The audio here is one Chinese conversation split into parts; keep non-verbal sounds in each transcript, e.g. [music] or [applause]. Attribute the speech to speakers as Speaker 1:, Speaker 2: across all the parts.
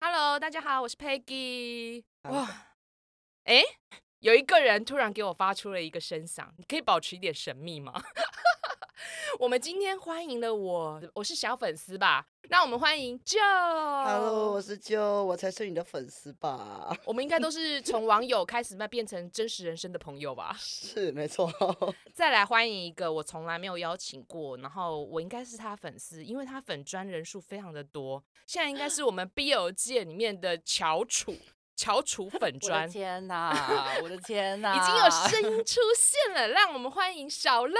Speaker 1: Hello，大家好，我是 Peggy。
Speaker 2: 好
Speaker 1: 哇，诶，有一个人突然给我发出了一个声响，你可以保持一点神秘吗？ [laughs] 我们今天欢迎了我，我是小粉丝吧？那我们欢迎 Joe。
Speaker 2: Hello，我是舅，我才是你的粉丝吧？
Speaker 1: 我们应该
Speaker 3: [laughs]
Speaker 1: 都是从网友开始，慢慢变成真实人生的朋友吧。
Speaker 2: 是，没错。 [laughs]
Speaker 1: 再来欢迎一个我从来没有邀请过，然后我应该是他粉丝，因为他粉专人数非常的多，现在应该是我们 BL 界里面的翘楚，翘楚粉
Speaker 3: 我的
Speaker 1: 专。
Speaker 3: 天呐，我的天呐，
Speaker 1: 已经有声音出现了，让我们欢迎小乐。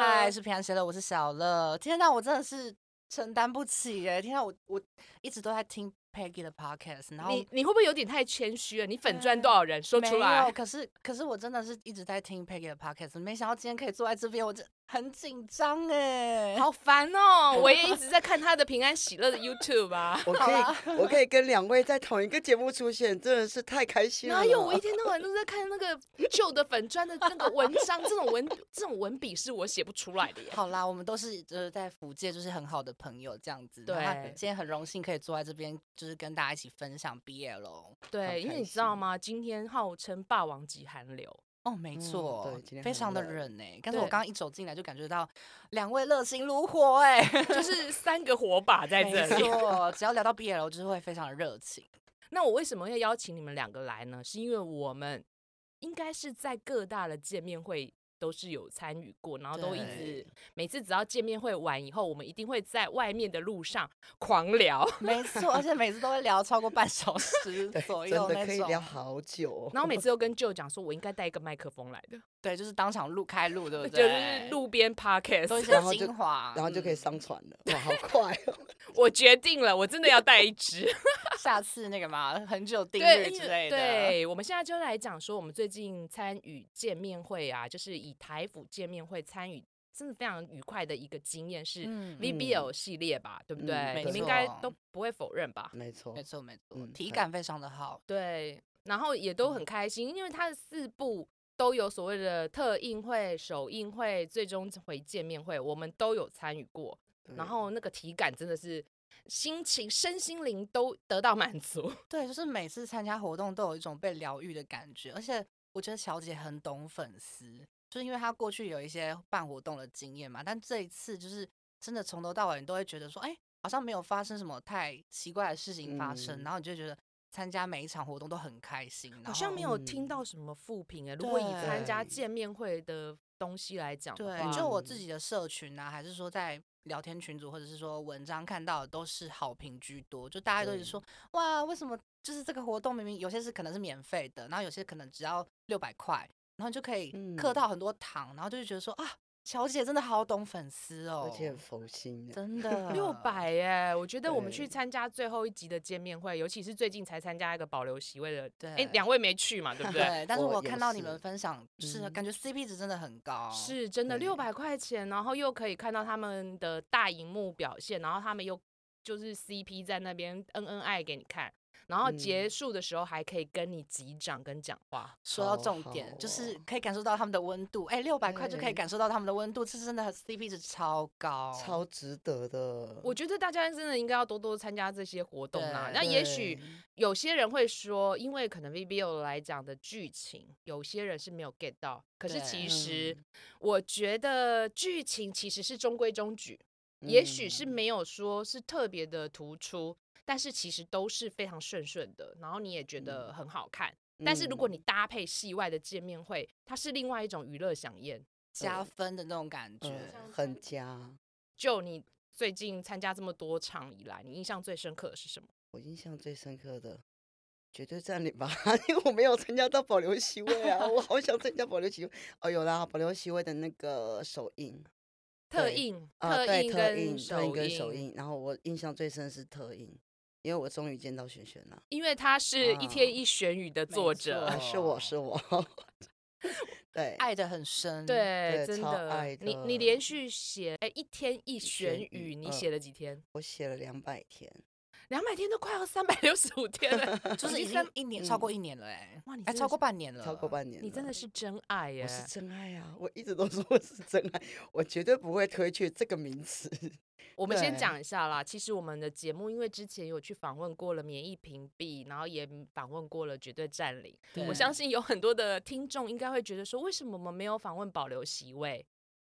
Speaker 3: 嗨，是平安喜乐，我是小乐。天呐，我真的是承担不起耶！天呐，我我一直都在听 Peggy 的 podcast，然后
Speaker 1: 你你会不会有点太谦虚了？啊你粉钻多少人？说出
Speaker 3: 没有，
Speaker 1: 来。
Speaker 3: 可是可是我真的是一直在听 Peggy 的 podcast，没想到今天可以坐在这边，我真很紧张哎。
Speaker 1: 好烦哦！我也一直在看他的平安喜乐的 YouTube [laughs]
Speaker 3: [laughs]
Speaker 1: 啊。
Speaker 2: 我可以，我可以跟两位在同一个节目出现，真的是太开心了啦。
Speaker 1: 哪
Speaker 3: 啊
Speaker 1: 有我一天到晚都在看那个旧的粉砖的那个文 [laughs] 章，这种文这种文笔是我写不出来的呀。
Speaker 3: 好啦，我们都是就是在福建，就是很好的朋友这样子。然后
Speaker 1: 对
Speaker 3: 今天很荣幸可以坐在这边，就是跟大家一起分享 BL 哦。
Speaker 2: 好
Speaker 1: 对，因
Speaker 2: 开
Speaker 1: 为你知道
Speaker 2: 心
Speaker 1: 吗？今天号称霸王级寒流，
Speaker 3: 哦，没
Speaker 2: 嗯
Speaker 3: 错，
Speaker 2: 对今天
Speaker 3: 非
Speaker 2: 很
Speaker 3: 常的
Speaker 2: 热
Speaker 3: 冷哎、但是我
Speaker 1: 对
Speaker 3: 刚刚一走进来就感觉到两位热情如火哎、
Speaker 1: 就是三个火把在
Speaker 3: 没
Speaker 1: 这里。
Speaker 3: 错，只要聊到 BL，就是会非常的热
Speaker 2: [laughs]
Speaker 3: 情。
Speaker 1: 那我为什么要邀请你们两个来呢？是因为我们应该是在各大的见面会都是有参与过，然后都一直
Speaker 2: 对
Speaker 1: 每次只要见面会完以后，我们一定会在外面的路上狂聊。 [laughs]
Speaker 3: 没错，而且每次都会聊超过半小时
Speaker 2: [laughs] 对
Speaker 3: 左
Speaker 2: 真
Speaker 3: 右
Speaker 2: 的
Speaker 3: 那
Speaker 2: 可以
Speaker 3: 种。
Speaker 2: 聊好久哦。
Speaker 1: 然后每次都跟舅讲说，我应该带一个麦克风来的，
Speaker 3: 对，就是当场录开录，对不
Speaker 1: 就
Speaker 3: 对？
Speaker 1: 是路边 podcast。
Speaker 3: 都一些
Speaker 2: 然后就
Speaker 3: 精华，
Speaker 2: 然后就可以
Speaker 3: 嗯
Speaker 2: 上传了，哇，好快
Speaker 1: [laughs]
Speaker 2: 哦！
Speaker 1: 我决定了，我真的要带一支。
Speaker 3: 下次那个嘛，很久定
Speaker 1: 对，
Speaker 3: 律
Speaker 1: 因
Speaker 3: 之
Speaker 1: 为
Speaker 3: 类的。
Speaker 1: 对，我们现在就来讲说，我们最近参与见面会啊，就是以台府见面会参与，真的非常愉快的一个经验是
Speaker 3: 嗯
Speaker 1: VBL 系列吧，对不
Speaker 2: 嗯
Speaker 1: 对？
Speaker 2: 没
Speaker 1: 你们应该
Speaker 3: 错啊
Speaker 1: 都不会否认吧？
Speaker 2: 没错
Speaker 3: 没，错没错，
Speaker 2: 嗯
Speaker 3: 体
Speaker 2: 对
Speaker 3: 感非常的好。
Speaker 1: 对，然后也都
Speaker 3: 嗯
Speaker 1: 很开心，因为它的四部。都有所谓的特映会、首映会、最终回见面会，我们都有参与过。
Speaker 2: 对
Speaker 3: 嗯
Speaker 1: 然后那个体感真的是心情、身心灵都得到满足。
Speaker 3: 对，就是每次参加活动都有一种被疗愈的感觉，而且我觉得小姐很懂粉丝，就是因为她过去有一些办活动的经验嘛，但这一次就是真的从头到尾，你都会觉得说，哎、好像没有发生什么太奇怪的事情发生，
Speaker 2: 嗯
Speaker 3: 然后你就觉得参加每一场活动都很开心，然
Speaker 1: 好像
Speaker 3: 后
Speaker 1: 没有听
Speaker 2: 嗯
Speaker 1: 到什么负评哎。如果以
Speaker 3: 对
Speaker 1: 参加
Speaker 2: 对
Speaker 1: 见面会的东西来讲的话，
Speaker 3: 对，就我
Speaker 2: 嗯
Speaker 3: 自己的社群啊，还是说在聊天群组，或者是说文章看到的都是好评居多，就大家都一直
Speaker 2: 对
Speaker 3: 说哇，为什么就是这个活动明明有些是可能是免费的，然后有些可能只要六百块，然后就可以
Speaker 2: 嗯
Speaker 3: 刻到很多糖，然后就会觉得说啊，乔姐真的好懂粉丝哦，
Speaker 2: 而且很佛心耶，
Speaker 3: 真
Speaker 2: [laughs]
Speaker 3: 的
Speaker 1: 六百哎，我觉得我们去
Speaker 2: 呃对
Speaker 1: 参加最后一集的见面会，尤其是最近才参加一个保留席位的，
Speaker 3: 对
Speaker 1: 哎，两位没去嘛，对不对？
Speaker 3: 对，但是
Speaker 2: 我
Speaker 3: 我
Speaker 2: 也
Speaker 3: 看到你
Speaker 2: 是
Speaker 3: 们分享是
Speaker 2: 嗯
Speaker 3: 感觉 CP 值真的很高，
Speaker 1: 是真的，
Speaker 2: 哦对
Speaker 1: 六百块钱，然后又可以看到他们的大荧幕表现，然后他们又就是 CP 在那边恩恩爱给你看，然后结
Speaker 2: 嗯
Speaker 1: 束的时候还可以跟你击掌跟讲话，
Speaker 3: 说到
Speaker 2: 好
Speaker 3: 重
Speaker 2: 好
Speaker 3: 点，就是
Speaker 2: 哦
Speaker 3: 可以感受到他们的温度。哎、六百块就可以
Speaker 2: 对
Speaker 3: 感受到他们的温度，这真的很 CP 值超高，
Speaker 2: 超值得的。
Speaker 1: 哦我觉得大家真的应该要多多参加这些活动啦。
Speaker 3: 对
Speaker 1: 那也许
Speaker 2: 嗯对
Speaker 1: 有些人会说，因为可能 VBO 来讲的剧情，有些人是没有 get 到。可是
Speaker 3: 对
Speaker 1: 其实，
Speaker 2: 嗯
Speaker 1: 我觉得剧情其实是中规中矩，也许是
Speaker 2: 嗯
Speaker 1: 没有说是特别的突出，但是其实都是非常顺顺的，然后你也觉得很好看。但是如果
Speaker 2: 嗯
Speaker 1: 你搭配戏外的见面会，它是另外一种娱乐飨宴。
Speaker 3: 加分的那种感觉。
Speaker 2: 嗯很佳，
Speaker 1: 就你最近参加这么多场以来，你印象最深刻的是什么？
Speaker 2: 我印象最深刻的，绝对占领吧， [laughs] 因为我没有参加到保留席位啊，我好想参加保留席位。哦，有啦，保留席位的那个首映，
Speaker 1: 特
Speaker 2: 对
Speaker 1: 映、
Speaker 2: 啊，对，
Speaker 1: 映跟
Speaker 2: 特映，特映
Speaker 1: 首
Speaker 2: 跟首，映，然后我印象最深是特映，因为我终于见到璇璇了，
Speaker 1: 因为他是一
Speaker 2: 啊
Speaker 1: 天一选语的
Speaker 3: 没
Speaker 1: 作者
Speaker 2: 啊，是我
Speaker 1: 哦
Speaker 2: 是我， [laughs] 对，
Speaker 1: 哎
Speaker 3: 爱的很深，，
Speaker 1: 对，
Speaker 2: 嗯对
Speaker 1: 真
Speaker 2: 超
Speaker 1: 的
Speaker 2: 爱，
Speaker 1: 你你
Speaker 2: 的
Speaker 1: 连续写哎一天一选
Speaker 2: 选
Speaker 1: 语，
Speaker 2: 语
Speaker 1: 你
Speaker 2: 嗯
Speaker 1: 写了几天？
Speaker 2: 我写了两百天，
Speaker 1: 两百天都快要三百六十五天
Speaker 2: [laughs]
Speaker 1: 了，
Speaker 3: 就是
Speaker 1: 已
Speaker 3: 已
Speaker 1: 经
Speaker 3: 经
Speaker 1: 三
Speaker 3: 一年、超过
Speaker 2: 嗯
Speaker 3: 一年了哎、
Speaker 1: 哇你
Speaker 3: 哎
Speaker 1: 真的
Speaker 3: 超过
Speaker 1: 是
Speaker 3: 半年了，
Speaker 2: 超过半年了，
Speaker 1: 你真的是真爱耶！
Speaker 2: 我是真爱啊！我一直都说我是真爱，我绝对不会推却这个名词。
Speaker 1: 我们先
Speaker 2: 对
Speaker 1: 讲一下啦，其实我们的节目因为之前有去访问过了免疫屏蔽，然后也访问过了绝对占领。
Speaker 3: 对。
Speaker 1: [laughs] 我相信有很多的听众应该会觉得说，为什么我们没有访问保留席位？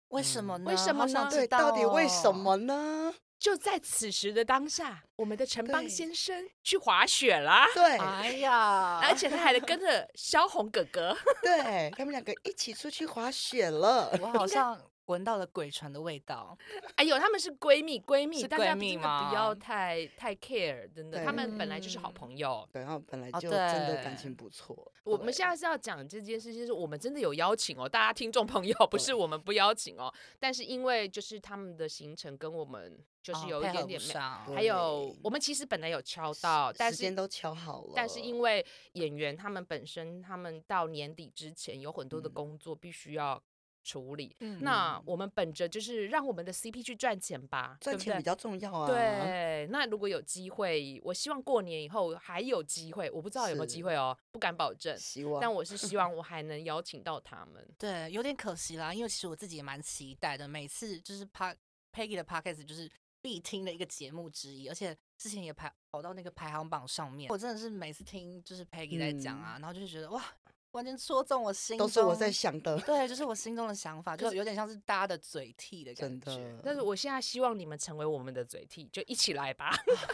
Speaker 3: 为什么
Speaker 1: 嗯
Speaker 3: 呢？
Speaker 1: 为什
Speaker 3: 好
Speaker 1: 么
Speaker 3: 想
Speaker 1: 呢
Speaker 3: 知
Speaker 2: 对，到底为
Speaker 3: 道
Speaker 2: 什
Speaker 3: 哦
Speaker 2: 么呢？
Speaker 1: 就在此时的当下，我们的城邦
Speaker 2: 对
Speaker 1: 先生去滑雪啦，
Speaker 2: 对
Speaker 3: 哎呀，
Speaker 1: 而 [laughs] 且他还跟着萧红哥哥。
Speaker 2: 对，他们两个一起出去滑雪了。
Speaker 3: 我好像闻到了鬼船的味道。
Speaker 1: [laughs] 哎呦，他们是闺蜜，闺蜜，
Speaker 3: 是
Speaker 1: 大家
Speaker 3: 闺蜜
Speaker 1: 真的不要
Speaker 3: 吗
Speaker 1: 太太 care，真的，
Speaker 2: 对
Speaker 1: 他们本来就是好
Speaker 3: 嗯
Speaker 1: 朋友。
Speaker 2: 对，然后本来
Speaker 3: 哦
Speaker 2: 就真的
Speaker 3: 对
Speaker 2: 感情不错。
Speaker 1: 我们
Speaker 2: 对
Speaker 1: 现在是要讲这件事情，是我们真的有邀请哦，大家听众朋友不是我们不邀请哦，但是因为就是他们的行程跟我们就是
Speaker 3: 哦
Speaker 1: 有
Speaker 3: 配
Speaker 1: 一点
Speaker 3: 合不
Speaker 1: 点没，
Speaker 3: 上
Speaker 2: 对
Speaker 1: 还有我们其实本来有敲到，但
Speaker 2: 时间
Speaker 1: 是
Speaker 2: 都敲好了，
Speaker 1: 但是因为演员他们本身他们到年底之前有很多的
Speaker 2: 嗯
Speaker 1: 工作必须要处理，
Speaker 3: 嗯
Speaker 1: 那我们本着就是让我们的 CP 去赚钱吧，
Speaker 2: 赚
Speaker 1: 对不
Speaker 2: 钱
Speaker 1: 对
Speaker 2: 比较重要啊。，
Speaker 1: 对，那如果有机会，我希望过年以后还有机会，我不知道有没有机
Speaker 2: 是
Speaker 1: 会哦，不敢保证。
Speaker 2: 希望。嗯
Speaker 1: 但我是希望我还能邀请到他们。
Speaker 3: 对，有点可惜啦，因为其实我自己也蛮期待的，每次就是 p Peggy 的 Podcast 就是必听的一个节目之一，而且之前也排跑到那个排行榜上面，我真的是每次听就是 Peggy 在讲啊，
Speaker 1: 嗯
Speaker 3: 然后就是觉得哇，完全戳中我心中，
Speaker 2: 都是我在想的，
Speaker 3: 对，就是我心中的
Speaker 1: [laughs]
Speaker 3: 想法，就是有点像是大家的嘴替的
Speaker 2: 真
Speaker 3: 感
Speaker 2: 的
Speaker 3: 觉，。
Speaker 1: 但是我现在希望你们成为我们的嘴替，就一起来吧。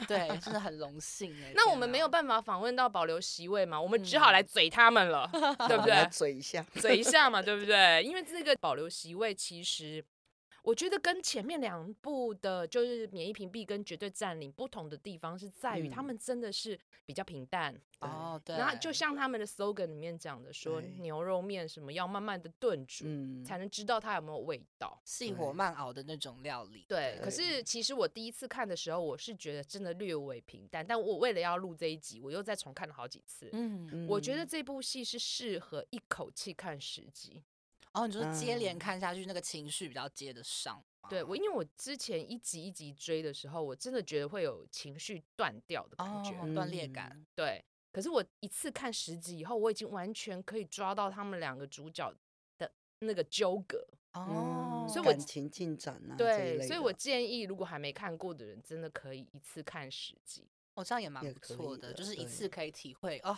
Speaker 3: 对，真的很荣幸哎、
Speaker 1: [laughs] 那我
Speaker 3: 天
Speaker 1: 们
Speaker 3: 哪
Speaker 2: 啊
Speaker 1: 没有办法访问到保留席位嘛，我们只好
Speaker 2: 嗯
Speaker 1: 来嘴他们了，对不
Speaker 2: 我们来
Speaker 1: 对？
Speaker 2: 嘴一下，
Speaker 1: [laughs] 嘴一下嘛，对不对？因为这个保留席位，其实我觉得跟前面两部的，就是《免疫屏蔽》跟《绝对占领》不同的地方是在于，他
Speaker 2: 嗯
Speaker 1: 们真的是比较平淡。
Speaker 3: 哦，对，
Speaker 1: 然后就像他们的 slogan 里面讲的说，
Speaker 2: 对
Speaker 1: 牛肉面什么要慢慢的炖煮，
Speaker 2: 嗯，
Speaker 1: 才能知道它有没有味道。
Speaker 3: 细火
Speaker 2: 对
Speaker 3: 慢熬的那种料理，
Speaker 1: 对，可
Speaker 2: 对
Speaker 1: 是其实我第一次看的时候，我是觉得真的略微平淡，但我为了要录这一集，我又再重看了好几次。
Speaker 3: 嗯，
Speaker 1: 我觉得
Speaker 2: 嗯
Speaker 1: 这部戏是适合一口气看十集。
Speaker 3: 哦，你就是接连
Speaker 2: 嗯
Speaker 3: 看下去，那个情绪比较接得上。
Speaker 1: 对我，因为我之前一集一集追的时候，我真的觉得会有情绪断掉的感
Speaker 3: 哦
Speaker 1: 觉。
Speaker 3: 断裂感
Speaker 2: 嗯
Speaker 1: 对，可是我一次看十集以后，我已经完全可以抓到他们两个主角的那个纠葛。
Speaker 3: 哦，
Speaker 1: 嗯所以我
Speaker 2: 嗯感情进展啊，这一
Speaker 1: 对，
Speaker 2: 类
Speaker 1: 所以
Speaker 2: 的
Speaker 1: 我建议，如果还没看过的人，真的可以一次看十集。
Speaker 3: 我哦这样也蛮
Speaker 2: 也
Speaker 3: 不
Speaker 2: 可
Speaker 3: 错
Speaker 2: 以
Speaker 3: 的，
Speaker 2: 的
Speaker 3: 就是一
Speaker 2: 对
Speaker 3: 次可以体会哦，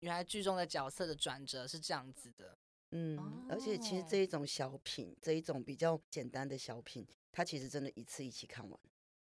Speaker 3: 原来剧中的角色的转折是这样子的。
Speaker 2: 嗯，而且其实
Speaker 3: 哦
Speaker 2: 这一种小品，这一种比较简单的小品，它其实真的一次一起看完，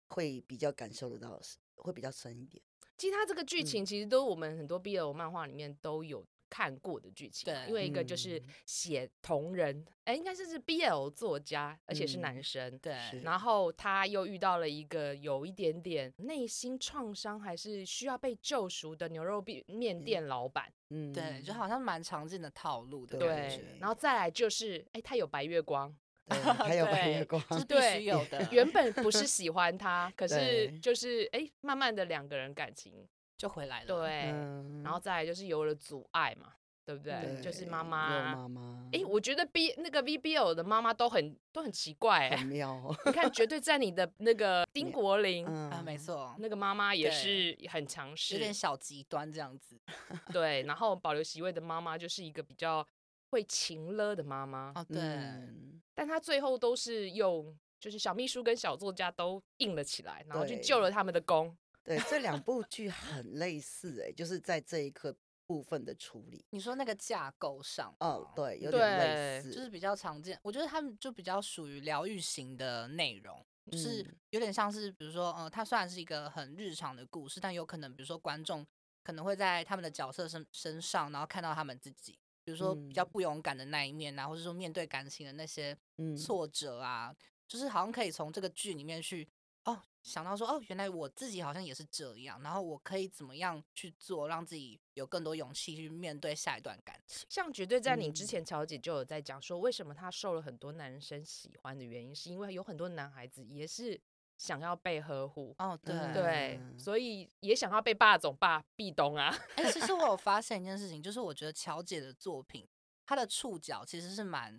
Speaker 2: 会比较感受得到，会比较深一点。
Speaker 1: 其实它这个剧
Speaker 2: 嗯
Speaker 1: 情其实都我们很多 BL 漫画里面都有看过的剧情嘛，
Speaker 3: 对
Speaker 1: 因为一个就是
Speaker 2: 嗯
Speaker 1: 写同人，哎、应该是是 BL 作家，而且是男
Speaker 2: 嗯
Speaker 1: 生。
Speaker 3: 对，
Speaker 2: 是
Speaker 1: 然后他又遇到了一个有一点点内心创伤，还是需要被救赎的牛肉面面店老板。
Speaker 2: 嗯，
Speaker 3: 对，就好像蛮常见的套路的
Speaker 2: 对
Speaker 3: 感
Speaker 1: 对
Speaker 3: 觉，，
Speaker 1: 然后再来就是，哎，他有白月光，
Speaker 2: 嗯对，还有白
Speaker 3: 对
Speaker 2: 月光，
Speaker 3: 这是必
Speaker 1: 嗯对
Speaker 3: 须有的，
Speaker 1: 原本不是喜欢他，可是
Speaker 2: 对
Speaker 1: 就是哎、诶慢慢的两个人感情
Speaker 3: 就回来了。
Speaker 1: 对，
Speaker 2: 嗯
Speaker 1: 然后再来就是有了阻碍嘛，对不对？就是妈
Speaker 2: 对
Speaker 1: 妈
Speaker 2: 有。妈妈，
Speaker 1: 哎、我觉得 B 那个 VBL 的妈妈都很都很奇怪哎、
Speaker 2: 很妙哦，
Speaker 1: 你看绝对在你的那
Speaker 2: [laughs]
Speaker 1: 个丁国林、
Speaker 3: 啊，
Speaker 2: 嗯，
Speaker 3: 没错，
Speaker 1: 那个妈妈也
Speaker 3: 对
Speaker 1: 是很强势，
Speaker 3: 有点小极端这样子。
Speaker 1: 对，然后保留席位的妈妈就是一个比较会情勒的妈妈，
Speaker 3: 哦，对，
Speaker 2: 嗯，
Speaker 1: 但她最后都是用就是小秘书跟小作家都硬了起来，然后去救
Speaker 2: 对
Speaker 1: 了他们的公。
Speaker 2: 对，这两部剧很类似，哎，就是在这一刻部分的处理，
Speaker 3: 你说那个架构上，
Speaker 2: 哦，，对，有点
Speaker 1: 对
Speaker 2: 类似，
Speaker 3: 就是比较常见，我觉得他们就比较属于疗愈型的内容，就是
Speaker 2: 嗯
Speaker 3: 有点像是，比如说，呃，它虽然是一个很日常的故事，但有可能，比如说观众可能会在他们的角色身身上，然后看到他们自己，比如说比较
Speaker 2: 嗯
Speaker 3: 不勇敢的那一面啊，或者说面对感情的那些
Speaker 2: 嗯
Speaker 3: 挫折啊，就是好像可以从这个剧里面去。哦，想到说哦，原来我自己好像也是这样，然后我可以怎么样去做，让自己有更多勇气去面对下一段感情。
Speaker 1: 像绝对在你之
Speaker 2: 嗯
Speaker 1: 前，乔姐就有在讲说，为什么她受了很多男生喜欢的原因，是因为有很多男孩子也是想要被呵护。
Speaker 3: 哦，对、
Speaker 1: 对，
Speaker 2: 嗯
Speaker 1: 所以也想要被霸总霸壁咚啊！
Speaker 3: 哎、其实我有发现一件事情，就是我觉得乔姐的作品，她的触角其实是蛮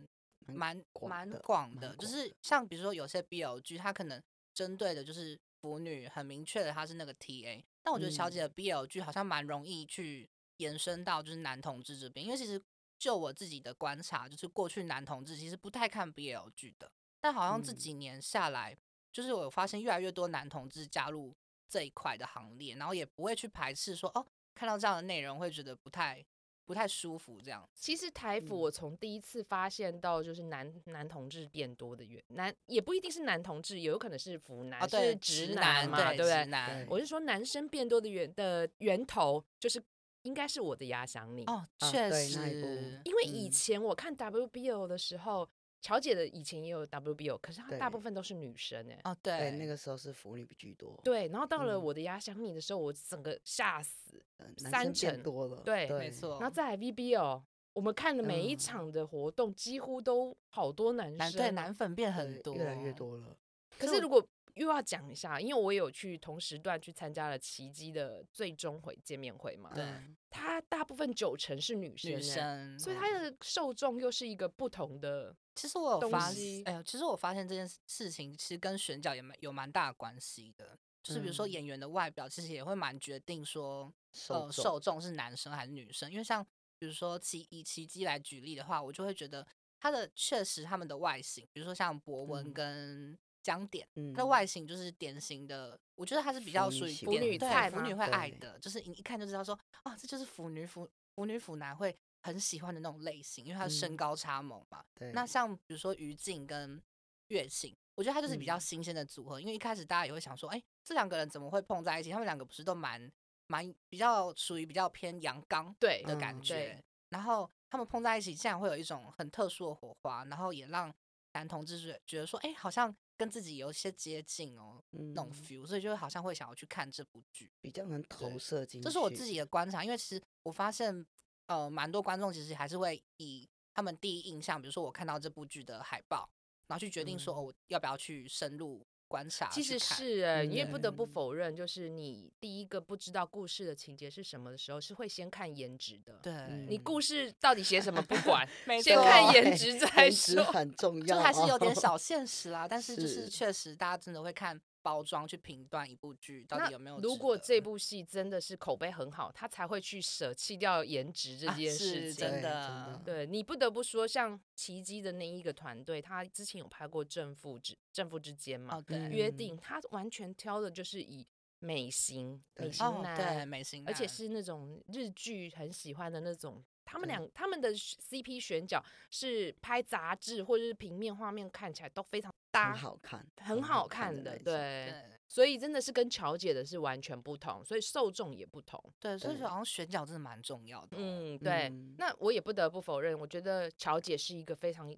Speaker 2: 蛮
Speaker 3: 蛮
Speaker 2: 广
Speaker 3: 蛮
Speaker 2: 的
Speaker 3: 广
Speaker 2: 蛮
Speaker 3: 的，就
Speaker 2: 广
Speaker 3: 是
Speaker 2: 的
Speaker 3: 像比如说有些 BL 剧，它可能针对的就是腐女很明确的她是那个 TA，但我觉得小
Speaker 2: 嗯
Speaker 3: 姐的 BL 剧好像蛮容易去延伸到就是男同志这边，因为其实就我自己的观察，就是过去男同志其实不太看 BL 剧的，但好像这
Speaker 2: 嗯
Speaker 3: 几年下来，就是我有发现越来越多男同志加入这一块的行列，然后也不会去排斥说哦，看到这样的内容会觉得不太不太舒服这样。
Speaker 1: 其实台服
Speaker 2: 嗯
Speaker 1: 我从第一次发现到就是男男同志变多的原男也不一定是男同志，也有可能是腐男，
Speaker 3: 啊，对，
Speaker 1: 是直
Speaker 3: 男
Speaker 1: 嘛，对
Speaker 3: 对
Speaker 1: 不
Speaker 3: 直
Speaker 1: 对？
Speaker 3: 男
Speaker 1: 我是说男生变多的源的源头就是应该是我的压箱你，
Speaker 3: 哦，
Speaker 2: 啊
Speaker 3: 确
Speaker 2: 对那一部
Speaker 3: 实，
Speaker 1: 因为以
Speaker 2: 嗯
Speaker 1: 前我看 WBO 的时候，乔姐的以前也有 WBO，可是她大部
Speaker 2: 对
Speaker 1: 分都是女生哎、
Speaker 3: 哦，
Speaker 2: 对，
Speaker 3: 对，
Speaker 2: 那个时候是腐女居多，
Speaker 1: 对，然后到了
Speaker 2: 嗯
Speaker 1: 我的压箱你的时候，我整个吓死。
Speaker 2: 呃，男
Speaker 1: 三
Speaker 2: 生变
Speaker 1: 成
Speaker 2: 多了，
Speaker 1: 对
Speaker 3: 没错，
Speaker 1: 然后再来 VBO，我们看的每一
Speaker 2: 嗯
Speaker 1: 场的活动几乎都好多男
Speaker 3: 男
Speaker 1: 生，啊
Speaker 3: 对男。粉变很
Speaker 2: 对
Speaker 3: 多，
Speaker 2: 越来越。多了。
Speaker 1: 可是如果又要讲一下，因为我有去同时段去参加了奇迹的最终回见面会嘛，
Speaker 3: 对，
Speaker 1: 她大部分九成嗯是女生、欸
Speaker 3: 女，生，嗯
Speaker 1: 所以她的受众又是一个不同的。
Speaker 3: 其实我有
Speaker 1: 东
Speaker 3: 发
Speaker 1: 西
Speaker 3: 现，哎呦，其实我发现这件事事情其实跟选角也蛮有蛮大的关系的。就是比如说
Speaker 2: 嗯
Speaker 3: 演员的外表，其实也会蛮决定说，
Speaker 2: 受
Speaker 3: 呃，
Speaker 2: 众
Speaker 3: 受众是男生还是女生。因为像比如说奇以奇迹来举例的话，我就会觉得他的确实他们的外形，比如说像博文
Speaker 2: 嗯
Speaker 3: 跟江点，
Speaker 2: 嗯
Speaker 3: 他的外形就是典型的，我觉得他是比较
Speaker 2: 腐女
Speaker 3: 属于
Speaker 2: 喜
Speaker 1: 欢
Speaker 3: 典
Speaker 1: 的
Speaker 3: 对
Speaker 1: 菜
Speaker 3: 腐
Speaker 1: 吗
Speaker 3: 女会爱
Speaker 2: 对
Speaker 3: 的，就是你一看就知道说，啊，这就是腐女腐腐女腐男会很喜欢的那种类型，因为他身
Speaker 2: 嗯
Speaker 3: 高差萌嘛。
Speaker 2: 对，
Speaker 3: 那像比如说于静跟月庆，我觉得他就是比较
Speaker 2: 嗯
Speaker 3: 新鲜的组合，因为一开始大家也会想说，哎、这两个人怎么会碰在一起？他们两个不是都蛮蛮比较属于比较偏阳刚
Speaker 1: 对
Speaker 3: 的感
Speaker 2: 嗯
Speaker 3: 觉，
Speaker 1: 对
Speaker 3: 然后他们碰在一起，竟然会有一种很特殊的火花，然后也让男同志觉觉得说，哎、好像跟自己有一些接近哦。那种
Speaker 2: 嗯
Speaker 3: feel，所以就好像会想要去看这部剧，
Speaker 2: 比较能投射进去，
Speaker 3: 这是我自己的观察，因为其实我发现，呃，蛮多观众其实还是会以他们第一印象，比如说我看到这部剧的海报，然后去决定说、哦，我要不要去深入观察去
Speaker 1: 嗯其
Speaker 3: 看。
Speaker 1: 实是哎、因为不得不
Speaker 2: 嗯
Speaker 1: 否认，就是你第一个不知道故事的情节是什么的时候，是会先看颜值的。，
Speaker 3: 对，
Speaker 1: 你
Speaker 2: 嗯
Speaker 1: 故事到底写什么不管，
Speaker 3: [laughs] 没
Speaker 1: 先
Speaker 3: 错
Speaker 1: 看
Speaker 2: 对
Speaker 1: 颜值再
Speaker 2: 颜值
Speaker 1: 说。
Speaker 2: 很重
Speaker 3: 就
Speaker 2: 要，
Speaker 3: 还是有
Speaker 1: 哦 [laughs]
Speaker 3: 点。小现实啦。但是就是
Speaker 2: 是
Speaker 3: 确实，大家真的会看包装去评断一部剧到
Speaker 1: 那
Speaker 3: 底有没有值得。
Speaker 1: 如果这部戏真的是口碑很好，他才会去舍弃掉颜值这
Speaker 3: 啊
Speaker 1: 件
Speaker 3: 是
Speaker 1: 事情。
Speaker 3: 真
Speaker 2: 对真
Speaker 3: 的哦
Speaker 2: 的，
Speaker 1: 对你不得不说，像奇迹的那一个团队，他之前有拍过《正负之正负之间》嘛，
Speaker 3: 哦对，
Speaker 1: 约
Speaker 2: 嗯
Speaker 1: 定他完全挑的就是以美型美
Speaker 2: 对
Speaker 1: 型
Speaker 3: 哦对，
Speaker 1: 男，
Speaker 3: 美型
Speaker 1: 啊而
Speaker 3: 男，
Speaker 1: 且是那种日剧很喜欢的那种。他们
Speaker 2: 对
Speaker 1: 两他们的 CP 选角是拍杂志或者是平面画面看起来都非常搭，
Speaker 2: 很好看，
Speaker 1: 很好看
Speaker 2: 那
Speaker 1: 的，
Speaker 2: 一
Speaker 1: 对。
Speaker 2: 种，
Speaker 3: 对
Speaker 1: 所以真的是跟乔姐的是完全不同，所以受众也不同。
Speaker 3: 对，所以
Speaker 2: 对
Speaker 3: 说好像选角真的蛮重要的哦。
Speaker 1: 嗯，对。
Speaker 2: 嗯
Speaker 1: 那我也不得不否认，我觉得乔姐是一个非常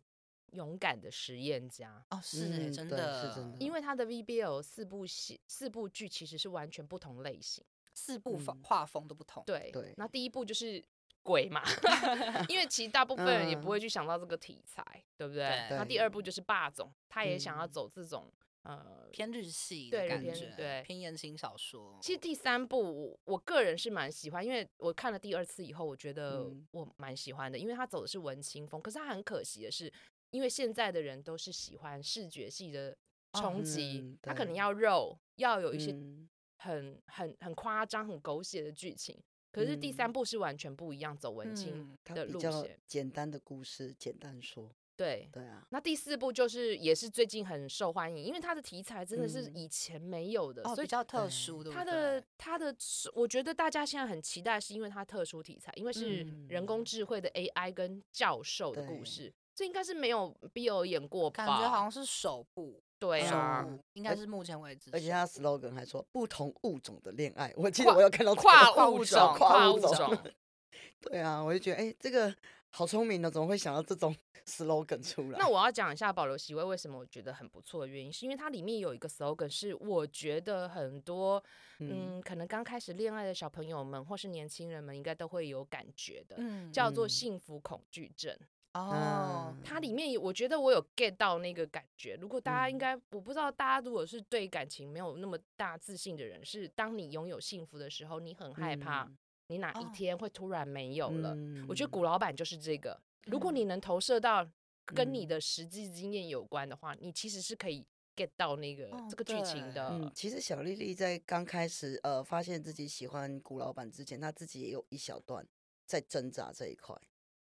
Speaker 1: 勇敢的实验家，
Speaker 3: 哦，是欸
Speaker 2: 嗯
Speaker 3: 真
Speaker 2: 对是
Speaker 3: 的，
Speaker 2: 真的
Speaker 1: 因为她的 VBL 四部戏、四部剧其实是完全不同类型。
Speaker 3: 四部风
Speaker 2: 嗯
Speaker 3: 画风都不同。
Speaker 1: 对，
Speaker 2: 对
Speaker 1: 那第一部就是。鬼嘛， [laughs] 因为其实大部分人也不
Speaker 2: 嗯
Speaker 1: 会去想到这个题材，对不对？
Speaker 3: 对
Speaker 1: 那第二部就是霸总，他也想要
Speaker 2: 嗯
Speaker 1: 走这种、呃
Speaker 3: 偏日系
Speaker 1: 对
Speaker 3: 的感
Speaker 1: 偏
Speaker 3: 觉，
Speaker 1: 对
Speaker 3: 偏言情小说。
Speaker 1: 其实第三部我我个人是蛮喜欢，因为我看了第二次以后，我觉得
Speaker 2: 嗯
Speaker 1: 我蛮喜欢的，因为它走的是文青风。可是它很可惜的是，因为现在的人都是喜欢视觉系的
Speaker 3: 哦
Speaker 1: 冲击
Speaker 2: 嗯，
Speaker 1: 他可能
Speaker 2: 对
Speaker 1: 要肉，要有一些
Speaker 2: 嗯
Speaker 1: 很很很夸张、很狗血的剧情。可是第三
Speaker 2: 嗯
Speaker 1: 部是完全不一样，走文青
Speaker 3: 嗯
Speaker 2: 它
Speaker 1: 的
Speaker 2: 比
Speaker 1: 路
Speaker 2: 较
Speaker 1: 线。
Speaker 2: 简单的故事，简单说，
Speaker 1: 对，
Speaker 2: 对啊，
Speaker 1: 那第四部就是也是最近很受欢迎，因为它的题材真的是
Speaker 2: 嗯
Speaker 1: 以前没有的，
Speaker 3: 哦，
Speaker 1: 所
Speaker 3: 比
Speaker 1: 以
Speaker 3: 较特
Speaker 2: 对
Speaker 3: 殊，对不
Speaker 1: 它
Speaker 3: 对
Speaker 1: 的它的是，我觉得大家现在很期待，是因为它特殊题材，因为是人工
Speaker 2: 嗯
Speaker 1: 智慧的 AI 跟教授的故
Speaker 2: 对
Speaker 1: 事，这应该是没有 BL 演过吧？
Speaker 3: 感觉好像是首部，
Speaker 1: 对
Speaker 3: 首
Speaker 1: 啊，
Speaker 3: 部应该是哦目前为止首部。
Speaker 2: 而且他 slogan 还说不同物种的恋爱，我记得我有看到这个
Speaker 1: 跨物种，
Speaker 2: 跨
Speaker 1: 物
Speaker 2: 种，
Speaker 1: 种，
Speaker 2: [laughs] 对啊，我就觉得哎、这个好聪明的，哦怎么会想到这种 [laughs] slogan 出来？
Speaker 1: 那我要讲一下保留席位为什么我觉得很不错的原因，是因为它里面有一个 slogan 是我觉得很多嗯可能刚开始恋爱的小朋友们或是年轻人们应该都会有感觉的，
Speaker 3: 嗯
Speaker 1: 叫做
Speaker 2: 嗯
Speaker 1: 幸福恐惧症。
Speaker 2: 啊
Speaker 3: 哦，
Speaker 1: 它里面也我觉得我有 get 到那个感觉。如果大家应
Speaker 2: 嗯
Speaker 1: 该，我不知道大家如果是对感情没有那么大自信的人，是当你拥有幸福的时候，你很害怕
Speaker 2: 嗯
Speaker 1: 你哪一
Speaker 3: 哦
Speaker 1: 天会突然没有了。我觉得
Speaker 2: 嗯
Speaker 1: 古老板就是这个。如果
Speaker 3: 嗯
Speaker 1: 你能投射到跟你
Speaker 2: 嗯
Speaker 1: 的实际经验有关的话，你其实是可以 get 到那个、
Speaker 3: 哦
Speaker 1: 这个剧情
Speaker 3: 对
Speaker 1: 的。
Speaker 2: 嗯，其实小丽丽在刚开始呃发现自己喜欢古老板之前，她自己也有一小段在挣扎这一块，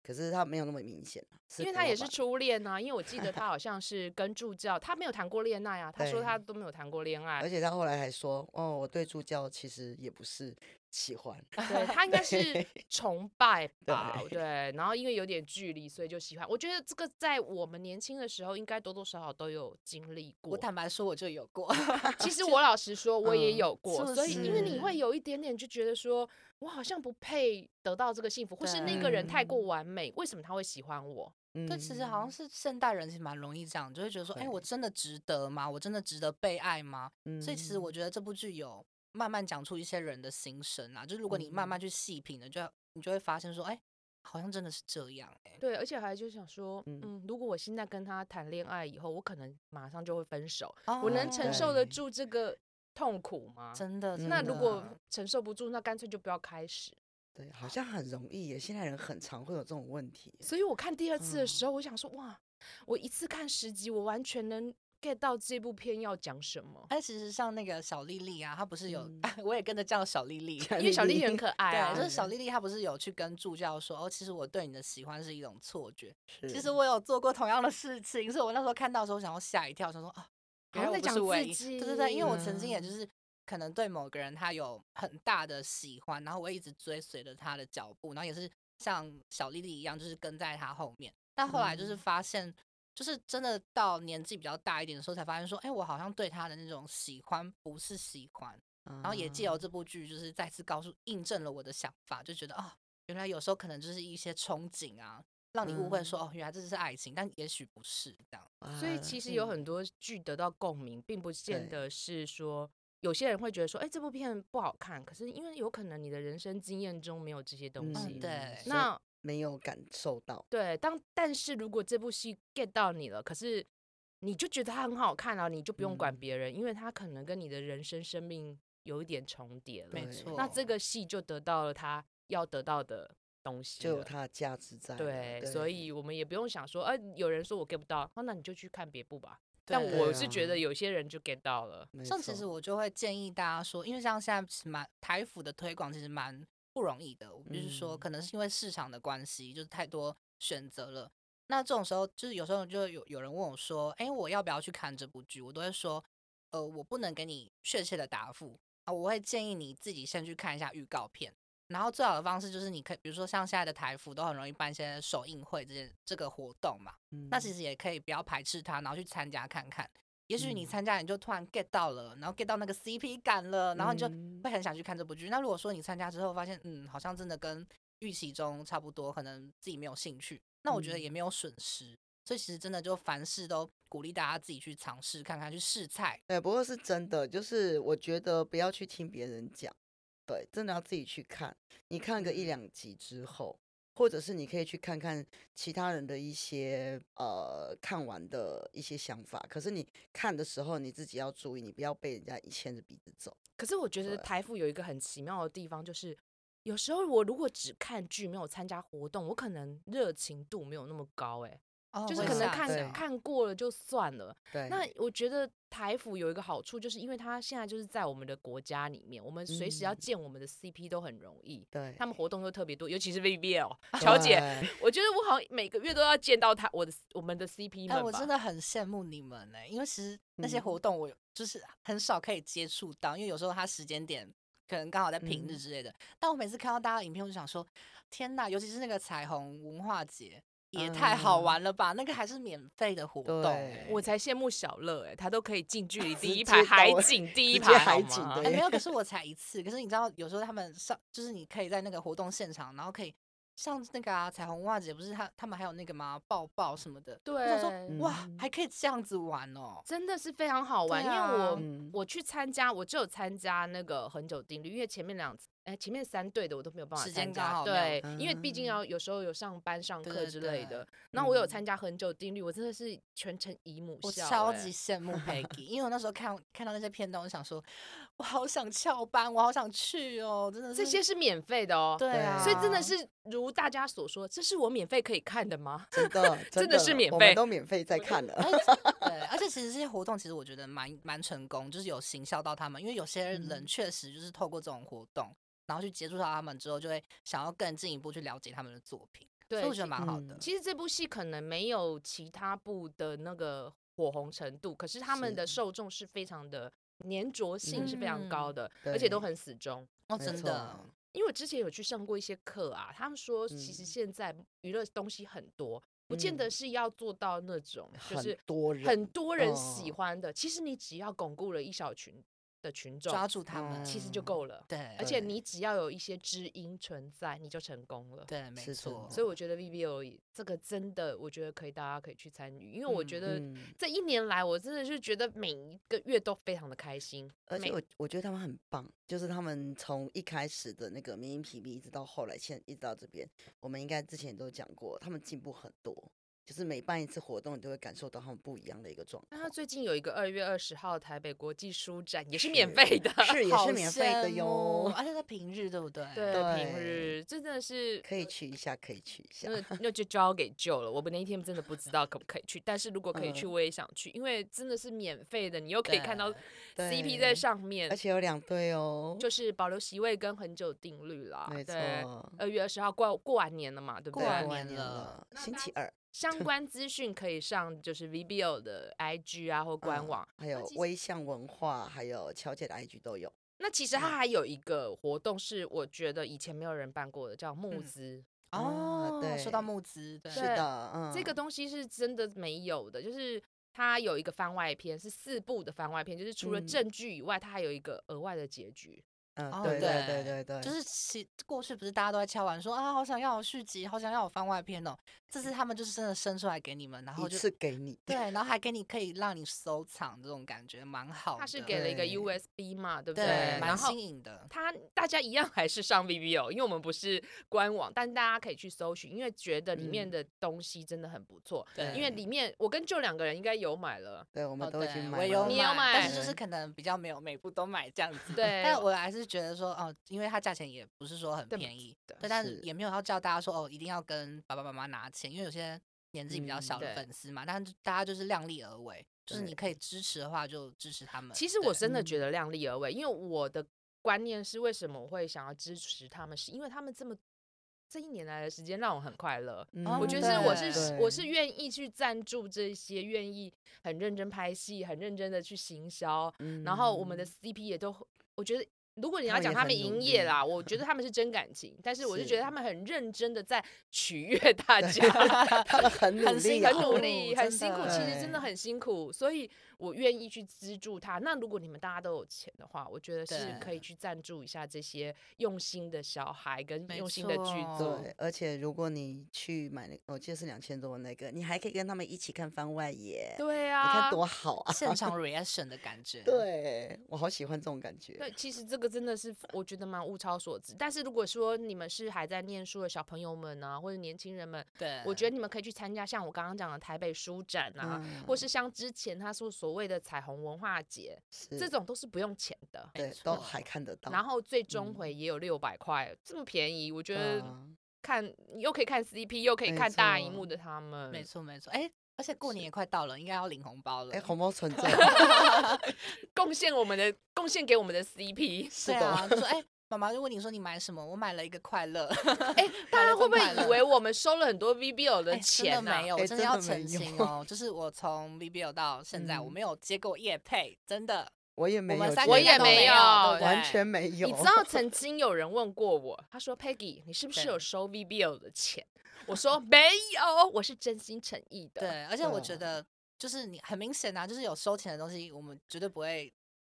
Speaker 2: 可是她没有那么明显啊
Speaker 1: 因为
Speaker 2: 古
Speaker 1: 他
Speaker 2: 老
Speaker 1: 也是
Speaker 2: 板
Speaker 1: 初恋呐、啊，因为我记得
Speaker 2: [laughs]
Speaker 1: 他好像是跟助教，他没有谈过恋爱啊，他说
Speaker 2: 对
Speaker 1: 他都没有谈过恋
Speaker 2: 而
Speaker 1: 爱，
Speaker 2: 且她后来还说，
Speaker 1: 嗯
Speaker 2: 哦，我对助教其实也不是喜欢，
Speaker 1: 对他应该是崇拜吧，
Speaker 2: 对
Speaker 1: 对，然后因为有点距离，所以就喜欢。我觉得这个在我们年轻的时候，应该多多少少都有经历
Speaker 3: 我
Speaker 1: 过。
Speaker 3: 坦白说，我就有过， [laughs]
Speaker 1: 其实我老实说，我也
Speaker 2: 嗯
Speaker 1: 有过，
Speaker 3: 就
Speaker 1: 所以因为你会
Speaker 3: 是
Speaker 1: 有一点点就觉得说，我好像不配得到这个幸福，或是那个人太过完美，为什么他会喜欢我？
Speaker 2: 嗯，
Speaker 3: 对，其实好像是现代人其实蛮容易这样，就会觉得说，哎、我真的值得吗？我真的值得被爱吗？所以其实我
Speaker 2: 嗯
Speaker 3: 觉得这部剧有慢慢讲出一些人的心声啊，就是如果你慢慢去细品的，就你就会发现说，哎、好像真的是这样、哎，
Speaker 1: 对，而且还就想说，
Speaker 2: 嗯
Speaker 1: 嗯，如果我现在跟他谈恋爱以后，我可能马上就会分手，我
Speaker 3: 哦
Speaker 1: 能承受得
Speaker 2: 对
Speaker 1: 住这个痛苦吗？
Speaker 3: 真的，真
Speaker 1: 那如果
Speaker 3: 的
Speaker 1: 承受不住，那干脆就不要开始。
Speaker 2: 对，好像很容易耶，现在人很常会有这种问题耶，
Speaker 1: 所以我看第二
Speaker 3: 嗯
Speaker 1: 次的时候，我想说，哇，我一次看十集，我完全能 get 到这部片要讲什
Speaker 3: [laughs]
Speaker 1: 么。
Speaker 3: 哎，其实像那个小丽丽啊，她不是有，
Speaker 2: 嗯
Speaker 3: [laughs] 我也跟着叫小丽丽。
Speaker 1: 因为小丽
Speaker 2: 丽
Speaker 1: 很可爱啊，
Speaker 3: 对，就是小
Speaker 1: 丽。
Speaker 3: 丽丽，她不是有去跟助教说，哦，其实我对你的喜欢是一种错觉。其
Speaker 2: 是
Speaker 3: 实我有做过同样的事情，所以我那时候看到的时候，想要吓一跳，想说啊，
Speaker 1: 好
Speaker 3: 原
Speaker 1: 像在
Speaker 3: 来我不是
Speaker 1: 讲
Speaker 3: 唯
Speaker 1: 自
Speaker 3: 一。对对对，因为我曾经也
Speaker 1: 己
Speaker 3: 就是可能对某个人他有很大的喜欢，然后我一直追随着他的脚步，然后也是像小丽丽一样，就是跟在他后面。但后来就是
Speaker 2: 嗯
Speaker 3: 发现，就是真的到年纪比较大一点的时候，才发现说，哎，我好像对他的那种喜欢不是喜欢。
Speaker 2: 然
Speaker 3: 然后也借由这部剧，就是再次告诉印证了我的想法，就觉得啊、原来有时候可能就是一些憧憬啊，让你误会说、哦，原来这是爱情，但也许不是嗯这样。
Speaker 2: 啊
Speaker 1: 所以其实有很多剧得到共鸣，并不见
Speaker 2: 对
Speaker 1: 得是说有些人会觉得说，哎、这部片不好看。可是因为有可能你的人生经验中没有这些东西。
Speaker 3: 嗯对
Speaker 2: 那
Speaker 1: 那
Speaker 2: 没有感受到，
Speaker 1: 对，当但是如果这部戏 get 到你了，可是你就觉得它很好看啊了，你就不用管
Speaker 2: 嗯
Speaker 1: 别人，因为它可能跟你的人生生命有一点重叠了。
Speaker 3: 没
Speaker 2: 对
Speaker 3: 错，
Speaker 1: 那这个戏就得到了它要得到的东西
Speaker 2: 就有
Speaker 1: 了
Speaker 2: 它的价值在了，
Speaker 1: 对，所以我们也不用想说，呃，有人说我 get 不到，啊那你就去看别部吧。但
Speaker 3: 对
Speaker 1: 我是觉
Speaker 2: 啊嗯
Speaker 1: 得有些人就 get 到了，
Speaker 2: 没
Speaker 3: 像其
Speaker 2: 错
Speaker 3: 实我就会建议大家说，因为像现在是蛮台服的推广其实蛮不容易的，我必须说，
Speaker 2: 嗯
Speaker 3: 可能是因为市场的关系，就是太多选择了。那这种时候，就是有时候就有有人问我说，哎、我要不要去看这部剧？我都会说，呃，我不能给你确切的答复啊，我会建议你自己先去看一下预告片。然后最好的方式就是，你可以比如说像现在的台服都很容易办一些首映会这件这个活动嘛，那其
Speaker 2: 嗯
Speaker 3: 实也可以不要排斥它，然后去参加看看。也许你
Speaker 2: 嗯
Speaker 3: 参加，你就突然 get 到了，然后 get 到那个 CP 感了，然后你就
Speaker 2: 嗯
Speaker 3: 会很想去看这部剧。那如果说你参加之后发现，嗯，好像真的跟预期中差不多，可能自己没有兴趣，那我觉得也
Speaker 2: 嗯
Speaker 3: 没有损失。所以其实真的就凡事都鼓励大家自己去尝试看看，去试菜。
Speaker 2: 对，不过是真的，就是我觉得不要去听别人讲，对，真的要自己去看。你看个一
Speaker 1: 嗯
Speaker 2: 两集之后，或者是你可以去看看其他人的一些呃看完的一些想法。可是你看的时候，你自己要注意，你不要被人家牵着鼻子走。
Speaker 1: 可是我觉得
Speaker 2: 对
Speaker 1: 台服有一个很奇妙的地方，就是有时候我如果只看剧没有参加活动，我可能热情度没有那么高、欸，
Speaker 3: 哦
Speaker 1: 就是
Speaker 2: 我
Speaker 1: 可能
Speaker 2: 也是啊对
Speaker 1: 看看过了就算了。
Speaker 2: 对，
Speaker 1: 那我觉得台服有一个好处，就是因为它现在就是在我们的国家里面，我们随时要
Speaker 2: 嗯
Speaker 1: 见我们的 CP 都很容易。
Speaker 2: 对
Speaker 1: 他们活动又特别多，尤其是 VBL 乔姐，
Speaker 2: 对
Speaker 1: 我觉得我好像每个月都要见到他，我的我们的 CP 们吧。
Speaker 3: 哎，我真的很羡慕你们呢、因为其实那些
Speaker 2: 嗯
Speaker 3: 活动我就是很少可以接触到，因为有时候它时间点可能刚好在平日
Speaker 2: 嗯
Speaker 3: 之类的。但我每次看到大家的影片，我就想说，天呐，尤其是那个彩虹文化节，也太好
Speaker 2: 嗯
Speaker 3: 玩了吧！那个还是免费的活动、欸
Speaker 2: 对，
Speaker 1: 我才羡慕小乐哎、他都可以近
Speaker 3: [laughs]
Speaker 1: 距离第一
Speaker 2: 接
Speaker 1: 排
Speaker 2: 到
Speaker 1: 海
Speaker 2: 了
Speaker 1: 景第一
Speaker 2: 直接
Speaker 1: 排
Speaker 2: 海
Speaker 1: 好
Speaker 2: 景
Speaker 1: 吗
Speaker 2: 的
Speaker 3: 哎、
Speaker 2: 耶
Speaker 3: 没有，
Speaker 2: [laughs]
Speaker 3: 可是我才一次。可是你知道，有时候他们上就是你可以在那个活动现场，然后可以像那个啊彩虹文化节，不是他他们还有那个吗？抱抱什么的。我想说，
Speaker 1: 对
Speaker 3: 哇，
Speaker 2: 嗯
Speaker 3: 还可以这样子玩哦。
Speaker 1: 真的是非常好玩，
Speaker 3: 对
Speaker 1: 因为我、
Speaker 3: 啊
Speaker 2: 嗯
Speaker 1: 我去参加，我只有参加那个很久定律，因为前面两次，哎、前面三队的我都没有办法
Speaker 3: 时
Speaker 1: 参
Speaker 3: 间刚
Speaker 1: 加，
Speaker 3: 好没
Speaker 1: 对
Speaker 3: 有，
Speaker 1: 因为毕竟
Speaker 2: 嗯
Speaker 1: 要有时候有上班上
Speaker 3: 对
Speaker 1: 课
Speaker 3: 对
Speaker 1: 之类
Speaker 3: 对
Speaker 1: 的。那我有
Speaker 2: 嗯
Speaker 1: 参加很久定律，我真的是全程姨母
Speaker 3: 我
Speaker 1: 笑、
Speaker 3: 超
Speaker 1: 哎
Speaker 3: 级羡慕 Peggy，因为我那时候看看到那些片段，我想说，我好想翘班，我好想去哦，真的是
Speaker 1: 这些是免费的哦，
Speaker 3: 对啊，
Speaker 1: 所以真的是如大家所说，
Speaker 2: [laughs]
Speaker 1: 这是我免费可以看的吗？
Speaker 2: 真的
Speaker 1: [laughs] 真的
Speaker 2: 的
Speaker 1: 是免
Speaker 2: 我
Speaker 1: 费哦
Speaker 2: 们都免费在看了。
Speaker 3: 对，而且且其实这些活动其实我觉得蛮蛮成功，就是有行销到他们，因为有些人
Speaker 1: 嗯
Speaker 3: 确实就是透过这种活动，然后去接触到他们之后，就会想要更进一步去了解他们的作品，所
Speaker 1: 对
Speaker 3: 以我觉得
Speaker 1: 其
Speaker 3: 蛮好
Speaker 2: 嗯
Speaker 3: 的。
Speaker 1: 其实这部戏可能没有其他部的那个火红程度，可是他们的
Speaker 2: 是
Speaker 1: 受众是非常的粘着性是非常高
Speaker 3: 嗯
Speaker 1: 的，而且都
Speaker 2: 对
Speaker 1: 很死忠。
Speaker 3: 哦，
Speaker 2: 没
Speaker 3: 真
Speaker 2: 错
Speaker 3: 的，
Speaker 1: 因为我之前有去上过一些课啊，他们说其实
Speaker 2: 嗯
Speaker 1: 现在娱乐东西很多，不见得
Speaker 2: 嗯
Speaker 1: 是要做到那种就
Speaker 2: 很
Speaker 1: 是
Speaker 2: 多人
Speaker 1: 很多人喜
Speaker 2: 哦
Speaker 1: 欢的。其实你只要巩固了一小群的群众，
Speaker 3: 抓住他们，
Speaker 1: 其
Speaker 2: 嗯
Speaker 1: 实就够了。
Speaker 3: 对，
Speaker 1: 而且
Speaker 2: 对
Speaker 1: 你只要有一些知音存在，你就成功了。
Speaker 3: 对，没
Speaker 2: 是真
Speaker 3: 错，
Speaker 2: 的
Speaker 1: 所以我觉得 VBO 这个真的，我觉得可以，大家可以去参与，因为我觉得
Speaker 2: 嗯
Speaker 1: 这一年来，我真的是觉得每一个月都非常的开心。
Speaker 2: 而
Speaker 1: 每
Speaker 2: 且我我觉得他们很棒，就是他们从一开始的那个民营 PB 一直到后来，现一直到这边，我们应该之前也都讲过，他们进步很多，就是每办一次活动，你都会感受到他们不一样的一个状
Speaker 1: 那他
Speaker 2: 况。
Speaker 1: 最近有一个二月二十号台北国际书展，也是免
Speaker 2: 是
Speaker 1: 费的，
Speaker 2: 是也
Speaker 3: 好
Speaker 2: 是免费的
Speaker 3: 羡慕啊
Speaker 2: 哟，
Speaker 3: 而且在平日，对不对？
Speaker 1: 对，平
Speaker 2: 对
Speaker 1: 日真的是
Speaker 2: 可以去一下，可以去一下。
Speaker 1: 那那就交给舅了。我们那一天真的不知道可不可以去，但是如果可以去，
Speaker 2: 嗯
Speaker 1: 我也想去，因为真的是免费的，你又可以看到
Speaker 3: 对
Speaker 1: CP 在
Speaker 2: 对
Speaker 1: 上面
Speaker 2: 而，且有两对哦，
Speaker 1: 就是保留席位跟很久定律啦。
Speaker 2: 没错
Speaker 1: 对，，二月二十号过过完年了嘛，对不
Speaker 3: 过
Speaker 2: 对
Speaker 1: 对？
Speaker 3: 完
Speaker 2: 过
Speaker 3: 年了
Speaker 2: 了，
Speaker 1: 那
Speaker 2: 星
Speaker 1: 大
Speaker 2: 期
Speaker 1: 家
Speaker 2: 二，
Speaker 1: 相关资讯可以上就是 VBO 的 IG 啊或官
Speaker 2: 嗯
Speaker 1: 网。
Speaker 2: 还有
Speaker 1: 其实
Speaker 2: 微象文化，还有乔姐的 IG 都有。
Speaker 1: 那其实它
Speaker 2: 嗯
Speaker 1: 还有一个活动是我觉得以前没有人办过的，叫募
Speaker 3: 嗯
Speaker 1: 资。
Speaker 2: 啊
Speaker 3: 哦，说到
Speaker 2: 对
Speaker 3: 募资，对
Speaker 2: 是
Speaker 1: 对
Speaker 2: 的，嗯，
Speaker 1: 这个东西是真的没有的，就是它有一个番外篇，是四部的番外篇，就是除了
Speaker 2: 嗯
Speaker 1: 证据以外，它还有一个额外的结局。
Speaker 2: 嗯，
Speaker 3: 哦
Speaker 2: 对对
Speaker 3: 对
Speaker 2: 对对对，
Speaker 3: 就是其过去不是大家都在敲完说啊，好想要有续集，好想要有番外篇哦。这次他们就是真的生出来给你们，然后
Speaker 2: 一
Speaker 3: 就
Speaker 2: 次给你，
Speaker 3: 对，然后还给你可以让你收藏，这种感觉蛮好的。
Speaker 1: 它是给了一个
Speaker 2: 对
Speaker 1: USB 嘛，对不
Speaker 3: 对蛮
Speaker 1: 然后
Speaker 3: 新。颖的，
Speaker 1: 它大家一样还是上 VBO，因为我们不是官网，但大家可以去搜寻，因为觉得里面
Speaker 2: 嗯
Speaker 1: 的东西真的很不错。
Speaker 3: 对
Speaker 1: 因为里面我跟舅两个人应该有买了，
Speaker 2: 对，我们
Speaker 3: 哦
Speaker 2: 都已
Speaker 3: 对
Speaker 2: 经
Speaker 3: 我
Speaker 2: 买
Speaker 3: 也有
Speaker 2: 了
Speaker 1: 你有买
Speaker 3: 但是就是
Speaker 2: 嗯
Speaker 3: 可能比较没有每部都买这样
Speaker 1: [laughs]
Speaker 3: 子。
Speaker 1: 对
Speaker 3: [laughs] 但我还是觉得说哦，因为它价钱也不是说很
Speaker 1: 对
Speaker 3: 便宜，
Speaker 1: 对
Speaker 3: 对，但是
Speaker 2: 是
Speaker 3: 也没有要叫大家说哦，一定要跟爸爸妈妈拿钱，因为有些年纪比较
Speaker 2: 嗯
Speaker 3: 小的
Speaker 1: 对
Speaker 3: 粉丝嘛，但是大家就是量力而为，就是
Speaker 2: 对
Speaker 3: 你可以支持的话就支持他们。
Speaker 1: 其实我
Speaker 3: 对
Speaker 2: [laughs]
Speaker 1: 真的觉
Speaker 2: 嗯
Speaker 1: 得量力而为，因为我的观念是，为什么我会想要支持他们，是因为他们这么这一年来的时间让我很快乐。
Speaker 2: 嗯
Speaker 1: 我
Speaker 3: 哦
Speaker 1: 觉得是我
Speaker 3: 对
Speaker 1: 是我是愿意去赞助这些，愿意很认真拍戏，很认真的去行销，
Speaker 2: 对
Speaker 1: 然后我们的
Speaker 2: 嗯
Speaker 1: CP 也都，我觉得如果你要
Speaker 2: 他们
Speaker 1: 讲
Speaker 2: 也
Speaker 1: 他
Speaker 2: 很
Speaker 1: 们
Speaker 2: 努
Speaker 1: 营业
Speaker 2: 力
Speaker 1: 啦，我觉得他们是真感情，但是我就觉得
Speaker 2: 是
Speaker 1: 他们很认真的在取悦大家，[laughs]
Speaker 2: 嗯他们很努
Speaker 3: 很辛
Speaker 2: 力啊，
Speaker 1: 很
Speaker 3: 苦
Speaker 1: 努力，很
Speaker 3: 真
Speaker 1: 辛苦，
Speaker 3: 的
Speaker 1: 其实真的
Speaker 2: 对
Speaker 1: 很辛苦，所以我愿意去资助他。那如果你们大家都有钱的话，我觉得是
Speaker 3: 对
Speaker 1: 可以去赞助一下这些用心的小孩跟
Speaker 3: 没
Speaker 1: 用心的剧
Speaker 3: 错
Speaker 1: 组。
Speaker 2: 对，而且如果你去买那，我记得是两千多的那个，你还可以跟他们一起看番外耶，
Speaker 1: 对
Speaker 2: 你看
Speaker 1: 啊，
Speaker 2: 多好啊！
Speaker 3: 现场 reaction 的感觉。，
Speaker 2: 对我好喜欢这种感觉。
Speaker 1: 对，其实这个真的是我觉得蛮物超所值。但是如果说你们是还在念书的小朋友们啊，或者年轻人们，
Speaker 3: 对
Speaker 1: 我觉得你们可以去参加像我刚刚讲的台北书展啊，
Speaker 2: 嗯
Speaker 1: 或是像之前他说所谓的彩虹文化节，
Speaker 2: 是
Speaker 1: 这种都是不用钱的。
Speaker 3: 没
Speaker 2: 对都
Speaker 3: 错
Speaker 2: 还看得到，
Speaker 1: 然后最终
Speaker 2: 嗯
Speaker 1: 回也有六百块，这么便宜，我觉
Speaker 2: 对
Speaker 1: 得
Speaker 2: 啊
Speaker 1: 看你又可以看 CP，又可以
Speaker 2: 没
Speaker 1: 看大荧幕
Speaker 2: 错
Speaker 1: 的他们，
Speaker 3: 没错没错，哎、而且过年也快到了，应该要领红包了。
Speaker 2: 嗯哎，红包存着，
Speaker 1: 啊贡献我们的贡献给我们的
Speaker 2: [laughs]
Speaker 1: CP。
Speaker 2: 是
Speaker 3: 对
Speaker 2: 的，
Speaker 3: 啊，就说哎，妈妈就问你说你买什么？我买了一个快乐。
Speaker 1: 哎，大家会不
Speaker 3: 快
Speaker 1: 会
Speaker 3: 乐
Speaker 1: 以为我们收了很多 VBO
Speaker 3: 哎
Speaker 1: 的钱
Speaker 3: 真的
Speaker 1: 呢？
Speaker 3: 没有，
Speaker 2: 哎
Speaker 3: 我真的
Speaker 2: 真
Speaker 3: 要
Speaker 2: 的没
Speaker 3: 澄
Speaker 2: 有
Speaker 3: 清哦，就是我从 VBO 到现在，我
Speaker 2: 嗯
Speaker 3: 没有接过业配，真的，
Speaker 2: 我也没
Speaker 3: 我们
Speaker 2: 有
Speaker 3: 三
Speaker 2: 这
Speaker 1: 我
Speaker 3: 个
Speaker 2: 样
Speaker 1: 也
Speaker 3: 都
Speaker 2: 的
Speaker 1: 没
Speaker 3: 没
Speaker 1: 有
Speaker 3: 有，
Speaker 2: 啊完
Speaker 3: 对
Speaker 2: 全没有，
Speaker 1: 你知道曾经有人问过我，他说：“Peggy，你是不是
Speaker 3: 对
Speaker 1: 有收 VBO 的钱？”我说：“没有，我是真心诚意的。”，
Speaker 3: 对，而且我觉
Speaker 2: 嗯
Speaker 3: 得就是你很明显啊，就是有收钱的东西，我们绝对不会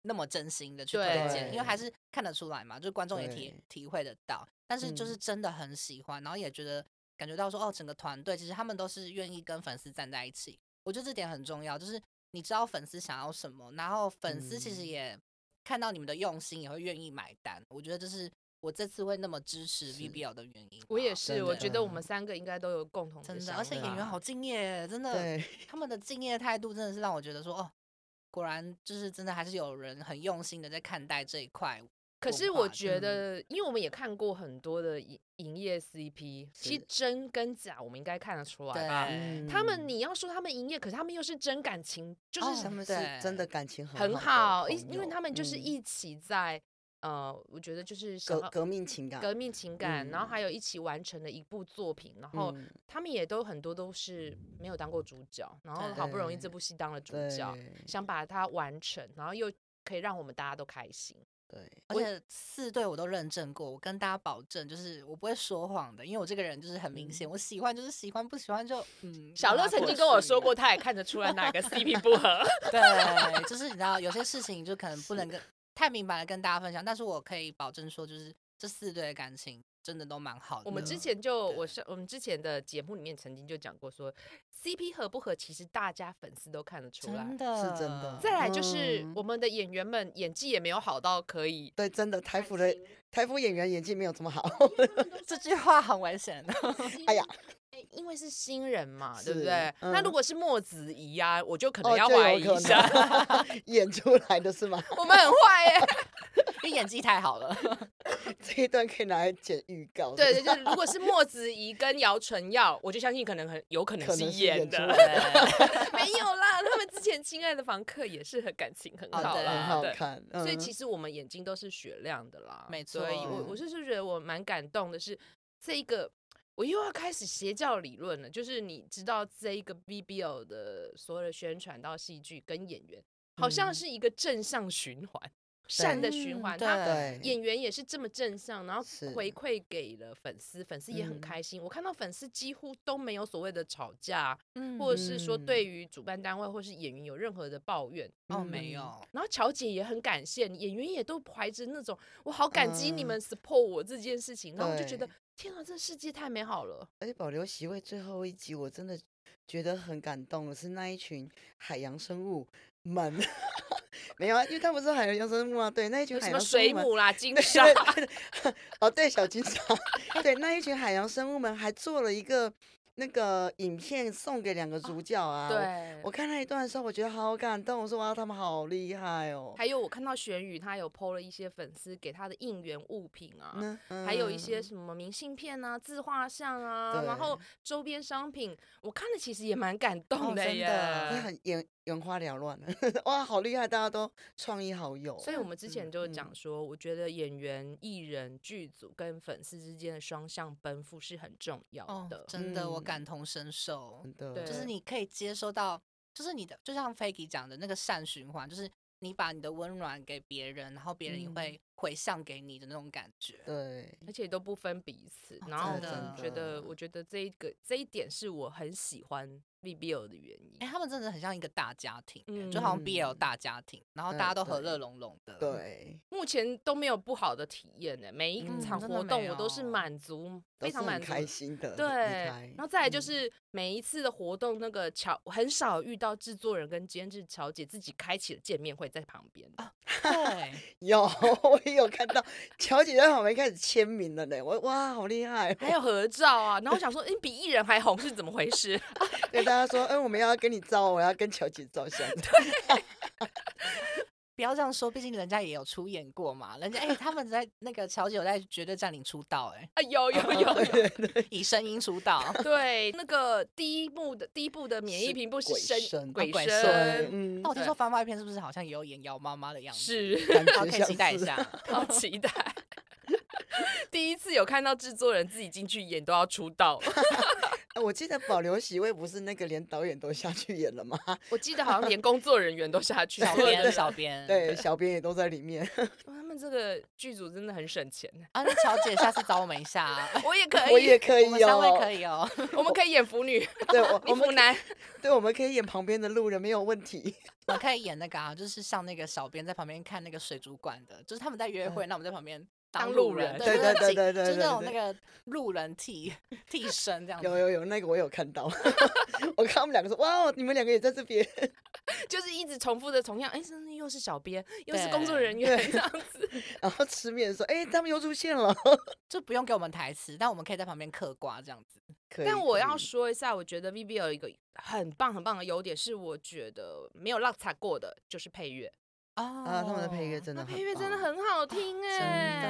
Speaker 3: 那么真心的去推
Speaker 1: 对
Speaker 3: 荐，因为还是看得出来嘛，就是观众也体
Speaker 2: 对
Speaker 3: 体会得到。但是就
Speaker 2: 嗯
Speaker 3: 是真的很喜欢，然后也觉得感觉到说，哦，整个团队其实他们都是愿意跟粉丝站在一起，我觉得这点很重要，就是你知道粉丝想要什么，然后粉丝其实
Speaker 2: 嗯
Speaker 3: 也看到你们的用心，也会愿意买单。我觉得这是我这次会那么支持
Speaker 2: 是
Speaker 3: VBL 的原因吧。啊
Speaker 1: 我也是，
Speaker 2: 啊真
Speaker 1: 我
Speaker 2: 的嗯
Speaker 1: 觉得我们三个应该都有共同
Speaker 3: 真的，
Speaker 1: 想
Speaker 3: 而且演员
Speaker 1: 法
Speaker 3: 好敬业，真的。
Speaker 2: 啊对，
Speaker 3: 他们的敬业态度真的是让我觉得说，哦，果然就是真的还是有人很用心的在看待这一块
Speaker 1: 可
Speaker 3: 文
Speaker 1: 是我
Speaker 3: 化
Speaker 1: 觉
Speaker 3: 嗯
Speaker 1: 得，因为我们也看过很多的营营业 CP，其实
Speaker 2: 是
Speaker 1: 真跟假我们应该看得出来吧？
Speaker 3: 对
Speaker 1: 他们
Speaker 2: 嗯
Speaker 1: 你要说他们营业，可是他们又是真感情，就是
Speaker 3: 哦
Speaker 2: 他们是真
Speaker 3: 对
Speaker 2: 的感情
Speaker 1: 很
Speaker 2: 好
Speaker 1: 好，
Speaker 2: 的
Speaker 1: 因
Speaker 2: 朋友，
Speaker 1: 因为他们就是
Speaker 2: 嗯
Speaker 1: 一起在、呃，我觉得就是想
Speaker 2: 革
Speaker 1: 要
Speaker 2: 革命情感，
Speaker 1: 革命情感，然后
Speaker 2: 嗯
Speaker 1: 还有一起完成了一部作品，然后
Speaker 2: 嗯
Speaker 1: 他们也都很多都是没有当过主角，然后好不容易这
Speaker 2: 对
Speaker 1: 部戏当了主
Speaker 2: 对
Speaker 1: 角，想把它完成，然后又可以让我们大家都开心。
Speaker 2: 对，
Speaker 3: 而且四对我都认证过，我跟大家保证，就是我不会说谎的，因为我这个人就是很明显，我喜欢就是喜欢，不喜欢就嗯。
Speaker 1: 嗯小
Speaker 3: 让
Speaker 1: 乐
Speaker 3: 它
Speaker 1: 曾
Speaker 3: 过
Speaker 1: 经跟我
Speaker 3: 去
Speaker 1: 说过，，他也看得出来哪个 CP 不
Speaker 2: [laughs]
Speaker 1: 合。
Speaker 3: 对，就是你知道有些事情就可能不能跟太明白的跟大家分享，但是我可以保证说，就是这四对的感情真的都蛮好的。
Speaker 1: 我们
Speaker 2: 嗯
Speaker 1: 之前就
Speaker 3: 对
Speaker 1: 我是我们之前的节目里面曾经就讲过说，CP 合不合，其实大家粉丝都看得出来
Speaker 3: 真。的
Speaker 2: 是真的
Speaker 1: 再来就是
Speaker 2: 嗯
Speaker 1: 我们的演员们演技也没有好到可
Speaker 2: [laughs]
Speaker 1: 以
Speaker 2: 对，真的台服的台服演员演技没有这么好，
Speaker 3: 这句话很危险的。
Speaker 2: 哎呀，
Speaker 1: 哎因为是新人嘛，对不
Speaker 2: 是
Speaker 1: 对？那如
Speaker 2: 嗯
Speaker 1: 果是莫子仪啊，我就可能
Speaker 2: 哦，
Speaker 1: 要
Speaker 2: 就
Speaker 1: 怀
Speaker 2: 有
Speaker 1: 疑
Speaker 2: 可
Speaker 1: 一下。 [laughs]
Speaker 2: 能 [laughs] 演出来的是吗？ [laughs]
Speaker 1: 我们很坏耶、
Speaker 3: 你演技
Speaker 1: [laughs]
Speaker 3: 太好了，
Speaker 2: 这一段可以拿来剪预告，
Speaker 1: 对
Speaker 2: 是
Speaker 1: 对，就是如果是莫子仪跟姚晨耀，我就相信可能很有可能
Speaker 2: 可
Speaker 1: 是
Speaker 2: 能是
Speaker 1: 演
Speaker 2: 演
Speaker 1: 的
Speaker 2: 出，
Speaker 3: 对
Speaker 1: 没有啦。他们之前《亲爱的房客》也是很感情很
Speaker 3: 哦
Speaker 1: 好
Speaker 3: 对
Speaker 2: 吧很
Speaker 1: 啦，
Speaker 2: 好
Speaker 1: 对。
Speaker 2: 看，
Speaker 1: 所以
Speaker 2: 嗯
Speaker 1: 其实我们眼睛都是雪亮的啦，
Speaker 3: 没
Speaker 1: 所以我
Speaker 2: 错
Speaker 1: 我就是觉得我蛮感动的是，这一个我又要开始邪教理论了，就是你知道这一个 VBL 的所有的宣传到戏剧跟演员，好像
Speaker 2: 嗯
Speaker 1: 是一个正向循环，善的循
Speaker 3: 嗯
Speaker 1: 环，
Speaker 3: 对
Speaker 1: 它
Speaker 2: 对
Speaker 1: 演员也是这么正向，然后
Speaker 2: 是
Speaker 1: 回馈给了粉丝，粉丝也很
Speaker 2: 嗯
Speaker 1: 开心。我看到粉丝几乎都没有所谓的吵架，
Speaker 3: 嗯
Speaker 1: 或者是说
Speaker 2: 嗯
Speaker 1: 对于主办单位或是演员有任何的抱怨。
Speaker 3: 哦
Speaker 2: 嗯
Speaker 3: 没有，
Speaker 1: 然后乔姐也很感谢你，演员也都怀着那种我好感激你们 support 我这件事情，然后我就觉得
Speaker 2: 嗯对
Speaker 1: 天啊，这世界太美好了。
Speaker 2: 而且哎保留席位最后一集，我真的觉得很感动的是那一群海洋生物们， [laughs] 没有啊，因为他们是海洋生物啊，对，那一群
Speaker 1: 有
Speaker 2: 海
Speaker 1: 什么
Speaker 2: 洋生
Speaker 1: 水
Speaker 2: 物们， [laughs]
Speaker 1: 母啦、 [laughs] 金
Speaker 2: 对
Speaker 1: 鲨，
Speaker 2: 对对，哦对，小金鲨，对，那一群海洋生物们还做了一个那个影片送给两个主角啊，我。
Speaker 1: 对
Speaker 2: 我，看那一段的时候，我觉得好感动，我说哇，他们好厉害哦。
Speaker 1: 还有我看到玄宇他有 PO 了一些粉丝给他的应援物品啊，
Speaker 2: 那
Speaker 1: 还有一些
Speaker 2: 嗯
Speaker 1: 什么明信片啊、自画像啊，然后
Speaker 2: 对
Speaker 1: 周边商品，我看了其实也蛮感动
Speaker 3: 哦
Speaker 1: 的
Speaker 3: 真
Speaker 1: 耶。
Speaker 3: 的
Speaker 2: 真的很眼眼花缭乱， [laughs] 哇，好厉害，大家都创意好有。
Speaker 1: 所以我们之前
Speaker 2: 嗯
Speaker 1: 就
Speaker 2: 嗯
Speaker 1: 讲说，我觉得演员、艺人、剧组跟粉丝之间的双向奔赴是很重要
Speaker 3: 哦
Speaker 1: 的，。
Speaker 3: 真的我
Speaker 2: 嗯
Speaker 3: 感同身受，
Speaker 2: 真的，
Speaker 1: 对
Speaker 3: 就是你可以接收到，就是你的，就像 f a k y 讲的那个善循环，就是你把你的温暖给别人，然后别人也
Speaker 1: 嗯
Speaker 3: 会回向给你的那种感觉。
Speaker 2: 对，
Speaker 1: 而且都不分彼此，
Speaker 3: 哦
Speaker 1: 然后
Speaker 2: 真的
Speaker 1: 我觉
Speaker 2: 真的
Speaker 1: 得，我觉得这一个这一点是我很喜欢 VBL 的原因。
Speaker 3: 哎、他们真的很像一个大家庭欸、就好像
Speaker 2: 嗯
Speaker 3: BL 大家庭，然后大
Speaker 2: 对
Speaker 3: 家都和
Speaker 2: 对
Speaker 3: 乐融融的。，
Speaker 2: 对，
Speaker 1: 目前都没有不好的体验呢、每一
Speaker 2: 嗯
Speaker 1: 场
Speaker 3: 真的
Speaker 1: 活动
Speaker 3: 没
Speaker 1: 我都是
Speaker 3: 有
Speaker 1: 满足，
Speaker 2: 都
Speaker 1: 非
Speaker 2: 是
Speaker 1: 常
Speaker 2: 很
Speaker 1: 满足
Speaker 2: 开心的离
Speaker 1: 对，
Speaker 2: 开。
Speaker 1: 然后再来就
Speaker 2: 嗯
Speaker 1: 是每一次的活动，那个乔很少遇到制作人跟监制乔姐自己开启了见面会在旁边的，
Speaker 3: [laughs] 对，
Speaker 2: 有 [laughs] 我也有看到乔姐在旁边开始签名了呢，我哇，好厉害哦！
Speaker 1: 还有合照啊。然后我想说，哎、比艺人还红是怎么回事？ [laughs]
Speaker 2: 跟大家说，嗯，我们要跟你照，我要跟乔姐照
Speaker 3: [laughs]
Speaker 2: 相。
Speaker 3: 不要这样说，毕竟人家也有出演过嘛。人家哎、他们在那个乔姐有在绝对占领出道、欸，
Speaker 1: 啊，有
Speaker 2: [laughs]
Speaker 1: 有有有，
Speaker 2: 对对对
Speaker 3: 以声音出道。
Speaker 2: [laughs]
Speaker 1: 对，那个第一幕的第一部的免疫
Speaker 2: 是
Speaker 1: 屏幕是
Speaker 2: 鬼
Speaker 1: 声
Speaker 2: 声
Speaker 1: 鬼
Speaker 3: 啊鬼
Speaker 2: 对，
Speaker 1: 声，
Speaker 2: 嗯
Speaker 3: 那，我听
Speaker 1: 对
Speaker 3: 说番外篇是不是好像也有演姚妈妈的样子？
Speaker 1: 是 [laughs]
Speaker 2: 感
Speaker 3: 好，
Speaker 2: 觉
Speaker 3: 可以
Speaker 2: 像
Speaker 3: 期待一
Speaker 2: 是
Speaker 3: 下。
Speaker 1: 好期待。 [laughs] 第一次有看到制作人自己进去演都要出道了， [laughs]
Speaker 2: 哎我记得保留席位不是那个连导演都下去演了吗？
Speaker 1: 我记得好像连工作人员都下去，
Speaker 3: 小
Speaker 2: [laughs]
Speaker 1: 所有的
Speaker 3: 编，小编，
Speaker 2: 对，小编也都在里面。
Speaker 1: 他们这个剧组真的很省钱，
Speaker 3: 啊，那乔姐下次找我们一下啊，
Speaker 1: 我也可以，
Speaker 2: 我也 [laughs] 可以
Speaker 3: 我们三位可
Speaker 2: 哦，
Speaker 3: 以哦。
Speaker 1: 我们可以演腐女，
Speaker 2: 对，我
Speaker 1: 你
Speaker 2: 我们
Speaker 1: 腐男，
Speaker 2: 可对，我们可以演旁边的路人，没有问题。
Speaker 3: 我们可以演那个啊，就是像那个小编在旁边看那个水族馆的，就是他们在
Speaker 2: 嗯
Speaker 3: 约会，那我们在旁边
Speaker 1: 当
Speaker 3: 路
Speaker 1: 路人
Speaker 3: 对
Speaker 2: 对
Speaker 3: 就是
Speaker 2: 对
Speaker 3: 那
Speaker 2: 对
Speaker 3: 种
Speaker 2: 对
Speaker 3: 就是那
Speaker 2: 对
Speaker 3: 种那
Speaker 2: 对
Speaker 3: 个路人替替身这样
Speaker 2: 有
Speaker 3: 子。
Speaker 2: 有有，那个我有看到， [laughs] 我看他们两个说，哇，你们两个也在这边，
Speaker 1: 就是一直重复的同样，哎、真的又是小编，又是工作人员
Speaker 2: 对
Speaker 1: 这样子，
Speaker 2: 然后吃面说，哎、他们又出现了。
Speaker 3: 就不用给我们台词，但我们可以在旁边嗑瓜这样子。
Speaker 2: 可以嗯
Speaker 1: 但我
Speaker 2: 可
Speaker 1: 要
Speaker 2: 以
Speaker 1: 说一下，我觉得 V B 有一个很棒很棒的优点是，我觉得没有落差过的，就是配乐。
Speaker 2: 啊，他们的配乐
Speaker 3: 哦
Speaker 2: 真的
Speaker 1: 那
Speaker 2: 很
Speaker 1: 配乐真的
Speaker 2: 棒
Speaker 1: 很好听
Speaker 3: 真
Speaker 1: 哎、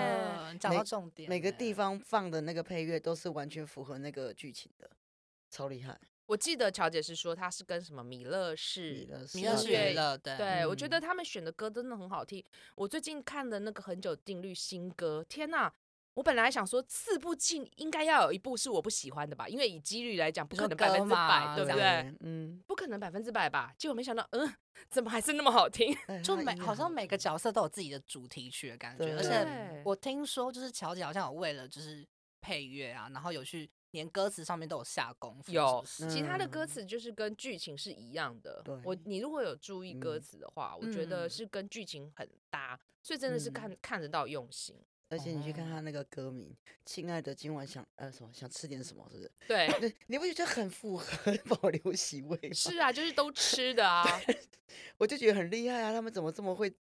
Speaker 3: 的，你讲
Speaker 2: 每
Speaker 3: 到重点了，
Speaker 2: 每个地方放的那个配乐都是完全符合那个剧情的，超厉害。
Speaker 1: 我记得乔姐是说她是跟什么米勒士
Speaker 2: 米勒士
Speaker 3: 米
Speaker 1: 乐
Speaker 3: 勒
Speaker 2: 啊
Speaker 3: 士
Speaker 1: 乐
Speaker 3: 娱乐对
Speaker 1: 对，我觉
Speaker 2: 嗯
Speaker 1: 得他们选的歌真的很好听。我最近看的那个《很久定律》新歌，天呐！我本来想说四部进应该要有一部是我不喜欢的吧，因为以几率来讲不
Speaker 3: 你
Speaker 1: 可
Speaker 3: 说
Speaker 1: 能百分
Speaker 3: 歌
Speaker 1: 之百，
Speaker 3: 嘛
Speaker 1: 对不
Speaker 3: 这
Speaker 1: 对？？
Speaker 2: 嗯，
Speaker 1: 不可能百分之百吧？结果没想到，嗯，怎么还是那么好听？
Speaker 2: 哎
Speaker 3: 就
Speaker 2: 他
Speaker 3: 每
Speaker 2: 音乐
Speaker 3: 好像每个
Speaker 2: 听
Speaker 3: 角色都有自己的主题曲的感觉，而且
Speaker 1: 对
Speaker 3: 我听说就是乔姐好像有为了就是配乐啊，然后有去连歌词上面都有下功夫，
Speaker 1: 有
Speaker 3: 是不是
Speaker 1: 其他的歌
Speaker 2: 嗯
Speaker 1: 词就是跟剧情是一样的。
Speaker 2: 对
Speaker 1: 我你如果有注意歌
Speaker 2: 嗯
Speaker 1: 词的话，我觉得
Speaker 3: 嗯
Speaker 1: 是跟剧情很搭，所以真的是
Speaker 2: 嗯
Speaker 1: 看看得到用心。
Speaker 2: 而且你去看
Speaker 3: 哦
Speaker 2: 他那个歌名，亲爱的，今晚想呃什么想吃点什么，是不是？
Speaker 3: [laughs]
Speaker 1: 对，
Speaker 2: 对，你不觉得很符合 [laughs] 保留席位吗？
Speaker 1: 是啊，就是都吃的啊，
Speaker 2: 我就觉得很厉害啊！他们怎么这么会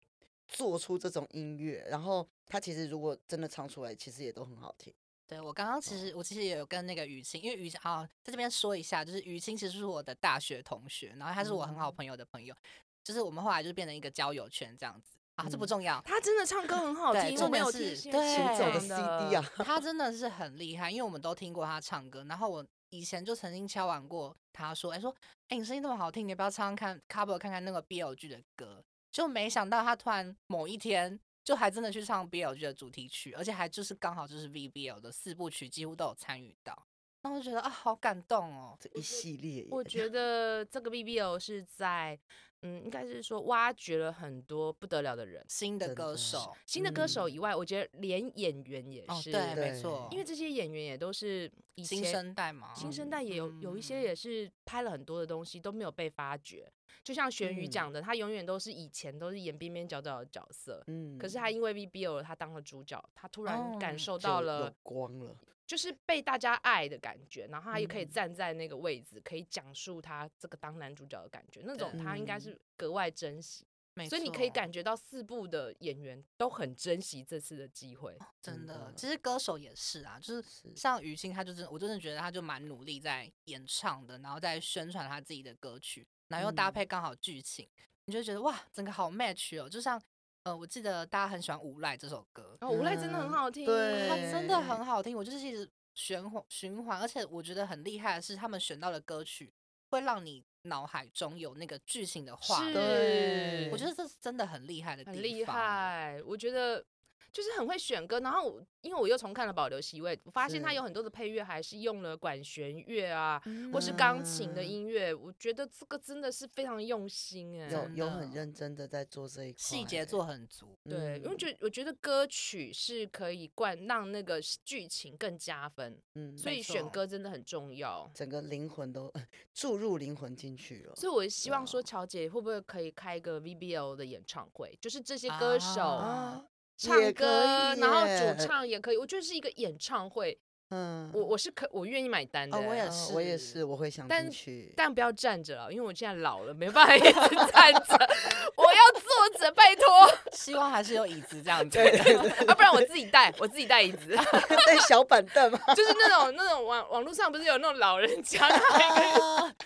Speaker 2: 做出这种音乐？然后他其实如果真的唱出来，其实也都很好听。
Speaker 3: 对我刚刚其实我其实也有跟那个雨清，因为雨清啊，在这边说一下，就是雨清其实是我的大学同学，然后他是我很好朋友的朋友，就是我们后来就变成一个交友圈这样子啊，这不
Speaker 2: 嗯
Speaker 3: 重要。
Speaker 1: 他真的唱歌很好
Speaker 3: [laughs] 对
Speaker 1: 听，我
Speaker 3: 重
Speaker 1: 没
Speaker 3: 点
Speaker 1: 有
Speaker 3: 是
Speaker 1: 听现
Speaker 3: 对
Speaker 2: 行走的
Speaker 1: 场
Speaker 2: CD 啊，
Speaker 3: 他真的是很厉害，因为我们都听过他唱歌，然后我以前就曾经敲完过他说，哎、说，哎、你声音那么好听，你要不要唱唱看 cover 看看那个 BL g 的歌？就没想到他突然某一天就还真的去唱 BL g 的主题曲，而且还就是刚好就是 VBL 的四部曲几乎都有参与到，那我就觉得啊，好感动哦。
Speaker 2: 这一系列耶，
Speaker 1: 我觉得这个 BBL 是在，嗯，应该是说挖掘了很多不得了的人，
Speaker 3: 新的
Speaker 2: 真
Speaker 3: 歌
Speaker 2: 的
Speaker 3: 手，
Speaker 1: 新的歌手
Speaker 2: 嗯
Speaker 1: 以外，我觉得连演员也
Speaker 3: 哦，
Speaker 1: 是，
Speaker 3: 对，没
Speaker 2: 对
Speaker 3: 错，
Speaker 1: 因为这些演员也都是以前
Speaker 3: 新生代嘛，
Speaker 1: 新
Speaker 2: 嗯
Speaker 1: 生代也有有一些也是拍了很多的东西都没有被发掘，就像玄宇
Speaker 2: 嗯
Speaker 1: 讲的，他永远都是以前都是演边边角角的角色。
Speaker 2: 嗯
Speaker 1: 可是他因为 VBL 他当了主角，他突然感
Speaker 3: 哦
Speaker 1: 受
Speaker 2: 就
Speaker 1: 到
Speaker 2: 有
Speaker 1: 了
Speaker 2: 光了，
Speaker 1: 就是被大家爱的感觉，然后他也可以
Speaker 2: 嗯
Speaker 1: 站在那个位置，可以讲述他这个当男主角的感觉，那种
Speaker 3: 对
Speaker 1: 他应该
Speaker 2: 嗯
Speaker 1: 是格外珍惜，
Speaker 3: 没
Speaker 1: 所以你可以
Speaker 3: 错
Speaker 1: 感觉到四部的演员都很珍惜这次的机会。
Speaker 3: 真
Speaker 2: 真
Speaker 3: 的
Speaker 2: 的，
Speaker 3: 其实歌手也是啊，就是
Speaker 2: 是
Speaker 3: 像于青，他就是我真的觉得他就蛮努力在演唱的，然后在宣传他自己的歌曲，然后又搭
Speaker 2: 嗯
Speaker 3: 配刚好剧情，你就觉得哇，整个好 match 哦。就像呃，我记得大家很喜欢《无赖》这首歌，
Speaker 1: 哦，无赖真的很
Speaker 2: 嗯
Speaker 1: 好听，
Speaker 2: 对
Speaker 3: 它真的很
Speaker 2: 对
Speaker 3: 好听，我就是一直循环循环，而且我觉得很厉害的是，他们选到的歌曲会让你脑海中有那个剧情的画
Speaker 1: 是
Speaker 3: 面，
Speaker 2: 对
Speaker 3: 我觉得这是真的很厉害的地方，
Speaker 1: 很厉。害，我觉得。就是很会选歌，然后我因为我又重看了《保留席位》，我发现他
Speaker 2: 是
Speaker 1: 有很多的配乐还是用了管弦乐啊，
Speaker 3: 欸
Speaker 1: 或是
Speaker 2: 嗯
Speaker 1: 钢琴的音乐，我觉得这个真的是非常用心哎、
Speaker 2: 有
Speaker 3: 真
Speaker 2: 有
Speaker 3: 的
Speaker 2: 很认真的在做这一块，欸
Speaker 3: 细节做很足，
Speaker 1: 对，因为
Speaker 2: 嗯
Speaker 1: 觉我觉得歌曲是可以灌让那个是剧情更加分，
Speaker 2: 嗯
Speaker 1: 所
Speaker 3: 没
Speaker 1: 以选
Speaker 3: 错
Speaker 1: 歌真的很重要。
Speaker 2: 整个灵魂都注入灵魂进去了。
Speaker 1: 所以我希望说，
Speaker 2: 啊
Speaker 1: 乔姐会不会可以开一个 VBL 的演唱会，就是这些歌手、
Speaker 3: 啊
Speaker 1: 唱
Speaker 2: 也可
Speaker 1: 歌，
Speaker 2: 以
Speaker 1: 然后主
Speaker 2: 耶
Speaker 1: 唱也可以，我觉得是一个演唱会，
Speaker 2: 嗯，
Speaker 1: 我我是可我愿意买单的
Speaker 3: 哦
Speaker 1: 欸、
Speaker 3: 我也
Speaker 2: 呃我也
Speaker 3: 是
Speaker 2: 是，我会想
Speaker 1: 但
Speaker 2: 进去。
Speaker 1: 但不要站着啊了，因为我现在老了，没办法一直站着， [laughs] 我要坐着，拜托。
Speaker 3: 希望还是有椅子这样子。
Speaker 2: [laughs]
Speaker 1: 啊，不然我自己带，我自己带椅子， [laughs] 就
Speaker 2: 带小板凳
Speaker 1: [laughs]
Speaker 2: 嘛，
Speaker 1: 是那种那种网网络上不是有那种老人
Speaker 2: [laughs]
Speaker 1: 家，
Speaker 3: 啊 [laughs]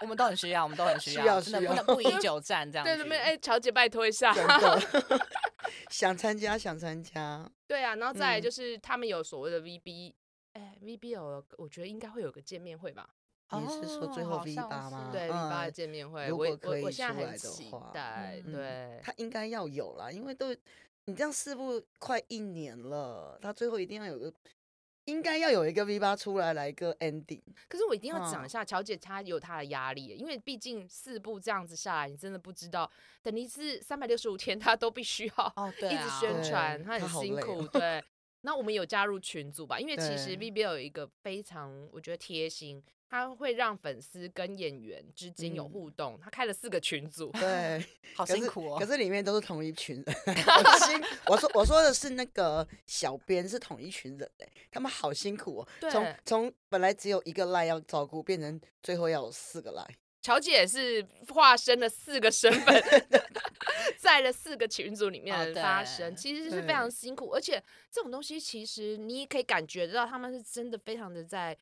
Speaker 3: 我们都很需要，我们都很需
Speaker 2: 需要
Speaker 3: 真的
Speaker 2: 需
Speaker 3: 不能
Speaker 2: 要
Speaker 3: 不
Speaker 2: [laughs]
Speaker 3: 以久战这样
Speaker 1: 对
Speaker 3: 子。
Speaker 1: 对对，哎，乔姐拜托一下。
Speaker 2: 真的 [laughs] 想参加，想参加。
Speaker 1: [laughs] 对啊，然后再来
Speaker 2: 嗯
Speaker 1: 就是他们有所谓的 VB，哎，VBL，我觉得应该会有个见面会吧？
Speaker 2: 你是说最
Speaker 3: 哦
Speaker 2: 后
Speaker 3: 好
Speaker 2: V
Speaker 3: 像
Speaker 2: 八
Speaker 3: 是
Speaker 2: 吗？
Speaker 1: 对，V 八的
Speaker 2: 嗯
Speaker 1: 见面会，
Speaker 2: 如
Speaker 1: 我
Speaker 2: 果可
Speaker 1: 我我
Speaker 2: 以
Speaker 1: 现在
Speaker 2: 出
Speaker 1: 很
Speaker 2: 来的
Speaker 1: 期
Speaker 2: 话
Speaker 1: 待，
Speaker 3: 嗯
Speaker 1: 对。
Speaker 2: 他应该要有啦，因为都你这样四部快一年了，他最后一定要有个，应该要有一个 V 八出来来一个 ending。
Speaker 1: 可是我一定要讲一
Speaker 2: 嗯
Speaker 1: 下，乔姐她有她的压力，因为毕竟四部这样子下来，你真的不知道，等于是三百六十五天，她都必须要
Speaker 3: 哦， [laughs] 对
Speaker 1: 一
Speaker 3: 啊，
Speaker 1: 直宣
Speaker 2: 对
Speaker 1: 传，他
Speaker 2: 他
Speaker 1: 很
Speaker 2: 好
Speaker 1: 辛
Speaker 2: 累
Speaker 1: 苦
Speaker 2: 哦，
Speaker 1: 对。那我们有加入群组吧，因为其实
Speaker 2: 对
Speaker 1: VBL 有一个非常我觉得贴心，他会让粉丝跟演员之间有
Speaker 2: 嗯，
Speaker 1: 互动，他开了四个群组
Speaker 2: 对，
Speaker 3: 好
Speaker 2: 可
Speaker 3: 辛
Speaker 2: 是
Speaker 3: 苦
Speaker 2: 可
Speaker 3: 哦。
Speaker 2: 是里面都是同一群
Speaker 1: [laughs]
Speaker 2: 人，好辛。我说我说的是那个小编是同一群人哎、他们好辛苦哦、从
Speaker 1: 对
Speaker 2: 从本来只有一个赖要照顾，变成最后要有四个赖。
Speaker 1: 乔姐也是化身了四个身
Speaker 3: [laughs]
Speaker 1: 份，在了四个群组里
Speaker 3: 哦
Speaker 1: 面
Speaker 3: 对
Speaker 1: 发生，其实是非
Speaker 2: 对
Speaker 1: 常辛苦，而且这种东西其实你也可以感觉得到，他们是真的非常的在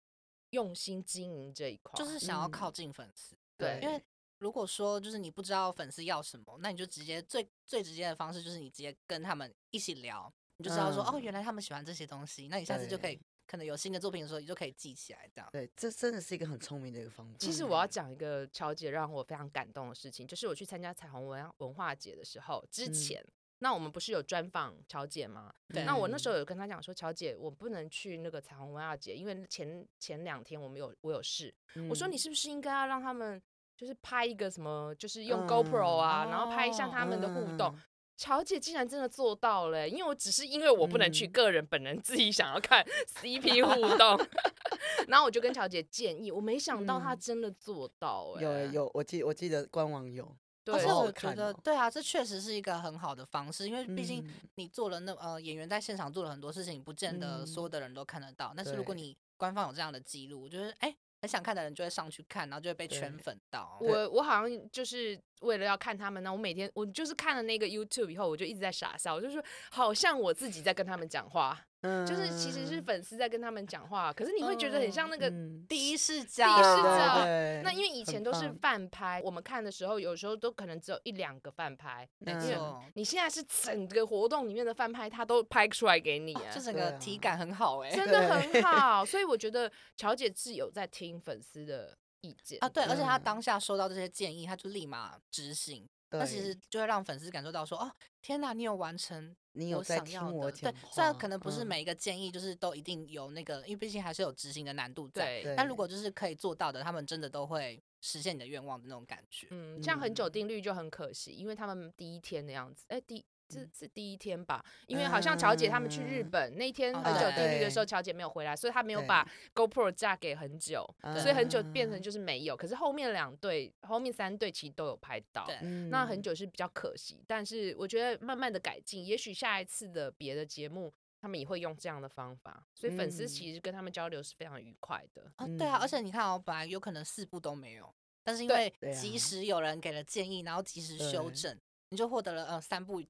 Speaker 1: 用心经营这一块，
Speaker 3: 就是想要
Speaker 2: 嗯
Speaker 3: 靠近粉丝，
Speaker 1: 对
Speaker 3: 因为如果说就是你不知道粉丝要什么，那你就直接最最直接的方式就是你直接跟他们一起聊，你就知道说、哦，
Speaker 2: 嗯
Speaker 3: 原来他们喜欢这些东西，那你下次就可
Speaker 2: 对
Speaker 3: 以可能有新的作品的时候，你就可以记起来这样。
Speaker 2: 对，这真的是一个很聪明的一个方法。
Speaker 1: 其实我要
Speaker 2: 嗯
Speaker 1: 讲一个乔姐让我非常感动的事情，就是我去参加彩虹文文化节的时候，之
Speaker 2: 嗯
Speaker 1: 前、那我们不是有专访乔姐吗？
Speaker 3: 对
Speaker 1: 那我那
Speaker 2: 嗯
Speaker 1: 时候有跟她讲说，乔姐，我不能去那个彩虹文化节，因为前前两天我们有我有事，我说
Speaker 2: 嗯
Speaker 1: 你是不是应该要让他们就是拍一个什么，就是用 GoPro 啊，然后拍一下
Speaker 3: 哦
Speaker 1: 他们的互动。
Speaker 2: 嗯
Speaker 1: 乔姐竟然真的做到了欸、因为我只是因为我不能去，
Speaker 2: 嗯
Speaker 1: 个人本人自己想要看 CP 互动， [laughs] 然后我就跟乔姐建议，我没想到她
Speaker 2: 嗯
Speaker 1: 真的做到、欸，
Speaker 2: 有欸，有，我记我记得官网有，
Speaker 1: 对，
Speaker 3: 而且
Speaker 2: 好好
Speaker 3: 我觉
Speaker 2: 看
Speaker 3: 得，
Speaker 2: 哦
Speaker 3: 对啊，这确实是一个很好的方式，因为毕竟
Speaker 2: 嗯
Speaker 3: 你做了那呃演员在现场做了很多事情，不见得所有的人都看得到。但是如果
Speaker 2: 嗯对
Speaker 3: 你官方有这样的记录，就是哎、很想看的人就会上去看，然后就会被圈
Speaker 2: 对
Speaker 3: 粉到。
Speaker 1: 我我好像就是为了要看他们呢，我每天我就是看了那个 YouTube 以后，我就一直在傻笑，我就说好像我自己在跟他们讲话，
Speaker 2: 嗯
Speaker 1: 就是其实是粉丝在跟他们讲话，可是你会觉得很像那个
Speaker 2: 嗯
Speaker 3: 第一视角，
Speaker 1: 第一视角
Speaker 2: 对对
Speaker 1: 那因为以
Speaker 2: 很
Speaker 1: 前都是
Speaker 2: 棒
Speaker 1: 饭拍，我们看的时候有时候都可能只有一两个饭拍，
Speaker 3: 没
Speaker 2: 嗯
Speaker 3: 错，哦
Speaker 1: 你现在是整个活动里面的饭拍，他都拍出来给你、啊，
Speaker 3: 这整个
Speaker 2: 对啊
Speaker 3: 体感很好哦哎、
Speaker 1: 真的很好。所以我觉得乔姐是有在听粉丝的意见
Speaker 3: 啊，对，
Speaker 1: 的
Speaker 3: 而且他
Speaker 2: 嗯
Speaker 3: 当下收到这些建议，他就立马执行，那其
Speaker 2: 对
Speaker 3: 实就会让粉丝感受到说，哦，天哪，你有完成
Speaker 2: 你有
Speaker 3: 我
Speaker 2: 在
Speaker 3: 想
Speaker 2: 听
Speaker 3: 要的。
Speaker 2: 讲
Speaker 3: 对
Speaker 2: 话，，
Speaker 3: 虽然可能不是
Speaker 2: 嗯
Speaker 3: 每一个建议就是都一定有那个，因为毕竟还是有执行的难度在。
Speaker 1: 对。
Speaker 3: 但如
Speaker 2: 对
Speaker 3: 果就是可以做到的，他们真的都会实现你的愿望的那种感觉。
Speaker 1: 嗯，这样很久
Speaker 2: 嗯
Speaker 1: 定律就很可惜，因为他们第一天的样子，哎、第这是第一天吧，因为好像乔姐他们去日
Speaker 2: 嗯
Speaker 1: 本、那一天
Speaker 3: 哦
Speaker 1: 很久
Speaker 2: 对
Speaker 1: 定律的
Speaker 2: 对
Speaker 1: 时候，乔姐没有回来，所以她没有
Speaker 2: 对
Speaker 1: 把 GoPro 嫁给很久，
Speaker 2: 嗯
Speaker 1: 所以很久变成就是没有。可是后面两队、后面三队其实都有拍到，
Speaker 3: 对
Speaker 1: 那很
Speaker 2: 嗯
Speaker 1: 久是比较可惜。但是我觉得慢慢的改进，也许下一次的别的节目。他们也会用这样的方法，所以粉丝
Speaker 2: 嗯
Speaker 1: 其实跟他们交流是非常愉快的。
Speaker 3: 啊，对啊，而
Speaker 2: 嗯
Speaker 3: 且你看哦，本来有可能四步都没有，但是因
Speaker 1: 对
Speaker 3: 为
Speaker 2: 对
Speaker 3: 及
Speaker 2: 啊
Speaker 3: 时有人给了建议，然后及时修
Speaker 2: 对
Speaker 3: 正，你就获得了呃三步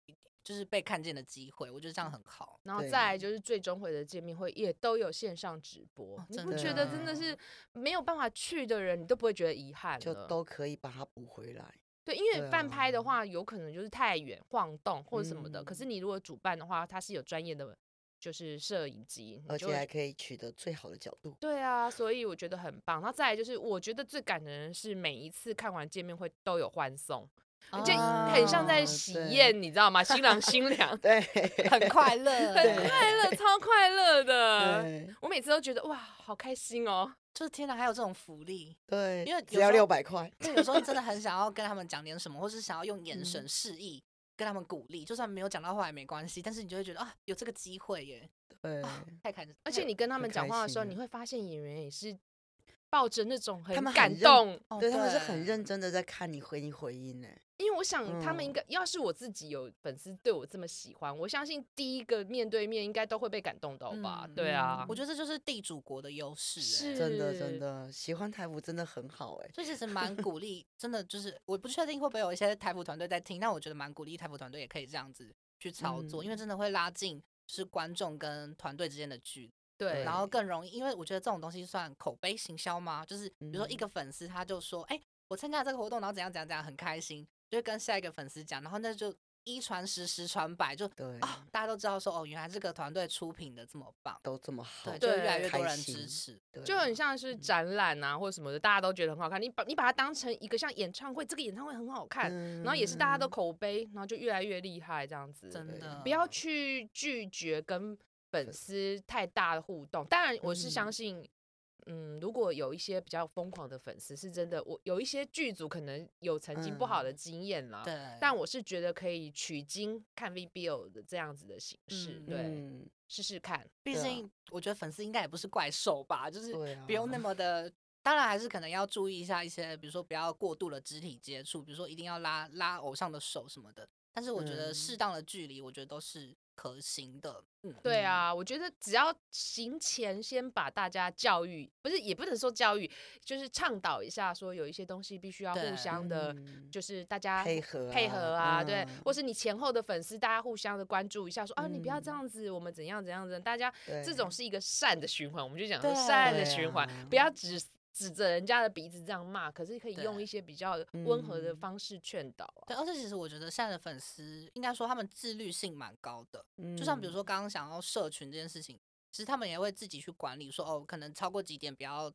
Speaker 3: 就是被看见的机会，我觉得这样很好。
Speaker 1: 然后
Speaker 2: 对
Speaker 1: 再来就是最终回的见面会也都有线上直播，你
Speaker 3: 真
Speaker 1: 不
Speaker 2: 哦的
Speaker 1: 觉得真的
Speaker 3: 啊
Speaker 1: 是没有办法去的人，你都不会觉得遗憾
Speaker 2: 就
Speaker 1: 了。
Speaker 2: 都可以把它补回来。
Speaker 1: 对，因为
Speaker 2: 对
Speaker 1: 饭拍的
Speaker 2: 啊
Speaker 1: 话，有可能就是太远晃动或者什么的。可是
Speaker 2: 嗯
Speaker 1: 你如果主办的话，它是有专业的，就是摄影机，你
Speaker 2: 而
Speaker 1: 就
Speaker 2: 且
Speaker 1: 会
Speaker 2: 还可以取得最好的角度。
Speaker 1: 对啊，所以我觉得很棒。那再来就是，我觉得最感人的是每一次看完见面会都有欢送，
Speaker 2: 嗯
Speaker 1: 就很像在
Speaker 2: 哦
Speaker 1: 喜
Speaker 2: 对
Speaker 1: 宴，你知道吗？新郎新
Speaker 2: [laughs]
Speaker 1: 娘
Speaker 2: 对，
Speaker 3: 很快乐欸，
Speaker 2: [laughs]
Speaker 1: 很快乐，超快乐的。
Speaker 2: 对
Speaker 1: 我每次都觉得哇，好开心哦。
Speaker 3: 就是天哪，还有这种福利。
Speaker 2: 对，
Speaker 3: 因为
Speaker 2: 只
Speaker 3: 有
Speaker 2: 要
Speaker 3: 时候
Speaker 2: 六百块，
Speaker 3: 就有时候你真的很想要跟他们讲点什么，或是想要用眼神
Speaker 2: 嗯
Speaker 3: 示意跟他们鼓励，就算没有讲到话也没关系，但是你就会觉得啊，有这个机会耶，
Speaker 2: 对，
Speaker 3: 太感人。
Speaker 1: 而且你跟他
Speaker 2: 很
Speaker 1: 们讲
Speaker 2: 开
Speaker 1: 话的时候，
Speaker 2: 心
Speaker 1: 你
Speaker 2: 啊
Speaker 1: 会发现演员也是抱着那种很
Speaker 2: 们很
Speaker 1: 感
Speaker 2: 认
Speaker 1: 动，
Speaker 3: 哦
Speaker 2: 对他们是很认真的在看你回应回应呢。
Speaker 1: 因为我想他们应
Speaker 2: 嗯
Speaker 1: 该，要是我自己有粉丝对我这么喜欢，我相信第一个面对面应该都会被感动到吧？
Speaker 3: 嗯
Speaker 1: 对啊，
Speaker 3: 我觉得这就是地主国的优势耶，
Speaker 1: 是
Speaker 2: 真的
Speaker 1: 是
Speaker 2: 真的，喜欢台服真的很好哎。
Speaker 3: 所以其实蛮鼓励，真的就是我不确定会不会有一些台服团队在听，但我觉得蛮鼓励台服团队也可以这样子去操作，因为
Speaker 2: 嗯
Speaker 3: 真的会拉近就是观众跟团队之间的距离。
Speaker 1: 对，
Speaker 3: 然后更容易，因为我觉得这种东西算口碑行销吗？就是比如说一
Speaker 2: 嗯
Speaker 3: 个粉丝他就说，哎、我参加这个活动，然后怎样怎样怎样，很开心，就会跟下一个粉丝讲，然后那就一传十，十传百，就
Speaker 2: 对，
Speaker 3: 啊，大家都知道说，哦，原来这个团队出品的这么棒，
Speaker 2: 都这么好
Speaker 3: 对，，就会越来
Speaker 1: 对
Speaker 3: 越多
Speaker 2: 开
Speaker 3: 人
Speaker 2: 心
Speaker 3: 支持。
Speaker 2: 对
Speaker 1: 就很
Speaker 2: 啊
Speaker 1: 像
Speaker 3: 嗯
Speaker 1: 是展览啊或者什么的，大家都觉得很好看。你把你把它当成一个像演唱会，这个演唱会很好看，然后也是大家都
Speaker 2: 嗯
Speaker 1: 口碑，然后就越来越厉害这样子。
Speaker 3: 真
Speaker 2: 对
Speaker 3: 的
Speaker 1: 不要去拒绝跟粉丝太大的互动。当然，我是相
Speaker 2: 嗯
Speaker 1: 信，嗯，如果有一些比较疯狂的粉丝，是真的，我有一些剧组可能有曾经不好
Speaker 2: 嗯
Speaker 1: 的经验啦。
Speaker 3: 对，
Speaker 1: 但我是觉得可以取经看 VBO 的这样子的形式，
Speaker 3: 嗯
Speaker 1: 对，
Speaker 2: 嗯
Speaker 1: 试试看。
Speaker 3: 毕
Speaker 2: 对啊
Speaker 3: 竟我觉得粉丝应该也不是怪兽吧，就是
Speaker 2: 对
Speaker 3: 不用那
Speaker 2: 啊
Speaker 3: 么的。当然还是可能要注意一下一些，比如说不要过度的肢体接触，比如说一定要拉拉偶像的手什么的。但是我觉得
Speaker 2: 嗯
Speaker 3: 适当的距离，我觉得都是可行的。嗯，
Speaker 1: 对啊，我觉得只要行前先把大家教育，不是也不能说教育，就是倡导一下，说有一些东西必须要
Speaker 3: 对
Speaker 1: 互相的，
Speaker 2: 嗯
Speaker 1: 就是大家
Speaker 2: 配合
Speaker 1: 配合啊，对，或
Speaker 2: 嗯
Speaker 1: 是你前后的粉丝，大家互相的关注一下，说啊，你不要这
Speaker 2: 嗯
Speaker 1: 样子，我们怎样怎样怎样，大家这
Speaker 2: 对
Speaker 1: 种是一个善的循环，我们就讲说
Speaker 3: 对
Speaker 1: 善的
Speaker 2: 对
Speaker 1: 循环，
Speaker 2: 啊
Speaker 1: 不要只指着人家的鼻子这样骂，可是可以用
Speaker 3: 对
Speaker 1: 一些比较温和的
Speaker 2: 嗯
Speaker 1: 方式劝导啊。
Speaker 3: 对，而且其实我觉得现在的粉丝应该说他们自律性蛮高的，就像比如
Speaker 2: 嗯
Speaker 3: 说刚刚讲到社群这件事情，其实他们也会自己去管理说，哦，可能超过几点不要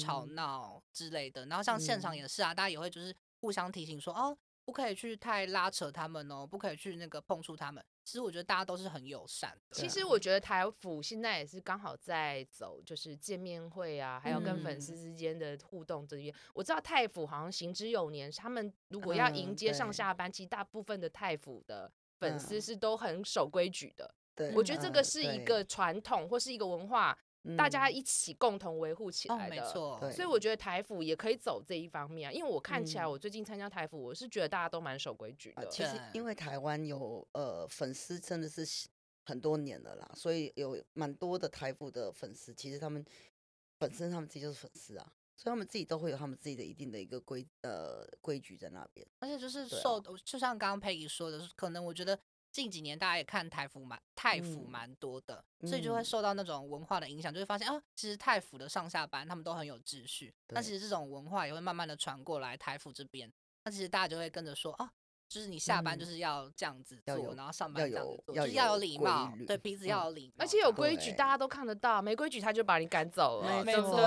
Speaker 3: 吵
Speaker 2: 嗯
Speaker 3: 闹之类的。然后像现场
Speaker 2: 嗯
Speaker 3: 也是啊，大家也会就是互相提醒说，哦，不可以去太拉扯他们哦，不可以去那个碰触他们。其实我觉得大家都是很友善的。
Speaker 1: 其
Speaker 2: 对啊
Speaker 1: 实我觉得台府现在也是刚好在走，就是见面会啊，还有跟粉
Speaker 3: 嗯
Speaker 1: 丝之间的互动这边。我知道太府好像行之有年，他们如果要迎
Speaker 2: 嗯
Speaker 1: 接上
Speaker 2: 对
Speaker 1: 下班，其实大部分的太府的粉丝
Speaker 2: 嗯
Speaker 1: 是都很守规矩的。
Speaker 2: 对，
Speaker 1: 我觉得这个
Speaker 2: 嗯
Speaker 1: 是一个，传统或是一个文化，
Speaker 2: 对
Speaker 1: 大家
Speaker 2: 嗯
Speaker 1: 一起共同维护起
Speaker 3: 哦，
Speaker 1: 来
Speaker 3: 没
Speaker 1: 的。
Speaker 3: 错，
Speaker 2: 对
Speaker 1: 所以我觉得台府也可以走这一方面啊，因为我看起来
Speaker 2: 嗯
Speaker 1: 我最近参加台府，我是觉得大家都蛮守规矩
Speaker 2: 啊
Speaker 1: 的。
Speaker 2: 其实
Speaker 3: 对
Speaker 2: 因为台湾有呃粉丝真的是喜很多年了啦，所以有蛮多的台服的粉丝，其实他们本身他们自己就是粉丝啊，所以他们自己都会有他们自己的一定的一个规呃规矩在那边。
Speaker 3: 而且就是
Speaker 2: 对啊
Speaker 3: 受，就像刚刚 Peggy 说的，可能我觉得近几年大家也看台服蛮泰服
Speaker 2: 嗯
Speaker 3: 蛮多的，所以就会
Speaker 2: 嗯
Speaker 3: 受到那种文化的影响，就会发现啊，其实泰服的上下班他们都很有秩序，那其
Speaker 2: 对
Speaker 3: 实这种文化也会慢慢的传过来台服这边，那其实大家就会跟着说啊。就是你下班就
Speaker 2: 嗯
Speaker 3: 是要这样子
Speaker 2: 要
Speaker 3: 做，
Speaker 2: 有
Speaker 3: 然后上
Speaker 2: 要
Speaker 3: 班这样子
Speaker 2: 有
Speaker 3: 做，
Speaker 2: 要
Speaker 3: 就是要有
Speaker 2: 有
Speaker 3: 礼
Speaker 2: 规
Speaker 3: 貌，
Speaker 2: 律嗯
Speaker 3: 对彼此要有礼貌这样，
Speaker 1: 而且有规矩，
Speaker 2: 对
Speaker 1: 大家都看得到，没规矩他就把你赶走了，
Speaker 2: 没
Speaker 1: 对不
Speaker 2: 错
Speaker 1: 对？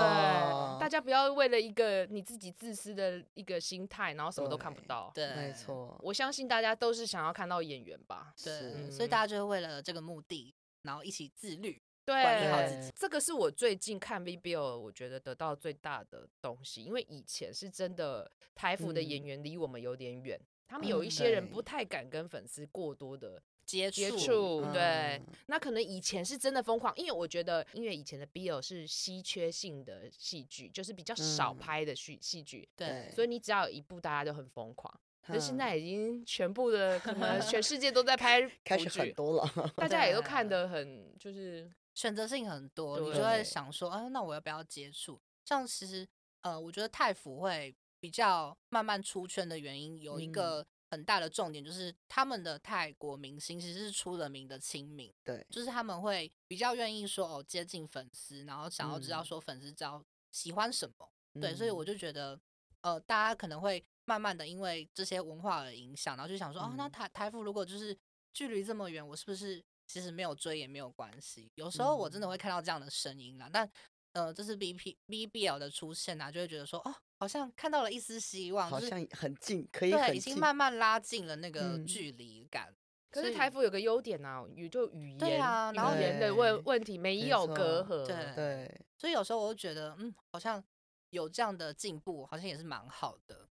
Speaker 1: 大家不要为了一个你自己自私的一个心态，然后什么都看不
Speaker 2: 对
Speaker 1: 到。
Speaker 3: 对，
Speaker 2: 没错，
Speaker 1: 我相信大家都是想要看到演员吧？
Speaker 3: 对，
Speaker 2: 是
Speaker 3: 所以
Speaker 1: 嗯
Speaker 3: 大家就会为了这个目的，然后一起自律，管理好自
Speaker 1: 对
Speaker 3: 己，
Speaker 1: 这个是我最近看 VBL，我觉得得到最大的东西，因为以前是真的台服的
Speaker 2: 嗯
Speaker 1: 演员离我们有点远，他们
Speaker 2: 嗯
Speaker 1: 有一些人不
Speaker 2: 对
Speaker 1: 太敢跟粉丝过多的
Speaker 3: 接
Speaker 1: 接
Speaker 3: 触，
Speaker 1: 触，对
Speaker 2: 嗯，
Speaker 1: 那可能以前是真的疯狂，因为我觉得，因为以前的 BL 是稀缺性的戏剧，就是比较少
Speaker 2: 嗯
Speaker 1: 拍的戏戏剧，
Speaker 3: 对，
Speaker 1: 所以你只要有一部，大家就很疯狂。可是现
Speaker 2: 嗯
Speaker 1: 在已经全部的，可
Speaker 2: [laughs]
Speaker 1: 能全世界都在拍
Speaker 2: 开
Speaker 1: 腐
Speaker 2: 始很
Speaker 1: 剧，
Speaker 2: 多啊了， [laughs]
Speaker 1: 大家也都
Speaker 3: 对
Speaker 1: 看得很就是
Speaker 3: 选择性很多，你就会
Speaker 2: 对
Speaker 3: 想说，啊，那我要不要接触？像其实，呃，我觉得泰服会比较慢慢出圈的原因，有一
Speaker 2: 嗯
Speaker 3: 个很大的重点就是他们的泰国明星其实是出了名的亲民，
Speaker 2: 对，
Speaker 3: 就是他们会比较愿意说哦接近粉丝，然后想要知道
Speaker 2: 嗯
Speaker 3: 说粉丝知道喜欢什么，对，所以我
Speaker 2: 嗯
Speaker 3: 就觉得，呃，大家可能会慢慢的因为这些文化的影响，然后就想说，哦，那
Speaker 2: 嗯
Speaker 3: 台台服如果就是距离这么远，我是不是其实没有追也没有关系？有时候我真的
Speaker 2: 嗯
Speaker 3: 会看到这样的声音啦，但呃，这是 B P B B L 的出现啊，就会觉得说，哦，好像看到了一丝希望，
Speaker 2: 好
Speaker 3: 就是
Speaker 2: 像很近，可以
Speaker 3: 对，
Speaker 2: 很
Speaker 3: 已
Speaker 2: 近
Speaker 3: 经，慢慢拉近了那个
Speaker 2: 嗯
Speaker 3: 距离感。
Speaker 1: 可是
Speaker 3: 所以
Speaker 1: 台服有个优点啊，语就语言，
Speaker 3: 对啊然后
Speaker 1: 语言的问
Speaker 2: 对
Speaker 1: 问题没
Speaker 2: 没
Speaker 1: 有
Speaker 2: 错
Speaker 1: 隔阂，
Speaker 3: 对
Speaker 2: 对，
Speaker 3: 所以有时候我就觉得，嗯，好像有这样的进步，好像也是蛮好的。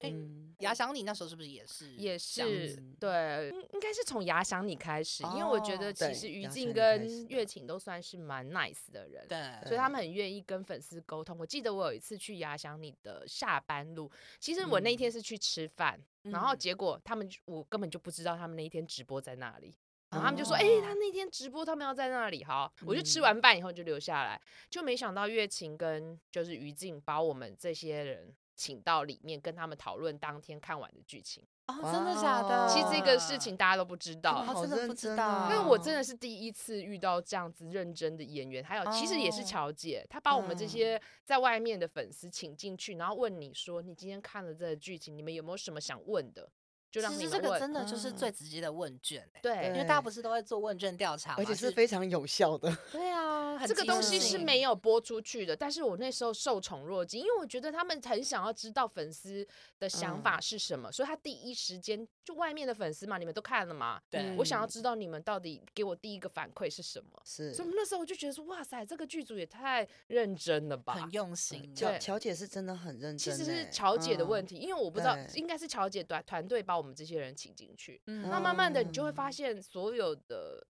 Speaker 3: 哎
Speaker 2: 嗯，
Speaker 3: 牙想你那时候是不是也是
Speaker 1: 也
Speaker 3: 这样
Speaker 1: 是
Speaker 3: 子
Speaker 2: 子
Speaker 1: 对，应应该是从牙想你开始，因为我觉
Speaker 3: 哦
Speaker 1: 得其
Speaker 2: 对
Speaker 1: 实于
Speaker 2: 牙
Speaker 1: 静
Speaker 2: 想你开
Speaker 1: 跟
Speaker 2: 始
Speaker 1: 月
Speaker 2: 的
Speaker 1: 琴都算是蛮 nice 的人。
Speaker 3: 对，
Speaker 1: 所以他们很愿意跟粉丝沟通。我记得我有一次去牙想你的下班路，其实我那一天是去吃饭，然后
Speaker 3: 嗯
Speaker 1: 结果他们就我根本就不知道他们那一天直播在那里，然后他们就说：“哎、
Speaker 3: 哦
Speaker 1: 他那天直播，他们要在那里。”好，我就吃
Speaker 2: 嗯
Speaker 1: 完饭以后就留下来，就没想到月琴跟就是于静把我们这些人请到里面，跟他们讨论当天看完的剧情。
Speaker 3: 哦，真的假的？
Speaker 2: 哇
Speaker 1: 其实这个事情大家都不知道
Speaker 3: 哦，
Speaker 2: 好
Speaker 3: 啊真的
Speaker 2: 认
Speaker 3: 不知
Speaker 2: 真
Speaker 3: 道
Speaker 1: 因
Speaker 2: 啊
Speaker 1: 为我真
Speaker 3: 哦
Speaker 1: 的是第一次遇到这样子认真的演员，还有其实也是
Speaker 3: 哦
Speaker 1: 乔姐，她把我们这
Speaker 2: 嗯
Speaker 1: 些在外面的粉丝请进去，然后问你说你今天看了这个剧情，你们有没有什么想问的，就让
Speaker 3: 其
Speaker 1: 你
Speaker 3: 实这
Speaker 1: 们
Speaker 3: 个
Speaker 1: 问。嗯
Speaker 3: 真的就是最
Speaker 2: 啊
Speaker 3: 直接的问卷、欸，因
Speaker 1: 对，
Speaker 3: 为大家
Speaker 2: 对
Speaker 3: 不是都会做问卷调查嘛，
Speaker 2: 而且是非常有效的，
Speaker 3: 对啊，很
Speaker 1: 这个
Speaker 3: 即
Speaker 1: 东
Speaker 3: 时
Speaker 1: 西是
Speaker 3: 性
Speaker 1: 没有播出去的，但是我那时候受宠若惊，因为我觉得他们很想要知道粉丝的想
Speaker 3: 嗯
Speaker 1: 法是什么，所以他第一时间就外面的粉丝嘛，你们都看了嘛，
Speaker 3: 对、
Speaker 1: 我想要
Speaker 2: 嗯
Speaker 1: 知道你们到底给我第一个反馈是什么。
Speaker 2: 是
Speaker 1: 所以我们那时候我就觉得说，哇塞，这个剧组也太认真了吧
Speaker 3: 很！用心，
Speaker 1: 就
Speaker 2: 乔
Speaker 1: 对
Speaker 2: 乔姐是真的很认真欸，
Speaker 1: 其实是乔姐的问
Speaker 2: 嗯，
Speaker 1: 题，因为我不知道
Speaker 2: 对，
Speaker 1: 应该是乔姐团团队把我们这些人请进去。
Speaker 3: 嗯
Speaker 1: 那慢慢的，你就会发
Speaker 2: 嗯
Speaker 1: 现所有的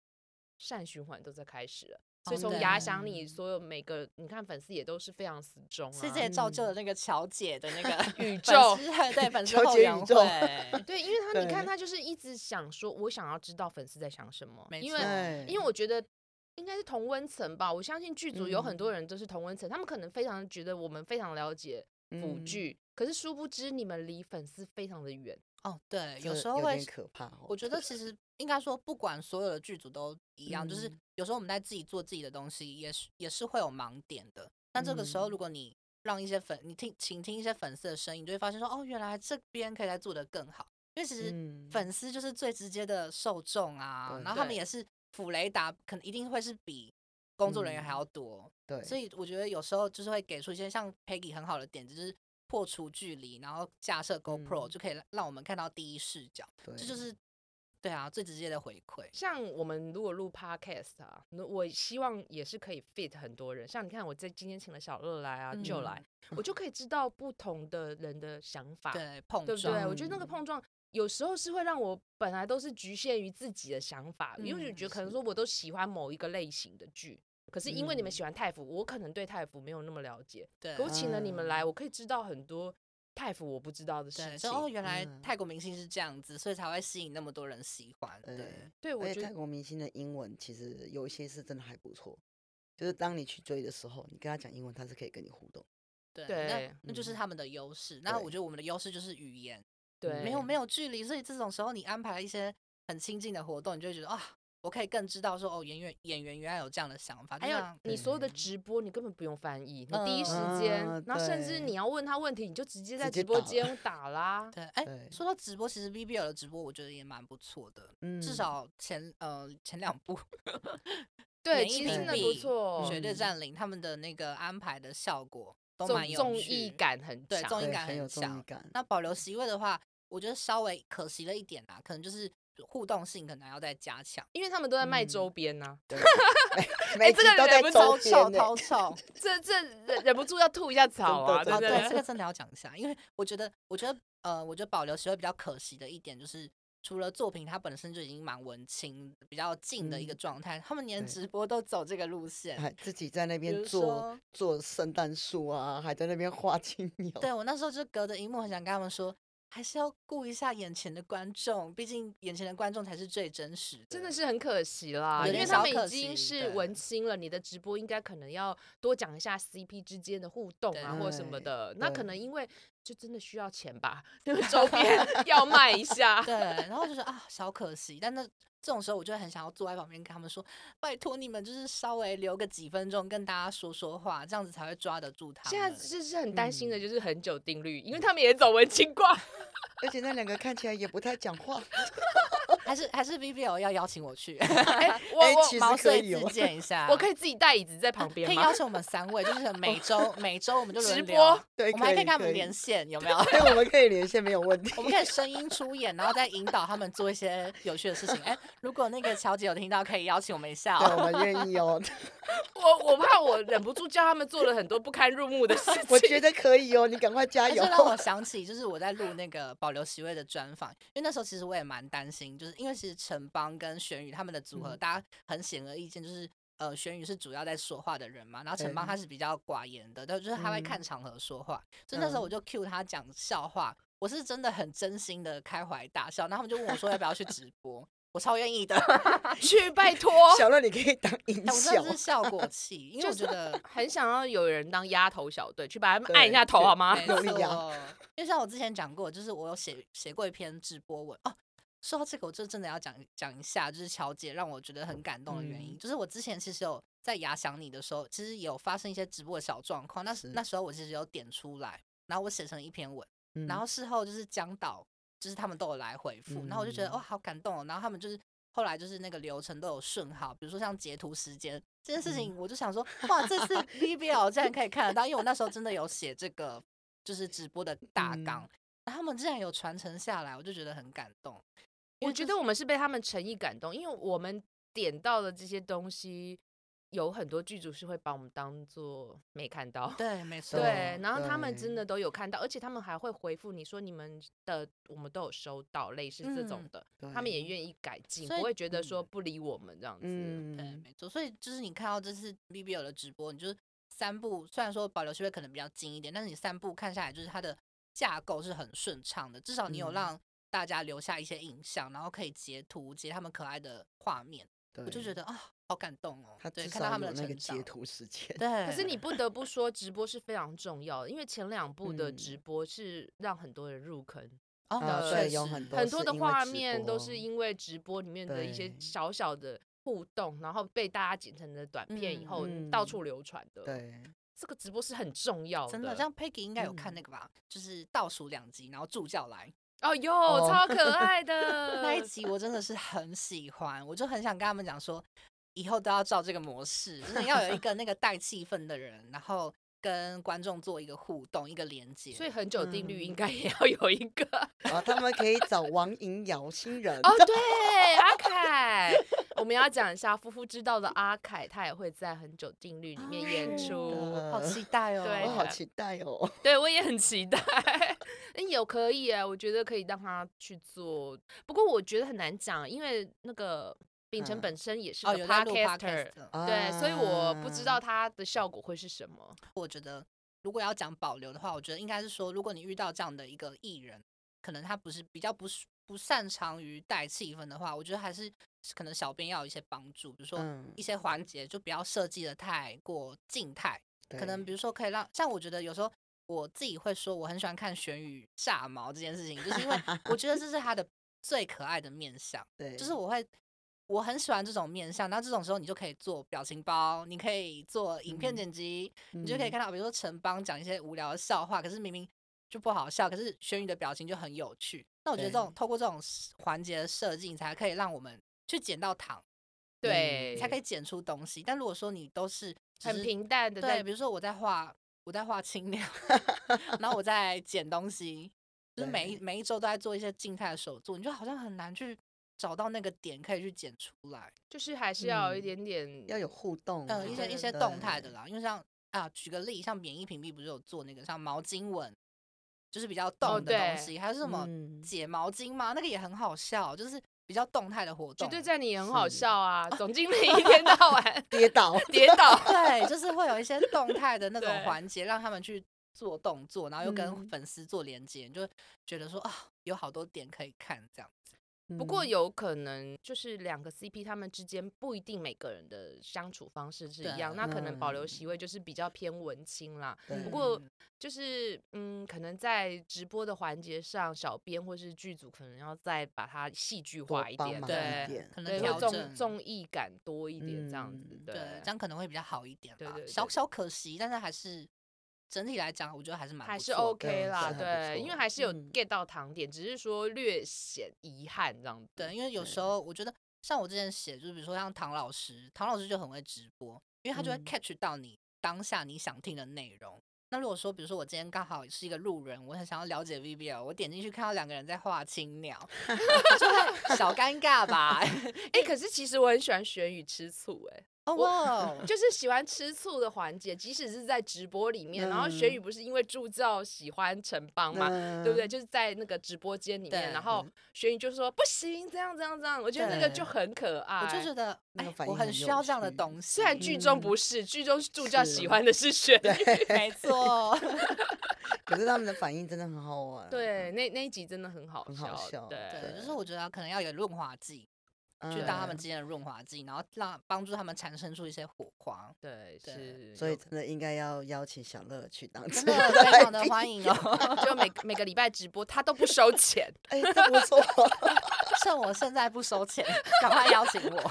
Speaker 1: 善循环都在开始了。所以
Speaker 3: 哦
Speaker 1: 从
Speaker 3: 对
Speaker 1: 牙想你，所有每个你看粉丝也都是非常死忠啊。
Speaker 3: 所以这也造就了那个乔姐的那个
Speaker 1: [laughs] 宇
Speaker 3: 粉
Speaker 1: 宙
Speaker 3: 丝对
Speaker 2: [laughs]
Speaker 3: 粉丝
Speaker 2: 嗯乔
Speaker 3: 后
Speaker 2: 姐
Speaker 3: 援
Speaker 2: 宇宙
Speaker 3: 会
Speaker 1: 对，因为他你看
Speaker 2: 对
Speaker 1: 他就是一直想说，我想要知道粉丝在想什么，
Speaker 3: 没
Speaker 1: 因
Speaker 3: 错
Speaker 1: 为
Speaker 2: 对，
Speaker 1: 因为我觉得应该是同温层吧，我相信剧组有很
Speaker 2: 嗯
Speaker 1: 多人都是同温层，他们可能非常觉得我们非常了解腐
Speaker 2: 嗯
Speaker 1: 剧，可是殊不知你们离粉丝非常的远。
Speaker 3: 哦，对，
Speaker 2: 这
Speaker 3: 有时候
Speaker 2: 有
Speaker 3: 会
Speaker 2: 点可怕哦。
Speaker 3: 我觉得其实应该说，不管所有的剧组都一样，就是
Speaker 2: 嗯嗯
Speaker 3: 有时候我们在自己做自己的东西，也是也是会有盲点的。但这个时候，如果你让一些粉你听，请听一些粉丝的声音，你就会发现说，哦，原来这边可以再做得更好。因为其实
Speaker 2: 嗯
Speaker 3: 粉丝就是最直接的受众啊，
Speaker 2: 对
Speaker 3: 然后他们
Speaker 1: 对
Speaker 3: 也是普雷达，可能一定会是比工作人员还
Speaker 2: 嗯
Speaker 3: 要多。
Speaker 2: 对，
Speaker 3: 所以我觉得有时候就是会给出一些像 Peggy 很好的点子，就是破除距离，然后架设 GoPro、
Speaker 2: 嗯
Speaker 3: 就可以让我们看到第一视角，
Speaker 2: 对
Speaker 3: 这就是对啊最直接的回馈。
Speaker 1: 像我们如果录 podcast 啊，那我希望也是可以 fit 很多人。像你看，我在今天请了小乐来啊，就、
Speaker 3: 嗯
Speaker 1: 来，我就可以知道不同的人的想法，
Speaker 3: 对碰
Speaker 1: 啊对不对？
Speaker 3: 撞，
Speaker 1: 我觉得那个
Speaker 2: 嗯
Speaker 1: 碰撞有时候是会让我本来都是局限于自己的想法，因为我
Speaker 3: 嗯
Speaker 1: 觉得可能
Speaker 2: 是
Speaker 1: 说我都喜欢某一个类型的剧，可是因为你们
Speaker 2: 嗯
Speaker 1: 喜欢泰服，我可能对泰服没有那么了解，
Speaker 3: 对
Speaker 1: 可我请了你们来，
Speaker 2: 嗯
Speaker 1: 我可以知道很多泰服我不知道的事
Speaker 3: 对，
Speaker 1: 情
Speaker 3: 就。哦，原来
Speaker 2: 嗯
Speaker 3: 泰国明星是这样子，所以才会吸引那么多人喜欢。对
Speaker 2: 对，
Speaker 1: 对，我
Speaker 2: 而
Speaker 1: 觉
Speaker 2: 且泰
Speaker 1: 得
Speaker 2: 国明星的英文其实有一些是真的还不错，就是当你去追的时候，你跟他讲英文，他是可以跟你互动。
Speaker 3: 对，
Speaker 1: 对
Speaker 3: 那那就是
Speaker 2: 嗯
Speaker 3: 他们的优势。那我
Speaker 2: 对
Speaker 3: 觉得我们的优势就是语言，
Speaker 1: 对，
Speaker 3: 没有没有距离，所以这种时候你安排一些很亲近的活动，你就会觉得啊，我可以更知道说哦，演员演员原来有这样的想法。就
Speaker 1: 还有
Speaker 3: 像
Speaker 1: 你所有的
Speaker 2: 对
Speaker 1: 直播，你根本不用翻译，你第一时
Speaker 2: 嗯
Speaker 1: 间
Speaker 2: 啊，
Speaker 1: 然后甚至
Speaker 2: 对
Speaker 1: 你要问他问题，你就直接在
Speaker 2: 直接
Speaker 1: 直播
Speaker 2: 打
Speaker 1: 间打啦。
Speaker 3: 对，哎、
Speaker 2: 对
Speaker 3: 说到直播，其实 VBL 的直播我觉得也蛮不错的，
Speaker 2: 嗯，
Speaker 3: 至少前呃前两部
Speaker 1: 对，
Speaker 3: 演
Speaker 1: 其
Speaker 3: 艺
Speaker 1: 实真
Speaker 3: 评
Speaker 1: 的不
Speaker 3: 比
Speaker 1: 错
Speaker 3: 《
Speaker 2: 学
Speaker 3: 绝，对
Speaker 2: 嗯
Speaker 3: 占领》他们的那个安排的效果都蛮
Speaker 1: 综
Speaker 3: 有
Speaker 1: 综
Speaker 3: 趣
Speaker 1: 艺，感很
Speaker 3: 对
Speaker 1: 强
Speaker 3: 综。艺
Speaker 2: 对
Speaker 3: 感
Speaker 2: 很
Speaker 3: 很
Speaker 2: 有综
Speaker 3: 强
Speaker 2: 艺感。
Speaker 3: 那保留席位的话，我觉得稍微可惜了一点啊，可能就是互动性可能要再加强。
Speaker 1: 因为他们都在卖
Speaker 2: 嗯
Speaker 1: 周边呐、
Speaker 3: [laughs]
Speaker 2: 对
Speaker 1: 哎
Speaker 2: 每每
Speaker 1: 这
Speaker 2: 集
Speaker 1: 个
Speaker 2: 都
Speaker 1: 人
Speaker 2: 在
Speaker 1: 不
Speaker 3: 超
Speaker 2: 周边
Speaker 3: 臭，
Speaker 2: 呢
Speaker 3: 超
Speaker 1: [laughs]
Speaker 3: 臭！
Speaker 1: 这这忍忍不住要吐一下槽啊，对
Speaker 2: 真
Speaker 1: 不
Speaker 3: 哦，
Speaker 2: 的
Speaker 1: 对
Speaker 3: 对， [laughs] 这？个真的要讲一下，因为我觉得，我觉得，呃，我觉得保留席位比较可惜的一点就是，除了作品它本身就已经蛮文青、比较静的一个
Speaker 2: 嗯
Speaker 3: 状态，他们连
Speaker 2: 对
Speaker 3: 直播都走这个路
Speaker 1: 哎
Speaker 3: 线。
Speaker 2: 还自己在那边
Speaker 3: 如
Speaker 2: 做
Speaker 3: 说
Speaker 2: 做圣诞树啊，还在那边画青鸟。
Speaker 3: 对我那时候就隔着荧幕很想跟他们说，还是要顾一下眼前的观众，毕竟眼前的观众才是最真实的。
Speaker 1: 真的是很可惜啦，
Speaker 3: 有
Speaker 1: 因为
Speaker 3: 点
Speaker 1: 他
Speaker 3: 小
Speaker 1: 们已
Speaker 3: 可
Speaker 1: 经
Speaker 3: 惜
Speaker 1: 是文
Speaker 3: 对
Speaker 1: 青了，你的直播应该可能要多讲一下 CP 之间的互动啊，
Speaker 3: 对
Speaker 1: 或什么的。那可能
Speaker 2: 对
Speaker 1: 因为就真的需要钱吧， [laughs] 那个周边 [laughs] 要卖一下。
Speaker 3: [laughs] 对，然后就是啊，小可惜。但那这种时候，我就会很想要坐在旁边跟他们说，拜托你们就是稍微留个几分钟跟大家说说话，这样子才会抓得住他
Speaker 1: 现在
Speaker 3: 们。
Speaker 1: 就是很担心的，
Speaker 2: 嗯
Speaker 1: 就是很久定律，因为他们也走文青 [laughs] 挂。
Speaker 2: 而且那两个看起来也不太讲话。
Speaker 3: 还是还是 V B O 要邀请我
Speaker 1: [laughs]
Speaker 3: 去，
Speaker 1: 哎，我
Speaker 2: 哎
Speaker 1: 我
Speaker 3: [laughs]
Speaker 2: 其实
Speaker 3: 毛
Speaker 2: 可
Speaker 3: 遂
Speaker 2: 以哦
Speaker 1: [laughs]
Speaker 3: 自荐一下，
Speaker 1: 我可以自己带椅子在旁边
Speaker 3: 可以
Speaker 1: 吗哦
Speaker 3: 邀请我们三位，
Speaker 1: [laughs]
Speaker 3: 就是每周每周我们就轮
Speaker 1: 直
Speaker 3: 流
Speaker 1: 播，哎
Speaker 2: 对，
Speaker 3: 我们还可以跟他们
Speaker 2: 以
Speaker 3: 连线，有没有？
Speaker 2: 对，我们可以连线，没有问题。
Speaker 3: 我们可以声音出演，然后再引导他们做一些有趣的事情。哎、如果那个乔姐有听到，可以邀请我们一下、
Speaker 2: 对，
Speaker 3: 哦。
Speaker 2: 我们愿意
Speaker 3: [laughs]
Speaker 2: 哦。[laughs]
Speaker 1: 我我怕我忍不住叫他们做了很多不堪入目的事
Speaker 2: 我
Speaker 1: 情。
Speaker 2: 觉得可以
Speaker 3: [laughs]
Speaker 2: 哦，你赶快加
Speaker 3: 哎
Speaker 2: 油
Speaker 3: 这。让我想起，就是我在录那个保留席位的专访，因为那时候其实我也蛮担心，就是因为其实陈邦跟玄宇他们的组合，
Speaker 2: 嗯
Speaker 3: 大家很显而易见，就是呃，玄宇是主要在说话的人嘛，然后陈
Speaker 2: 对
Speaker 3: 邦他是比较寡言的，但就是他会看
Speaker 2: 嗯
Speaker 3: 场合说话，所以那时候我就 cue 他讲笑话，我是真的很真心的开怀大笑，然后他们就问我说要不要去直播，我超愿意的，
Speaker 1: 去拜托，
Speaker 2: [laughs] 小乐，你可以当音
Speaker 3: 哎我真
Speaker 2: 效
Speaker 3: 的。是效
Speaker 2: [laughs]
Speaker 3: 果器，因为我
Speaker 1: 就
Speaker 3: 觉得
Speaker 1: 很想要有人当压头小队，去把他们
Speaker 2: 对
Speaker 1: 按一下头
Speaker 2: 对
Speaker 1: 好吗？
Speaker 3: 没
Speaker 2: 努力啊
Speaker 3: 错因为像我之前讲过，就是我有写写过一篇直播文哦。说到这个，我就真的要讲讲一下，就是乔姐让我觉得很感动的原因，
Speaker 2: 嗯
Speaker 3: 就是我之前其实有在牙想你的时候，其实有发生一些直播的小状况，那时
Speaker 2: 是
Speaker 3: 那时候我其实有点出来，然后我写成一篇文，
Speaker 2: 嗯
Speaker 3: 然后事后就是江导，就是他们都有来回复，然后我就觉得哦
Speaker 2: 嗯
Speaker 3: 好感动、哦，然后他们就是后来就是那个流程都有顺好，比如说像截图时间这件
Speaker 2: 嗯
Speaker 3: 事情，我就想说、哇，这
Speaker 2: [laughs]
Speaker 3: 次 VBL 竟然可以看得到，因为我那时候真的有写这个就是直播的大
Speaker 2: 嗯
Speaker 3: 纲，然后他们竟然有传承下来，我就觉得很感动。因
Speaker 1: 我
Speaker 3: 为
Speaker 1: 觉
Speaker 3: 就
Speaker 1: 得
Speaker 3: 是
Speaker 1: 我们是被他们诚意感动，因为我们点到的这些东西，有很多剧组是会把我们当做没看到。
Speaker 3: 对，没错，
Speaker 1: 对，然后他们真
Speaker 2: 哦对
Speaker 1: 的都有看到，而且他们还会回复你说你们的我们都有收到，类似这种
Speaker 3: 嗯
Speaker 1: 的，他们也愿意改进，
Speaker 3: 所
Speaker 1: 不
Speaker 3: 以
Speaker 1: 会觉得说
Speaker 2: 嗯
Speaker 1: 不理我们这样子。
Speaker 3: 对，
Speaker 2: 嗯，
Speaker 3: 没错。所以就是你看到这次 B B L 的直播，你就是三部，虽然说保留序位可能比较近一点，但是你三部看下来，就是它的架构是很顺畅的，至少你有
Speaker 2: 嗯
Speaker 3: 让大家留下一些印象，然后可以截图截他们可爱的画面，
Speaker 2: 嗯对
Speaker 3: 我就觉得啊、好感动哦
Speaker 2: 他。
Speaker 3: 对，
Speaker 2: 至
Speaker 3: 看到
Speaker 2: 少
Speaker 3: 他
Speaker 2: 有
Speaker 3: 们的
Speaker 2: 那个
Speaker 3: 成长
Speaker 2: 截。图时间。
Speaker 3: 对，
Speaker 1: 可是你不得不说，直播是非常重要的，因为前两部的
Speaker 2: 嗯
Speaker 1: 直播是让很多人入坑，
Speaker 3: 哦
Speaker 1: 呃，
Speaker 3: 确
Speaker 1: 对
Speaker 2: 啊有
Speaker 3: 实
Speaker 2: 很多
Speaker 1: 很多
Speaker 2: 是
Speaker 1: 的
Speaker 2: 因为
Speaker 1: 画
Speaker 2: 直
Speaker 1: 面都是
Speaker 2: 播
Speaker 1: 因为直播里面的一些
Speaker 2: 对
Speaker 1: 小小的互动，然后被大家剪成的短片以后、到处
Speaker 2: 嗯
Speaker 1: 流传的。，
Speaker 2: 对，
Speaker 1: 这个直播是很重要
Speaker 3: 真的，像 Peggy 应该有看
Speaker 2: 嗯
Speaker 3: 那个吧，就是倒数两集，然后助教来
Speaker 1: 哦哟，
Speaker 2: 哦
Speaker 1: 超可爱的
Speaker 2: [laughs]
Speaker 3: 那一集，我真的是很喜欢，我就很想跟他们讲说，以后都要照这个模式，真的要有一个那个带气氛的人，然后跟观众做一个互动，一个连接。
Speaker 1: 所以很久定律
Speaker 2: 嗯
Speaker 1: 应该也要有一
Speaker 3: [laughs]
Speaker 1: 个
Speaker 2: 然后他们可以找王银瑶新人
Speaker 1: 哦，对，阿凯，我们要讲一下夫妇之道的阿凯，他也会在很久定律里面演
Speaker 3: 啊是
Speaker 1: 出，
Speaker 3: 好期待哦！
Speaker 1: 对
Speaker 2: 我好
Speaker 1: 的
Speaker 2: 期待哦。
Speaker 1: 对我也很期待。嗯有可以啊，我觉得可以让他去做，不过我觉得很难讲，因为那个秉承
Speaker 2: 嗯
Speaker 1: 本身也是
Speaker 3: 哦，
Speaker 1: 个
Speaker 3: 有在录
Speaker 1: podcaster，、
Speaker 3: podcast，的
Speaker 1: 对，所以我不知道
Speaker 2: 啊
Speaker 1: 它的效果会是什么。
Speaker 3: 我觉得如果要讲保留的话，我觉得应该是说，如果你遇到这样的一个艺人，可能他不是比较不是不擅长于带气氛的话，我觉得还是可能小编要有一些帮助，比如说
Speaker 2: 嗯
Speaker 3: 一些环节就不要设计的太过静态。可能
Speaker 2: 对
Speaker 3: 比如说可以让，像我觉得有时候我自己会说，我很喜欢看玄宇炸毛这件事情，就是因为我觉得这是他的最可爱的面相，
Speaker 2: 对，
Speaker 3: 就是我会。我很喜欢这种面相，那这种时候你就可以做表情包，你可以做影片
Speaker 2: 嗯
Speaker 3: 剪辑，你就可以
Speaker 2: 嗯
Speaker 3: 看到，比如说陈邦讲一些无聊的笑话，可是明明就不好笑，可是玄宇的表情就很有趣。那我觉得这
Speaker 2: 对
Speaker 3: 种透过这种环节的设计，你才可以让我们去捡到糖，
Speaker 1: 对，
Speaker 3: 你嗯才可以剪出东西。但如果说你都是只
Speaker 1: 很
Speaker 3: 是
Speaker 1: 平淡的
Speaker 3: 对，
Speaker 1: 在
Speaker 3: 比如说我在画，我在画
Speaker 1: [laughs]
Speaker 3: 青鸟，然后我在捡东西，就是每一
Speaker 2: 对
Speaker 3: 每一周都在做一些静态的手作，你就好像很难去找到那个点可以去剪出来，
Speaker 1: 就是还是要有一
Speaker 2: 嗯
Speaker 1: 点点
Speaker 2: 要有互动啊，
Speaker 3: 呃，一些一
Speaker 1: 哦对
Speaker 3: 些动态
Speaker 2: 对
Speaker 3: 的啦，因为像啊，举个例，像免疫屏蔽不是有做那个像毛巾纹，就是比较动的
Speaker 1: 哦对
Speaker 3: 东西，还有什么
Speaker 2: 嗯
Speaker 3: 解毛巾吗？那个也很好笑，就是比较动态的活动，
Speaker 1: 绝对在你也很好
Speaker 2: 是
Speaker 1: 笑啊！总经理一天到晚
Speaker 2: 跌倒，
Speaker 1: 跌倒，
Speaker 3: 对，就是会有一些动态的那种
Speaker 1: 对
Speaker 3: 环节，让他们去做动作，然后又跟
Speaker 2: 嗯
Speaker 3: 粉丝做连接，你就觉得说啊，有好多点可以看这样子。
Speaker 1: 不过
Speaker 2: 嗯
Speaker 1: 有可能就是两个 CP 他们之间不一定每个人的相处方式是一样，
Speaker 3: 对
Speaker 1: 那可能保留
Speaker 2: 嗯
Speaker 1: 席位就是比较偏文青啦。
Speaker 2: 对
Speaker 1: 不过
Speaker 3: 嗯
Speaker 1: 就是嗯，可能在直播的环节上，小编或是剧组可能要再把它戏剧
Speaker 2: 多
Speaker 1: 化一
Speaker 2: 帮
Speaker 1: 点，
Speaker 2: 忙
Speaker 1: 对
Speaker 2: 一，点，
Speaker 3: 可能
Speaker 1: 对，
Speaker 3: 调
Speaker 1: 会
Speaker 3: 整
Speaker 1: 综综艺感多一点这样子，
Speaker 2: 嗯
Speaker 1: 对
Speaker 3: 对，这样可能会比较好一点吧。
Speaker 1: 对对
Speaker 3: 小
Speaker 1: 对
Speaker 3: 小可惜，但是还是整体来讲，我觉得还是蛮
Speaker 1: 还
Speaker 3: 不
Speaker 1: 是
Speaker 3: 错的
Speaker 1: OK 啦，
Speaker 2: 是还
Speaker 1: 对，因
Speaker 2: 不
Speaker 1: 为
Speaker 2: 错
Speaker 1: 还是有
Speaker 2: 嗯
Speaker 1: get 到糖点，只是说略显遗憾这样子。
Speaker 3: 对，，因为有时
Speaker 2: 对
Speaker 3: 候我觉得，像我之前写，就是比如说像唐老师，唐老师就很会直播，因为他就会
Speaker 2: 嗯
Speaker 3: catch 到你当下你想听的内容。那如果说，比如说我今天刚好是一个路人，我很想要了解 VBL，我点进去看到两个人在画青鸟，我就会小尴尬吧。
Speaker 1: [laughs] 哎、可是其实我很喜欢玄宇吃醋、哎。
Speaker 3: 哦哇，
Speaker 1: 就是喜欢吃醋的环节，即使是在直播里面，然后玄
Speaker 2: 嗯
Speaker 1: 宇不是因为助教喜欢陈邦嘛，对不对？就是在那个直播间里面，
Speaker 3: 对
Speaker 1: 然后玄宇就说不行，这样这样这样，我觉得那个就
Speaker 2: 对
Speaker 1: 很可爱。
Speaker 3: 我就觉得，
Speaker 2: 那
Speaker 3: [laughs]
Speaker 2: 个
Speaker 3: 哎
Speaker 2: 反
Speaker 3: 我
Speaker 2: 应
Speaker 3: 很
Speaker 2: 很
Speaker 3: 需
Speaker 2: 有
Speaker 3: 要这样的
Speaker 2: 趣
Speaker 3: 东西。
Speaker 1: 虽然剧中
Speaker 2: 嗯
Speaker 1: 不是，剧中助教喜
Speaker 2: 是
Speaker 1: 欢的是玄宇，
Speaker 3: 没错， [laughs]
Speaker 2: 可是他们的反应真的很好玩，
Speaker 1: 对，那那一集真的很好
Speaker 2: 很好笑
Speaker 1: 对
Speaker 3: 对，就是我觉得可能要有润滑剂，
Speaker 2: 嗯，
Speaker 3: 去当他们之间的润滑剂，然后让帮助他们产生出一些火花。
Speaker 1: 对
Speaker 3: 对
Speaker 1: 是，
Speaker 2: 所以
Speaker 1: 有
Speaker 2: 真的应该要邀请小乐去当
Speaker 3: 真
Speaker 2: 真
Speaker 3: 的非常的欢迎哦！
Speaker 1: 就每每个礼拜直播他都不收钱，
Speaker 2: 哎，这不错，
Speaker 3: 趁我现在不收钱，赶快邀请我。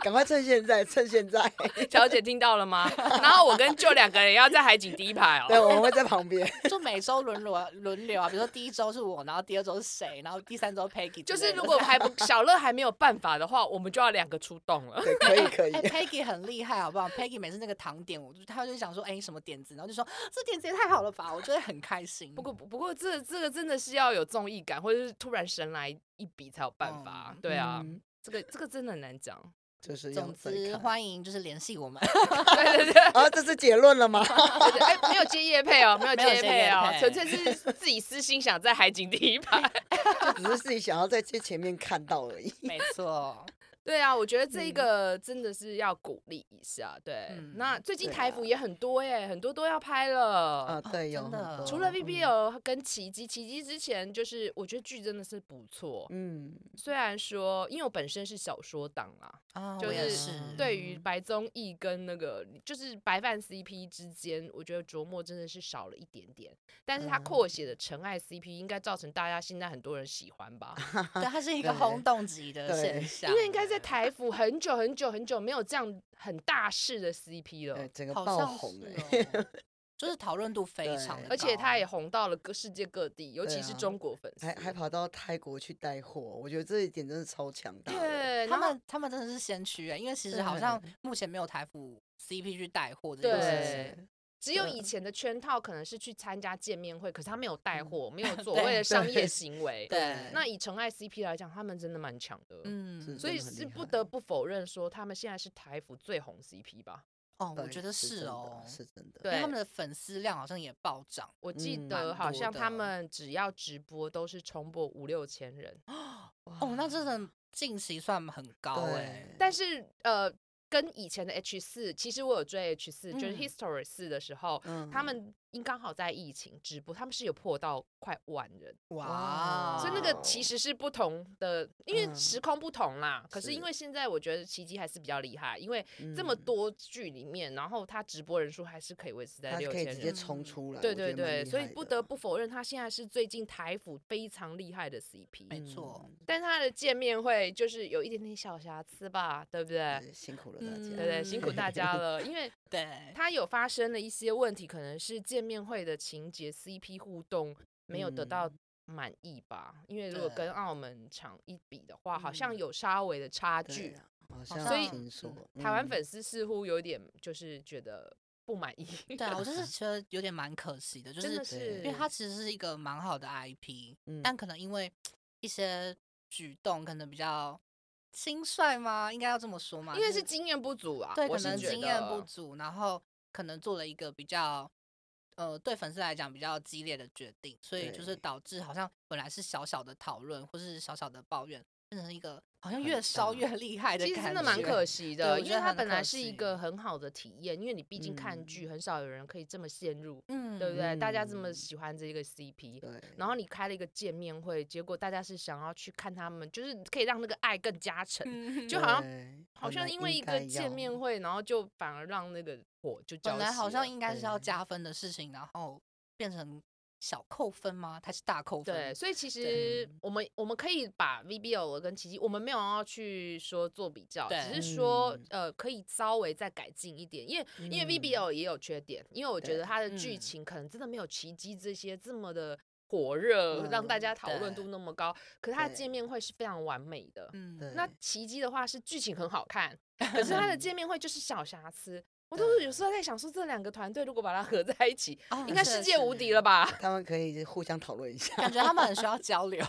Speaker 2: 赶快趁现在，趁
Speaker 3: [laughs]
Speaker 2: 现在，
Speaker 1: 小姐听到了吗？然后我跟舅两个人要在海景第一排哦，
Speaker 2: 对，我们会在旁边，
Speaker 3: 就每周轮流轮流啊，比如说第一周是我，然后第二周是谁，然后第三周 Peggy 之类的。
Speaker 1: 就是如果还不小乐还没有办法的话，我们就要两个出动了。
Speaker 2: 对，可以可以
Speaker 3: 哎、，p e g g y 很厉害，好不好？Peggy 每次那个糖点，我就他就想说，哎、什么点子？然后就说这点子也太好了吧，我就会很开心。
Speaker 1: 不过不过这这个真的是要有综艺感，或者是突然神来一笔才有办法。
Speaker 3: 嗯
Speaker 1: 对啊，
Speaker 2: 嗯
Speaker 1: 这个这个真的很难讲。 [laughs]
Speaker 2: 就是要
Speaker 3: 总
Speaker 2: 再
Speaker 3: 之
Speaker 2: 看
Speaker 3: 欢迎就是联系我们，
Speaker 1: 对对对对
Speaker 2: 啊，这是结论
Speaker 3: [laughs]
Speaker 2: 了吗？
Speaker 1: 对，哎，没有接叶配哦，没有
Speaker 3: 没有
Speaker 1: 接叶
Speaker 3: 接
Speaker 1: 配
Speaker 3: 业
Speaker 1: 哦，
Speaker 3: 配
Speaker 1: 纯粹是自己私心想在海景第一排。
Speaker 2: 就只是自己想要在最前面看到
Speaker 3: [laughs]
Speaker 2: 而已。
Speaker 3: 没错，
Speaker 1: 对啊，我觉得这一个真的是要鼓励一下。对，啊呃
Speaker 3: 嗯
Speaker 1: 那最近
Speaker 2: 对
Speaker 1: 台服也很多耶，很多都要拍了。
Speaker 2: 啊，对，有
Speaker 3: 哦真
Speaker 2: 很
Speaker 3: 的
Speaker 2: 多
Speaker 1: 除了
Speaker 2: 嗯
Speaker 1: VBL 跟奇迹，奇迹之前就是我觉得剧真的是不错，
Speaker 2: 嗯，
Speaker 1: 虽然说因为我本身是小说党啦，
Speaker 3: 啊、
Speaker 1: 就
Speaker 3: 我也
Speaker 1: 是
Speaker 3: 是，
Speaker 1: 对于白综艺跟那个就是白饭 CP 之间，我觉得琢磨真的是少了一点点。但是他
Speaker 2: 嗯
Speaker 1: 扩写的纯爱 CP [laughs] 应该造成大家现在很多人喜欢吧？
Speaker 3: 对，它是一个
Speaker 2: 对
Speaker 3: 轰动级的
Speaker 2: 对
Speaker 3: 现象，
Speaker 1: 因为应该在台服很久很久很久没有这样很大势的 CP 了
Speaker 2: 对，，哎整个
Speaker 3: 好
Speaker 2: 爆
Speaker 3: 像
Speaker 2: 红
Speaker 3: 是
Speaker 2: 哎、 [laughs]
Speaker 3: 哦就是讨论度非常的
Speaker 2: 对
Speaker 1: 而且他也
Speaker 3: 高
Speaker 1: 红到了各世界各地，尤
Speaker 2: 对
Speaker 1: 其是
Speaker 2: 啊
Speaker 1: 中国粉丝，
Speaker 2: 还还跑到泰国去带货，我觉得这一点真的超强大的。
Speaker 1: 对
Speaker 3: 他
Speaker 1: 然后
Speaker 3: 们他们真的是先驱哎，因为其实好像目前没有台服 CP 去带货这件事情。
Speaker 1: 对，只有以
Speaker 2: 嗯
Speaker 1: 前的圈套可能是去参加见面会，可是他没有带货，没有所
Speaker 3: 对
Speaker 1: 谓的商业
Speaker 2: 对
Speaker 1: 行为。
Speaker 3: 对
Speaker 1: 那以纯爱 CP 来讲，他们真的蛮强的。
Speaker 3: 嗯
Speaker 2: 是，
Speaker 1: 所以
Speaker 2: 真的很
Speaker 1: 是
Speaker 2: 厉
Speaker 1: 不
Speaker 2: 害
Speaker 1: 得不否认说，他们现在是台服最红 CP 吧？
Speaker 3: 哦，我
Speaker 2: 对
Speaker 3: 觉得
Speaker 2: 是
Speaker 3: 是
Speaker 2: 真的
Speaker 3: 哦，
Speaker 2: 是真的。
Speaker 3: 因
Speaker 1: 对
Speaker 3: 为他们的粉丝量好像也暴涨。
Speaker 1: 我记
Speaker 2: 嗯
Speaker 1: 得
Speaker 3: 蛮
Speaker 1: 好
Speaker 3: 多
Speaker 1: 像他
Speaker 3: 的
Speaker 1: 们只要直播都是冲破五六千人，
Speaker 3: 哦，那真
Speaker 2: 哇
Speaker 3: 的近期算很高哎、
Speaker 2: 对，
Speaker 1: 但是呃，跟以前的 H 四，其实我有追 H 四、就是
Speaker 3: 嗯
Speaker 1: History 四的时候，
Speaker 2: 嗯
Speaker 1: 他们应刚好在疫情直播，他们是有破到快万人，
Speaker 2: 哦
Speaker 3: 哇，哦
Speaker 1: 所以那个其实是不同的，因为
Speaker 2: 嗯
Speaker 1: 时空不同啦。可是因
Speaker 2: 是
Speaker 1: 为现在我觉得奇迹还是比较厉害，因为这么
Speaker 2: 嗯
Speaker 1: 多剧里面，然后他直播人数还是可以维持在
Speaker 2: 他
Speaker 1: 六
Speaker 2: 可以
Speaker 1: 千
Speaker 2: 直接
Speaker 1: 人。
Speaker 2: 冲
Speaker 3: 嗯
Speaker 2: 出来，
Speaker 1: 对
Speaker 2: 我觉
Speaker 1: 对
Speaker 2: 得蛮
Speaker 1: 对，
Speaker 2: 厉
Speaker 1: 所以
Speaker 2: 害
Speaker 1: 不
Speaker 2: 的
Speaker 1: 得
Speaker 2: 啊
Speaker 1: 不否认，他现在是最近台府非常厉害的 CP。
Speaker 2: 嗯
Speaker 3: 没错，
Speaker 1: 但他的见面会就是有一点点小瑕疵吧，对不对？
Speaker 2: 是辛苦了大
Speaker 1: 对
Speaker 2: 家。
Speaker 1: 哎嗯不对，辛苦大家了，因
Speaker 3: [laughs]
Speaker 1: 为
Speaker 3: 对，
Speaker 1: 他有发生了一些问题，可能是见面会的情节 CP 互动没有得到满意吧，因为如果
Speaker 3: 嗯对
Speaker 1: 跟澳门场一比的话，好像
Speaker 3: 嗯
Speaker 1: 有稍微的差
Speaker 2: 对
Speaker 1: 距，
Speaker 2: 啊，好
Speaker 3: 好
Speaker 2: 像
Speaker 1: 像
Speaker 2: 听说
Speaker 1: 台湾
Speaker 2: 嗯
Speaker 1: 粉丝似乎有点就是觉得不满意，
Speaker 3: 对啊，我就是觉得有点蛮可惜的，就
Speaker 1: 真
Speaker 3: 是
Speaker 1: 的是，
Speaker 3: 因
Speaker 2: 因
Speaker 3: 为它其实是一个蛮好的 IP，、
Speaker 2: 嗯
Speaker 3: 但可能因为一些举动可能比较轻率吗？应该要这么说嘛，
Speaker 1: 因为
Speaker 3: 就是
Speaker 1: 经验不足啊，
Speaker 3: 对，
Speaker 1: 我
Speaker 3: 可
Speaker 1: 是
Speaker 3: 能
Speaker 1: 觉
Speaker 3: 经验
Speaker 1: 得
Speaker 3: 不足，然后可能做了一个比较，呃，对粉丝来讲比较激烈的决定，所以就是
Speaker 2: 对
Speaker 3: 导致好像本来是小小的讨论或是小小的抱怨，变成一个好像
Speaker 2: 很
Speaker 3: 越烧
Speaker 2: 大
Speaker 3: 越厉害的
Speaker 1: 其
Speaker 3: 感
Speaker 1: 实
Speaker 3: 觉，
Speaker 1: 真的蛮可
Speaker 3: 惜。
Speaker 1: 惜
Speaker 3: 对
Speaker 1: 的，
Speaker 3: 我
Speaker 1: 因
Speaker 3: 觉
Speaker 1: 为
Speaker 3: 得
Speaker 1: 它
Speaker 3: 很
Speaker 1: 本来
Speaker 3: 可
Speaker 1: 是一
Speaker 3: 惜
Speaker 1: 个很好的体验，因为你毕竟看
Speaker 2: 嗯
Speaker 1: 剧，很少有人可以这么陷入，
Speaker 3: 嗯，
Speaker 1: 对不对？大家这么
Speaker 2: 嗯
Speaker 1: 喜欢这个 CP，
Speaker 2: 对，
Speaker 1: 然后你开了一个见面会，结果大家是想要去看他们，就是可以让那个爱更加成。
Speaker 3: 嗯
Speaker 1: 就好像
Speaker 2: 对
Speaker 1: 好
Speaker 2: 本
Speaker 1: 像
Speaker 2: 来
Speaker 1: 因为
Speaker 2: 应
Speaker 1: 一个
Speaker 2: 该
Speaker 1: 见
Speaker 2: 要
Speaker 1: 面会，然后就反而让那个火就浇
Speaker 3: 本来好
Speaker 1: 熄
Speaker 3: 像
Speaker 1: 了
Speaker 3: 应该是要
Speaker 2: 对
Speaker 3: 加分的事情，然后变成小扣分吗？它是大扣分？
Speaker 1: 对，所以其实我们我们可以把 VBL 跟奇迹，我们没有要去说做比较，只
Speaker 3: 对
Speaker 1: 是说
Speaker 2: 嗯
Speaker 1: 呃可以稍微再改进一点，因为因为
Speaker 2: 嗯
Speaker 1: VBL 也有缺点，因为我觉得
Speaker 2: 对
Speaker 1: 它的剧
Speaker 3: 嗯
Speaker 1: 情可能真的没有奇迹这些这么的。火热让大
Speaker 2: 嗯
Speaker 1: 家讨论
Speaker 3: 对
Speaker 1: 度那么高，可是它的
Speaker 2: 对
Speaker 1: 见面会是非常完美的。
Speaker 3: 嗯，
Speaker 2: 对
Speaker 1: 那奇迹的话是剧情很好
Speaker 3: [laughs]
Speaker 1: 看，可是它的
Speaker 2: 嗯
Speaker 1: 见面会就是小瑕疵。我都是有时候在想说，这两个团队如果把它合在一起，
Speaker 2: 哦
Speaker 3: 啊
Speaker 1: 应该
Speaker 3: 是
Speaker 1: 世
Speaker 3: 的
Speaker 1: 界无
Speaker 3: 是
Speaker 1: 敌了吧？ [laughs]
Speaker 2: 他们可以互相讨论一
Speaker 3: [laughs]
Speaker 2: 下。
Speaker 3: 感觉他们很需要交流，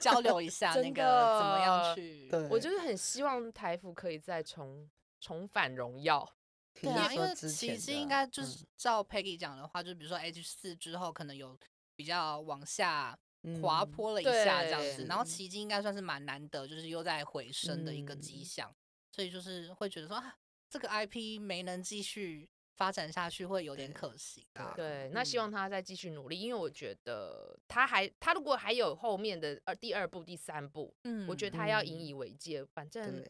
Speaker 3: 交流一下那
Speaker 1: 真
Speaker 3: 个怎么
Speaker 1: 的
Speaker 3: 样去。
Speaker 2: 对，
Speaker 1: 我就是很希望台服可以再重重返荣耀。
Speaker 2: 听
Speaker 3: 对啊，
Speaker 2: 说
Speaker 3: 因为
Speaker 2: 之
Speaker 3: 奇
Speaker 2: 前
Speaker 3: 迹
Speaker 2: 的
Speaker 3: 应
Speaker 2: 啊
Speaker 3: 该就
Speaker 2: 嗯
Speaker 3: 是照 Peggy 讲的话，就比如说 H 四之后可能有比较往下滑
Speaker 2: 嗯
Speaker 3: 坡了一下这样子，
Speaker 2: 对
Speaker 3: 然后奇迹应该算是蛮难得，就是又在回升的一个迹
Speaker 2: 嗯
Speaker 3: 象，所以就是会觉得说啊，这个 IP 没能继续发展下去，会有点
Speaker 2: 对
Speaker 3: 可惜啊。
Speaker 1: 对，那希望
Speaker 3: 嗯
Speaker 1: 他再继续努力，因为我觉得他还他如果还有后面的呃第二部、第三部，
Speaker 3: 嗯
Speaker 1: 我觉得他要
Speaker 2: 嗯
Speaker 1: 引以为戒，反正
Speaker 2: 对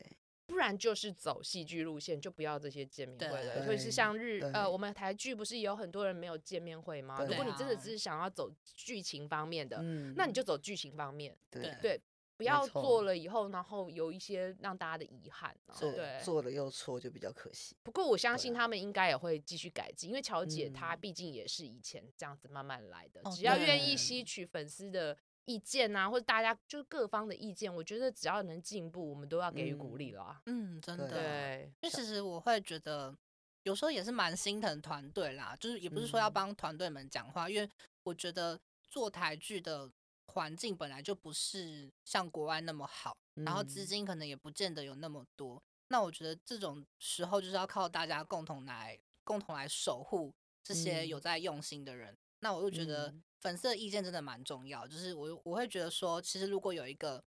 Speaker 1: 不然就是走戏剧路线，就不要这些见面会了。
Speaker 3: 对
Speaker 1: 所以是像日呃，
Speaker 2: 对
Speaker 1: 我们台剧不是有很多人没有见面会吗？
Speaker 2: 对
Speaker 1: 如果你真的
Speaker 3: 啊
Speaker 1: 只是想要走剧情方面的，
Speaker 2: 嗯
Speaker 1: 那你就走剧情方面，
Speaker 2: 对
Speaker 3: 对
Speaker 1: 对，不
Speaker 2: 没
Speaker 1: 要
Speaker 2: 错
Speaker 1: 做了以后，然后有一些让大家的遗憾啊。
Speaker 2: 做
Speaker 1: 对，
Speaker 2: 做了又错就比较可惜。
Speaker 1: 不过我相信
Speaker 2: 对啊
Speaker 1: 他们应该也会继续改进，因为乔姐她
Speaker 2: 嗯
Speaker 1: 毕竟也是以前这样子慢慢来的，
Speaker 3: 哦
Speaker 1: 只要愿意
Speaker 3: 对
Speaker 1: 吸取粉丝的意见啊，或者大家就是各方的意见，我觉得只要能进步，我们都要给予鼓励啦。
Speaker 3: 嗯，真
Speaker 2: 对
Speaker 3: 的
Speaker 2: 啊
Speaker 1: 对，
Speaker 3: 因为其实我会觉得，有时候也是蛮心疼团队啦，就是也不是说要
Speaker 2: 嗯
Speaker 3: 帮团队们讲话，因为我觉得做台剧的环境本来就不是像国外那么好，然后资
Speaker 2: 嗯
Speaker 3: 金可能也不见得有那么多。那我觉得这种时候就是要靠大家共同来共同来守护这些有
Speaker 2: 嗯
Speaker 3: 在用心的人。那我就觉得
Speaker 2: 嗯
Speaker 3: 粉丝的意见真的蛮重要，就是我我会觉得说，其实如果有一个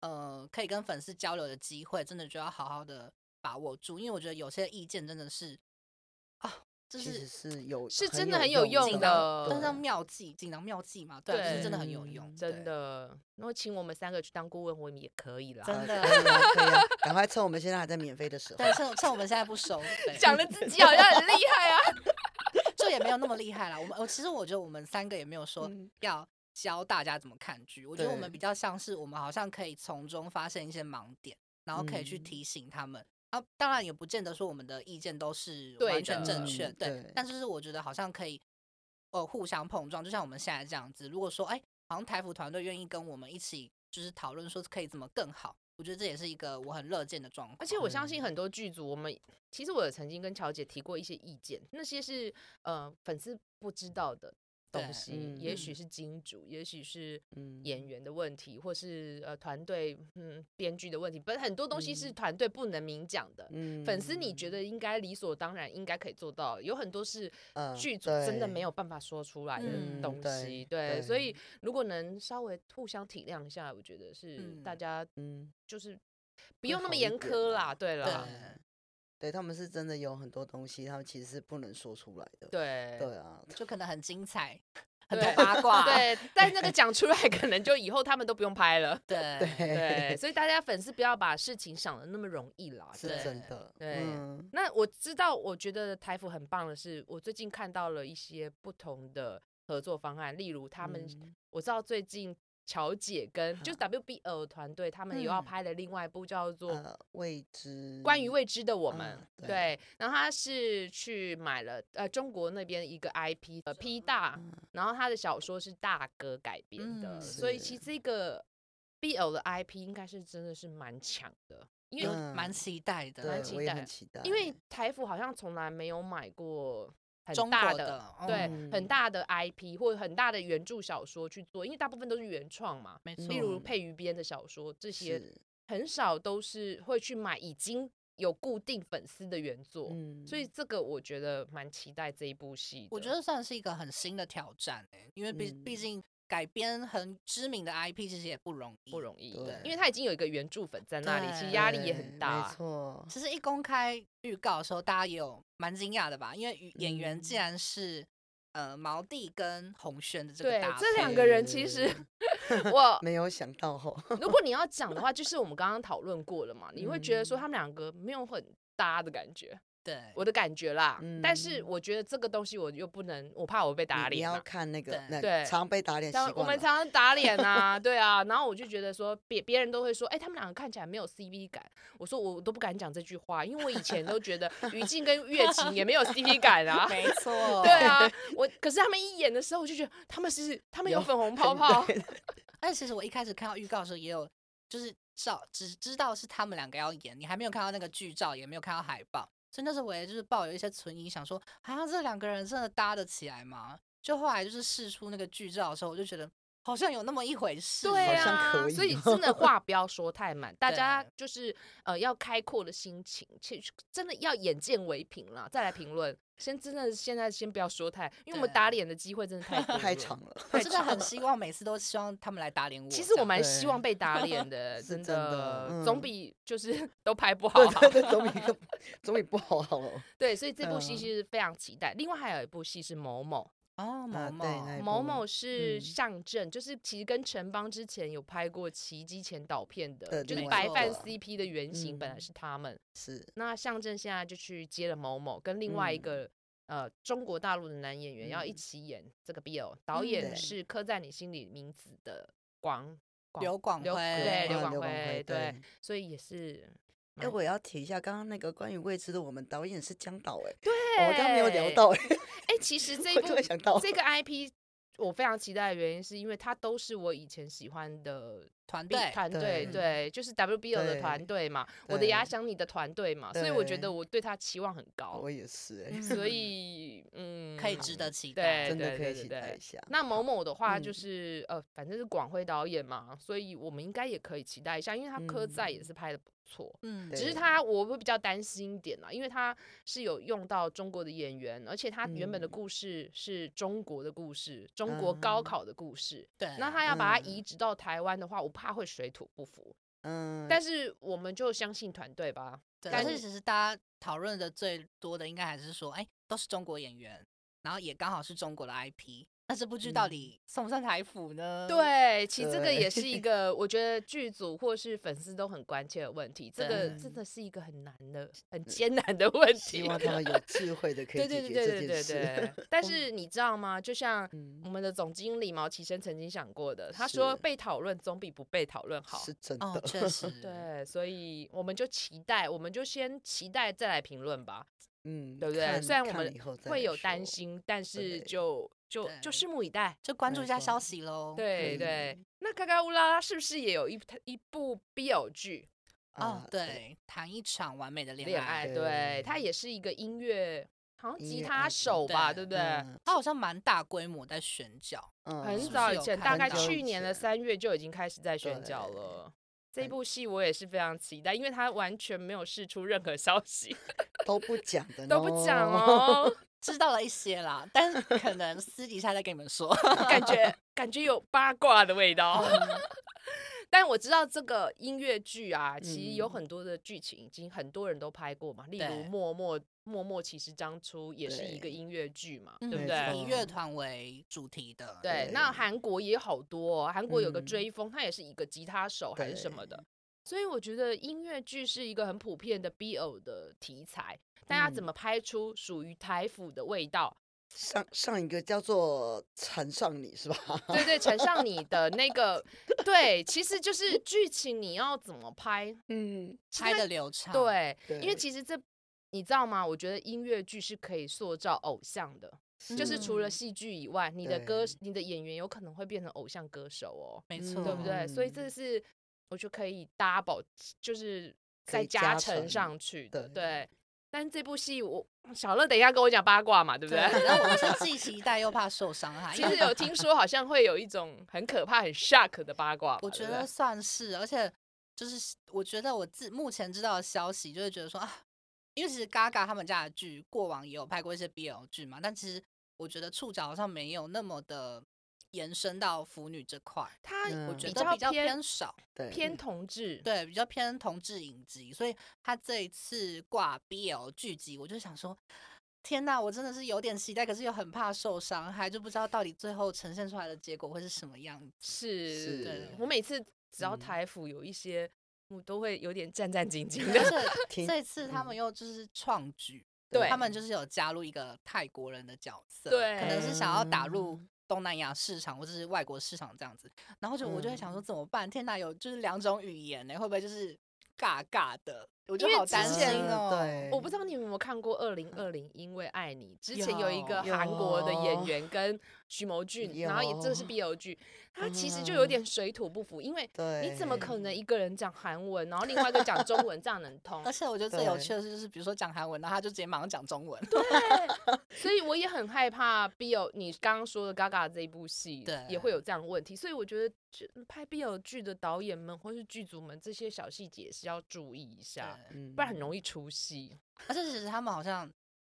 Speaker 3: 呃可以跟粉丝交流的机会，真的就要好好的把握住，因为我觉得有些意见真的是啊，就
Speaker 2: 其实
Speaker 3: 是
Speaker 2: 是有
Speaker 1: 是真的很有
Speaker 2: 有
Speaker 1: 用
Speaker 3: 锦
Speaker 2: 用
Speaker 1: 的
Speaker 3: 囊，
Speaker 2: 对
Speaker 3: 但是妙计，锦囊妙计嘛，对啊，就是真的很有
Speaker 2: 对
Speaker 3: 用，
Speaker 1: 真
Speaker 3: 对。
Speaker 1: 的，如果请我们三个去当顾问，我们也可以啦。
Speaker 3: 真
Speaker 2: 啊
Speaker 3: 的
Speaker 2: 可以啊
Speaker 1: [laughs]
Speaker 2: 可以啊赶快趁我们现在还在免费的时候。
Speaker 3: 对，趁趁我们现在不收费，
Speaker 1: 讲的自己好像很厉害
Speaker 3: [laughs]
Speaker 1: 啊，
Speaker 3: 就也没有那么厉害啦。我们我呃其实我觉得我们三个也没有说
Speaker 2: 嗯
Speaker 3: 要教大家怎么看剧，我觉得我们
Speaker 2: 对
Speaker 3: 比较像是我们好像可以从中发现一些盲点，然后可以去
Speaker 2: 嗯
Speaker 3: 提醒他们。啊，当然也不见得说我们的意见都是
Speaker 1: 对
Speaker 3: 完全正
Speaker 1: 的
Speaker 3: 确，
Speaker 2: 嗯
Speaker 3: 对。
Speaker 2: 对
Speaker 3: 但就是我觉得好像可以，呃，互相碰撞，就像我们现在这样子。如果说，哎，好像台服团队愿意跟我们一起，就是讨论说可以怎么更好，我觉得这也是一个我很乐见的状况。
Speaker 1: 而且我相
Speaker 2: 对
Speaker 1: 信很多剧组，我们其实我有曾经跟乔姐提过一些意见，那些是呃粉丝不知道的东
Speaker 3: 对
Speaker 1: 西，
Speaker 2: 嗯
Speaker 1: 也许
Speaker 3: 嗯
Speaker 1: 是金主，也许是
Speaker 2: 嗯
Speaker 1: 演员的问题，或是呃团队嗯编剧的问题，本很多东西是
Speaker 2: 嗯
Speaker 1: 团队不能明讲的。
Speaker 2: 嗯
Speaker 1: 粉丝，你觉得应该理所当然，应该可以做到的。有很多是
Speaker 2: 呃
Speaker 1: 剧组真的
Speaker 2: 对
Speaker 1: 没有办法说出来的
Speaker 3: 嗯
Speaker 1: 东
Speaker 2: 对
Speaker 1: 西，对，所
Speaker 2: 对
Speaker 1: 以如果能稍微互相体谅一下，我觉得是大
Speaker 3: 嗯
Speaker 1: 家
Speaker 2: 嗯，
Speaker 1: 就是不
Speaker 2: 会
Speaker 1: 用那么
Speaker 2: 好一
Speaker 1: 严
Speaker 2: 点
Speaker 1: 苛
Speaker 2: 啦
Speaker 1: 啦，对啊啦，
Speaker 3: 对
Speaker 2: 啊对他们是真的有很多东西，他们其实是不能说出来的。
Speaker 1: 对
Speaker 2: 对啊，
Speaker 3: 就可能很精彩，很多
Speaker 1: 对
Speaker 3: 八卦，
Speaker 1: 对，但那个讲出来，可能就以后他们都不用拍
Speaker 2: [laughs]
Speaker 1: 了。
Speaker 3: 对
Speaker 1: 对，所以大家粉丝不要把事情想的那么容易啦。
Speaker 2: 是
Speaker 1: 对
Speaker 2: 真的。
Speaker 1: 对
Speaker 2: 嗯
Speaker 1: 那我知道，我觉得台服很棒的是，我最近看到了一些不同的合作方案，例如他们，
Speaker 2: 嗯
Speaker 1: 我知道最近乔姐跟就是 WBL 团队，他们又要
Speaker 3: 嗯
Speaker 1: 拍的另外一部叫做《
Speaker 2: 呃未知
Speaker 1: 关于未知的我们》
Speaker 2: 啊对
Speaker 1: 对，然后他是去买了呃中国那边一个 IP 呃 P
Speaker 2: 啊
Speaker 1: 大，
Speaker 2: 嗯
Speaker 1: 然后他的小说是大哥改编的，
Speaker 3: 嗯
Speaker 1: 所以
Speaker 2: 是
Speaker 1: 其实这个 BL 的 IP 应该是真的是蛮强的，因
Speaker 3: 有
Speaker 1: 为、
Speaker 2: 嗯
Speaker 3: 蛮期待的，
Speaker 1: 蛮
Speaker 2: 对，
Speaker 1: 期
Speaker 2: 我也
Speaker 1: 待
Speaker 2: 很期待，
Speaker 1: 因为台服好像从来没有买过很
Speaker 3: 中
Speaker 1: 大
Speaker 3: 国
Speaker 1: 的。
Speaker 3: 的，哦
Speaker 1: 对，很
Speaker 2: 嗯
Speaker 1: 大的 IP 或者很大的原著小说去做，因为大部分都是原创嘛，
Speaker 3: 没
Speaker 1: 例如
Speaker 3: 错，
Speaker 1: 配鱼编的小说，这些
Speaker 2: 是
Speaker 1: 很少都是会去买已经有固定粉丝的原作，
Speaker 2: 嗯
Speaker 1: 所以这个我觉得蛮期待这一部戏。
Speaker 3: 我觉得算是一个很新的挑战、欸、因为毕毕
Speaker 2: 嗯
Speaker 3: 竟改编很知名的 IP 其实也不容易，
Speaker 1: 不容易
Speaker 2: 对，
Speaker 1: 因为他已经有一个原著粉在那里，其实压力也
Speaker 2: 对
Speaker 1: 很大
Speaker 2: 没
Speaker 1: 啊。
Speaker 2: 错，
Speaker 3: 其实一公开预告的时候，大家也有蛮惊讶的吧？因为与演员竟
Speaker 2: 嗯
Speaker 3: 然是、呃毛弟跟洪轩的这个
Speaker 1: 对
Speaker 3: 搭配，，
Speaker 1: 这两个人其实 [laughs] 我，
Speaker 2: 没有想到吼， [laughs]
Speaker 1: 如果你要讲的话，就是我们刚刚讨论过了嘛，你会觉得
Speaker 2: 嗯
Speaker 1: 说他们两个没有很搭的感觉，
Speaker 3: 对，
Speaker 1: 我的 [laughs] 感觉啦。但是
Speaker 2: 嗯
Speaker 1: 我觉得这个东西我又不能，我怕我被打
Speaker 2: 你你
Speaker 1: 脸
Speaker 2: 要
Speaker 1: 嘛。
Speaker 2: 看那个
Speaker 3: 对，
Speaker 2: 那
Speaker 1: 对
Speaker 2: 常被打脸习
Speaker 1: 像
Speaker 2: 惯
Speaker 1: 我们
Speaker 2: 了
Speaker 1: 常常打脸
Speaker 2: [laughs]
Speaker 1: 啊，对啊，然后我就觉得说别别人都会说，哎、他们两个看起来没有 CV 感。我说我都不敢讲这句话，因为我以前都觉得 [laughs] 于静跟月琴也没
Speaker 2: [laughs]
Speaker 1: 有 CV 感啊。
Speaker 3: 没错，
Speaker 1: 对。啊，我可是他们一演的时候，我就觉得他们是他们有
Speaker 2: 有
Speaker 1: 粉红泡泡，
Speaker 2: 对
Speaker 3: 但其实我一开始看到预告的时候，也有就是照只知道是他们两个要演，你还没有看到那个剧照，也没有看到海报，所以那时候我也就是抱有一些存疑，想说啊，这两个人真的搭得起来吗？就后来就是试出那个剧照的时候，我就觉得好像有那么一回事，
Speaker 1: 对
Speaker 2: 好像
Speaker 1: 啊，
Speaker 2: 可
Speaker 1: 所以
Speaker 2: 以哦
Speaker 1: 真的话不要说太满，大
Speaker 3: 对
Speaker 1: 家就是呃要开阔的心情，去真的要眼见为凭啦，再来评论。先真的现在先不要说太，因为我们
Speaker 3: 对
Speaker 1: 打脸的机会真的太多
Speaker 2: [laughs] 太
Speaker 1: 了
Speaker 2: 长了，
Speaker 1: [laughs]
Speaker 3: 我真的很希望每次都希望他们来打脸我这
Speaker 1: 其
Speaker 3: 样。
Speaker 1: 实我蛮希
Speaker 2: 对
Speaker 1: 望被打脸的，
Speaker 2: [laughs] 是真
Speaker 1: 的
Speaker 2: 的，
Speaker 1: 总
Speaker 2: 嗯
Speaker 1: 比就是 [laughs] 都拍不好
Speaker 2: 对
Speaker 1: 好。
Speaker 2: 对对，总比更总比不好好哦了。
Speaker 1: 对，所以这部戏
Speaker 2: 嗯
Speaker 1: 是非常期待。另外还有一部戏是某某，
Speaker 3: 哦，毛
Speaker 1: 呃
Speaker 2: 啊
Speaker 3: 毛、
Speaker 2: 对那一
Speaker 1: 某
Speaker 2: 部
Speaker 1: 某是
Speaker 2: 嗯
Speaker 1: 上阵，就是其实跟城邦之前有拍过《奇迹前导片》的，
Speaker 2: 的
Speaker 1: 就是
Speaker 3: 另外
Speaker 1: 白
Speaker 3: 一
Speaker 1: 饭
Speaker 2: 个
Speaker 1: CP 的原型本来
Speaker 2: 嗯
Speaker 1: 是他们。
Speaker 2: 是
Speaker 1: 那上阵现在就去接了某某，跟另外一
Speaker 2: 嗯
Speaker 1: 个、呃中国大陆的男演员要一
Speaker 2: 嗯
Speaker 1: 起演这个 BL，导
Speaker 3: 嗯
Speaker 1: 演
Speaker 2: 对
Speaker 1: 是刻在你心里名字的广广
Speaker 3: 刘广
Speaker 1: 刘
Speaker 3: 辉
Speaker 1: 对刘
Speaker 2: 啊
Speaker 1: 广
Speaker 2: 刘
Speaker 1: 辉
Speaker 2: 辉
Speaker 1: 对，。所以也是
Speaker 2: 哎，
Speaker 1: 蛮
Speaker 2: 我也要提一下，刚刚那个关于未知的我们导演是江导，哎，
Speaker 1: 对，
Speaker 2: 我们刚刚没有聊到，哎，
Speaker 1: 哎、其实这一
Speaker 2: 我
Speaker 1: 部
Speaker 2: 突然想到
Speaker 1: 这个 IP 我非常期待的原因，是因为它都是我以前喜欢的
Speaker 3: 团
Speaker 1: B
Speaker 3: 队，
Speaker 1: 团队，
Speaker 2: 对嗯
Speaker 1: 对，就是 WBO 的
Speaker 2: 对
Speaker 1: 团队嘛，我的牙
Speaker 2: 对
Speaker 1: 想你的团队嘛，所以我觉
Speaker 2: 对
Speaker 1: 得我对他期望很高
Speaker 2: 我，也是，哎，
Speaker 3: 嗯
Speaker 1: 所以嗯，
Speaker 3: 可以值得期待。
Speaker 1: 对
Speaker 2: 真的
Speaker 1: 对
Speaker 2: 可以
Speaker 1: 对
Speaker 2: 期
Speaker 1: 对
Speaker 2: 待一下。
Speaker 1: 那某某的话就
Speaker 2: 嗯
Speaker 1: 是、呃，反正是广辉导演嘛，所以我们应该也可以期待一下，因为他科在也
Speaker 2: 嗯
Speaker 1: 是拍的不错。
Speaker 3: 嗯，
Speaker 1: 只是
Speaker 2: 对
Speaker 1: 他我会比较担心一点啦，因为他是有用到中国的演员，而且他原本的
Speaker 2: 嗯
Speaker 1: 故事是中国的故事，中国高
Speaker 2: 啊
Speaker 1: 考的故事。
Speaker 3: 对，啊
Speaker 1: 那他要把它
Speaker 2: 嗯
Speaker 1: 移植到台湾的话，我怕会水土不服。
Speaker 2: 嗯，
Speaker 1: 但是我们就相信团队吧。
Speaker 3: 对
Speaker 1: 但
Speaker 3: 但是
Speaker 1: 是
Speaker 3: 其实大家讨论的最多的应该还是说，哎，都是中国演员，然后也刚好是中国的 IP，那这部剧到
Speaker 2: 嗯
Speaker 3: 底算不算台腐呢？，
Speaker 1: 对，其实这个
Speaker 2: 对 [laughs]
Speaker 1: 也是一个我觉得剧组或是粉丝都很关切的问题，这个
Speaker 3: 对
Speaker 1: 真的是一个很难的、很艰难的问题。
Speaker 2: 希望
Speaker 1: [laughs]
Speaker 2: 他们有智慧的可
Speaker 1: 对
Speaker 2: 以
Speaker 1: 对
Speaker 2: 解
Speaker 1: 对对
Speaker 2: 决
Speaker 1: 对
Speaker 2: 这件
Speaker 1: 对
Speaker 2: 事。
Speaker 1: 对。
Speaker 2: [laughs]
Speaker 1: 但是你知道吗？就像
Speaker 2: 嗯
Speaker 1: 我们的总经理毛奇生曾经想过的，他说
Speaker 2: 是
Speaker 1: 被讨论总比不被讨论好。
Speaker 2: 是真
Speaker 3: 哦
Speaker 2: 的，，
Speaker 3: 确实，，
Speaker 1: 对，所以我们就期待，我们就先期待再来评论吧，
Speaker 2: 嗯，
Speaker 1: 对不对？
Speaker 2: 看
Speaker 1: 虽然我
Speaker 2: 看了
Speaker 1: 们
Speaker 2: 以后再
Speaker 1: 会
Speaker 2: 来
Speaker 1: 有担
Speaker 2: 说，
Speaker 1: 心，但是
Speaker 2: 对
Speaker 1: 就就就
Speaker 3: 对
Speaker 1: 拭目以待。
Speaker 3: 就关
Speaker 2: 没
Speaker 3: 注一下消
Speaker 2: 错
Speaker 3: 息喽。
Speaker 1: 对
Speaker 2: 哦以
Speaker 1: 对，那《嘎嘎乌拉拉》是不是也有一一部 BL 剧
Speaker 3: 哦
Speaker 2: 啊，，
Speaker 3: 对，谈一场完美的
Speaker 1: 《恋
Speaker 3: 恋
Speaker 1: 爱》？
Speaker 2: 对
Speaker 1: 对，它也是一个音乐，好像
Speaker 2: 音
Speaker 1: 吉
Speaker 2: 乐
Speaker 1: 他
Speaker 2: 爱
Speaker 1: 手吧，对
Speaker 3: 对
Speaker 1: 不对？
Speaker 2: 啊嗯
Speaker 3: 它好像蛮大规模在选角，
Speaker 2: 嗯
Speaker 1: 很
Speaker 3: 是不
Speaker 1: 早
Speaker 3: 是
Speaker 1: 以
Speaker 3: 有
Speaker 1: 前，大
Speaker 3: 看
Speaker 1: 概
Speaker 2: 到
Speaker 1: 去年的
Speaker 2: 以前
Speaker 1: 三月就已经开始在宣教
Speaker 2: 对
Speaker 1: 了。这
Speaker 2: 很
Speaker 1: 部戏我也是非常期待，因为它完全没有释出任何消息，
Speaker 2: 都不讲的，
Speaker 1: 都不讲。哦。
Speaker 3: 知道了一些啦，但是可能私底下再跟你们说。
Speaker 1: 感觉感觉有八卦的味道。
Speaker 2: 嗯
Speaker 1: [laughs] 但我知道这个音乐剧啊，其实有
Speaker 2: 嗯
Speaker 1: 很多的剧情已经很多人都拍过嘛，例如
Speaker 3: 对
Speaker 1: 《默默》，《默默》其实当初也是一个
Speaker 2: 对
Speaker 1: 音乐剧嘛，对
Speaker 3: 嗯
Speaker 1: 不
Speaker 2: 没
Speaker 1: 对？
Speaker 3: 以
Speaker 2: 错
Speaker 3: 乐团为主题的，
Speaker 1: 对，
Speaker 2: 对
Speaker 1: 那韩国也有好多、哦，韩国有个
Speaker 2: 嗯
Speaker 1: 追风，他也是一个吉他手还是什么的，所以我觉得音乐剧是一个很普遍的 BL 的题材，但要怎
Speaker 2: 嗯
Speaker 1: 么拍出属于台府的味道，
Speaker 2: 上上一个叫做缠上你是吧？ [laughs]
Speaker 1: [laughs] 对对，呈上你的那个，对，其实就是剧情你要怎么拍，
Speaker 2: 嗯，
Speaker 3: 拍的流畅。，
Speaker 1: 对，因为
Speaker 2: 对
Speaker 1: 其实这你知道吗？我觉得音乐剧是可以塑造偶像的，就是除了
Speaker 3: 嗯
Speaker 1: 戏剧以外，你的歌
Speaker 2: 对、
Speaker 1: 你的演员有可能会变成偶像歌手哦，
Speaker 3: 没
Speaker 2: 嗯
Speaker 3: 错，
Speaker 1: 对不对？所以这
Speaker 2: 嗯
Speaker 1: 是我就可以 double，就是
Speaker 2: 可
Speaker 1: 再
Speaker 2: 以
Speaker 1: 加
Speaker 2: 加
Speaker 1: 成
Speaker 2: 成
Speaker 1: 上去的，
Speaker 2: 对
Speaker 1: 对。但这部戏我小乐等一下跟我讲八卦嘛，对不
Speaker 3: 对
Speaker 1: 对？
Speaker 3: 然后我是既期待又怕受伤
Speaker 1: [laughs]
Speaker 3: 害，
Speaker 1: 其
Speaker 3: 因为
Speaker 1: 实有听说好像会有一种很可怕、很 shock 的八卦嘛，
Speaker 3: 我
Speaker 1: 对
Speaker 3: 觉
Speaker 1: 不对
Speaker 3: 得算是，而且就是我觉得我自目前知道的消息，就是觉得说啊，因为其实 Gaga 他们家的剧过往也有拍过一些 BL 剧嘛，但其实我觉得触角好像没有那么的延伸到腐女这块，
Speaker 1: 它
Speaker 2: 嗯
Speaker 3: 我
Speaker 1: 比
Speaker 3: 觉得
Speaker 1: 较
Speaker 3: 比较
Speaker 1: 偏嗯
Speaker 3: 偏少，
Speaker 2: 对
Speaker 1: 偏同志，
Speaker 3: 对，比较偏同志影集，所以他这一次挂 BL 剧集，我就想说。天呐，我真的是有点期待，可是又很怕受伤害，就不知道到底最后呈现出来的结果会是什么
Speaker 1: [laughs]
Speaker 3: 样子。
Speaker 1: 是
Speaker 3: 是
Speaker 1: 我每次只要
Speaker 2: 嗯
Speaker 1: 台服有一些，我都会有点战战兢兢
Speaker 2: [laughs]
Speaker 1: 的。
Speaker 3: 而且
Speaker 2: 听
Speaker 3: 这次他们又就是创举，
Speaker 1: 嗯对
Speaker 3: 他们就是有加入一个泰国人的角色，
Speaker 1: 对
Speaker 3: 可能是想要打入
Speaker 2: 嗯
Speaker 3: 东南亚市场或者是外国市场这样子。然后就我就会想
Speaker 1: 嗯
Speaker 3: 说怎么办？天哪，有就是两种语言呢、会不会就是尬尬的？我就
Speaker 1: 因为
Speaker 3: 好
Speaker 1: 之
Speaker 3: 担
Speaker 1: 前
Speaker 3: 心
Speaker 2: 嗯
Speaker 3: 哦。
Speaker 2: 对，嗯
Speaker 1: 我不知道你们有没有看过《二零二零因为爱你》，之前有一个
Speaker 2: 有
Speaker 1: 韩国的演员跟徐谋俊，然后也这是
Speaker 2: 有嗯
Speaker 1: BL 剧，他其实就有点水土不服，因为
Speaker 2: 对，
Speaker 1: 你怎么可能一个人讲韩文，然后另外一个讲中文，这样能通
Speaker 3: 而？且我觉得最有
Speaker 2: 对
Speaker 3: 趣的是，就是比如说讲韩文，然后他就直接马上讲中文。
Speaker 1: 所以我也很害怕 BL，你刚刚说的 Gaga 这一部戏，
Speaker 3: 对
Speaker 1: 也会有这样的问题。所以我觉得这拍 BL 剧的导演们或是剧组们，这些小细节是要注意一下，
Speaker 3: 对
Speaker 2: 嗯？
Speaker 1: 不然很容易出戏。
Speaker 3: 而且其实他们好像，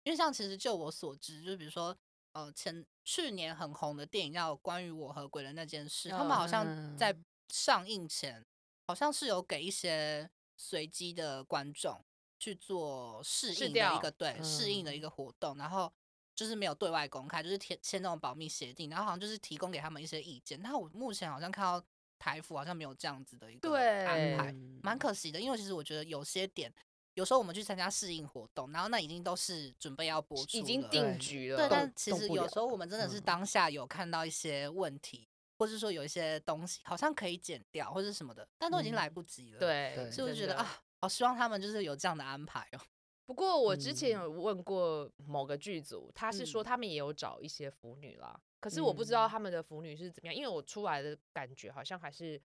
Speaker 3: 因为像其实就我所知，就是比如说，呃，前去年很红的电影叫《关于我和鬼的那件事》，他们好像在
Speaker 2: 嗯
Speaker 3: 上映前，好像是有给一些随机的观众去做试
Speaker 1: 试
Speaker 3: 映的一
Speaker 1: 调
Speaker 3: 个对试映的一个活动，然后。就是没有对外公开，就是签签那种保密协定，然后好像就是提供给他们一些意见。但我目前好像看到台服好像没有这样子的一个安排，
Speaker 2: 嗯
Speaker 3: 蛮可惜的，因为其实我觉得有些点，有时候我们去参加试映活动，然后那已经都是准备要播出
Speaker 1: 已经
Speaker 3: 了
Speaker 1: 定
Speaker 2: 对
Speaker 1: 局
Speaker 3: 对，
Speaker 1: 了，
Speaker 3: 但
Speaker 2: 动
Speaker 3: 其
Speaker 2: 动
Speaker 3: 实
Speaker 2: 不
Speaker 3: 有
Speaker 2: 了
Speaker 3: 时候我们真的是
Speaker 2: 嗯
Speaker 3: 当下有看到一些问题，或是说有一些东西好像可以剪掉或是什么的，但都已经来不及了。，
Speaker 1: 对，
Speaker 2: 对
Speaker 3: 所以我就觉得
Speaker 1: 真的。
Speaker 3: 啊，好希望他们就是有这样的安排哦。 [laughs]
Speaker 1: 不过我之前
Speaker 2: 嗯
Speaker 1: 有问过某个剧组，他是说
Speaker 2: 嗯
Speaker 1: 他们也有找一些腐女啦，可是我不知道
Speaker 2: 嗯
Speaker 1: 他们的腐女是怎么样，因为我出来的感觉好像还是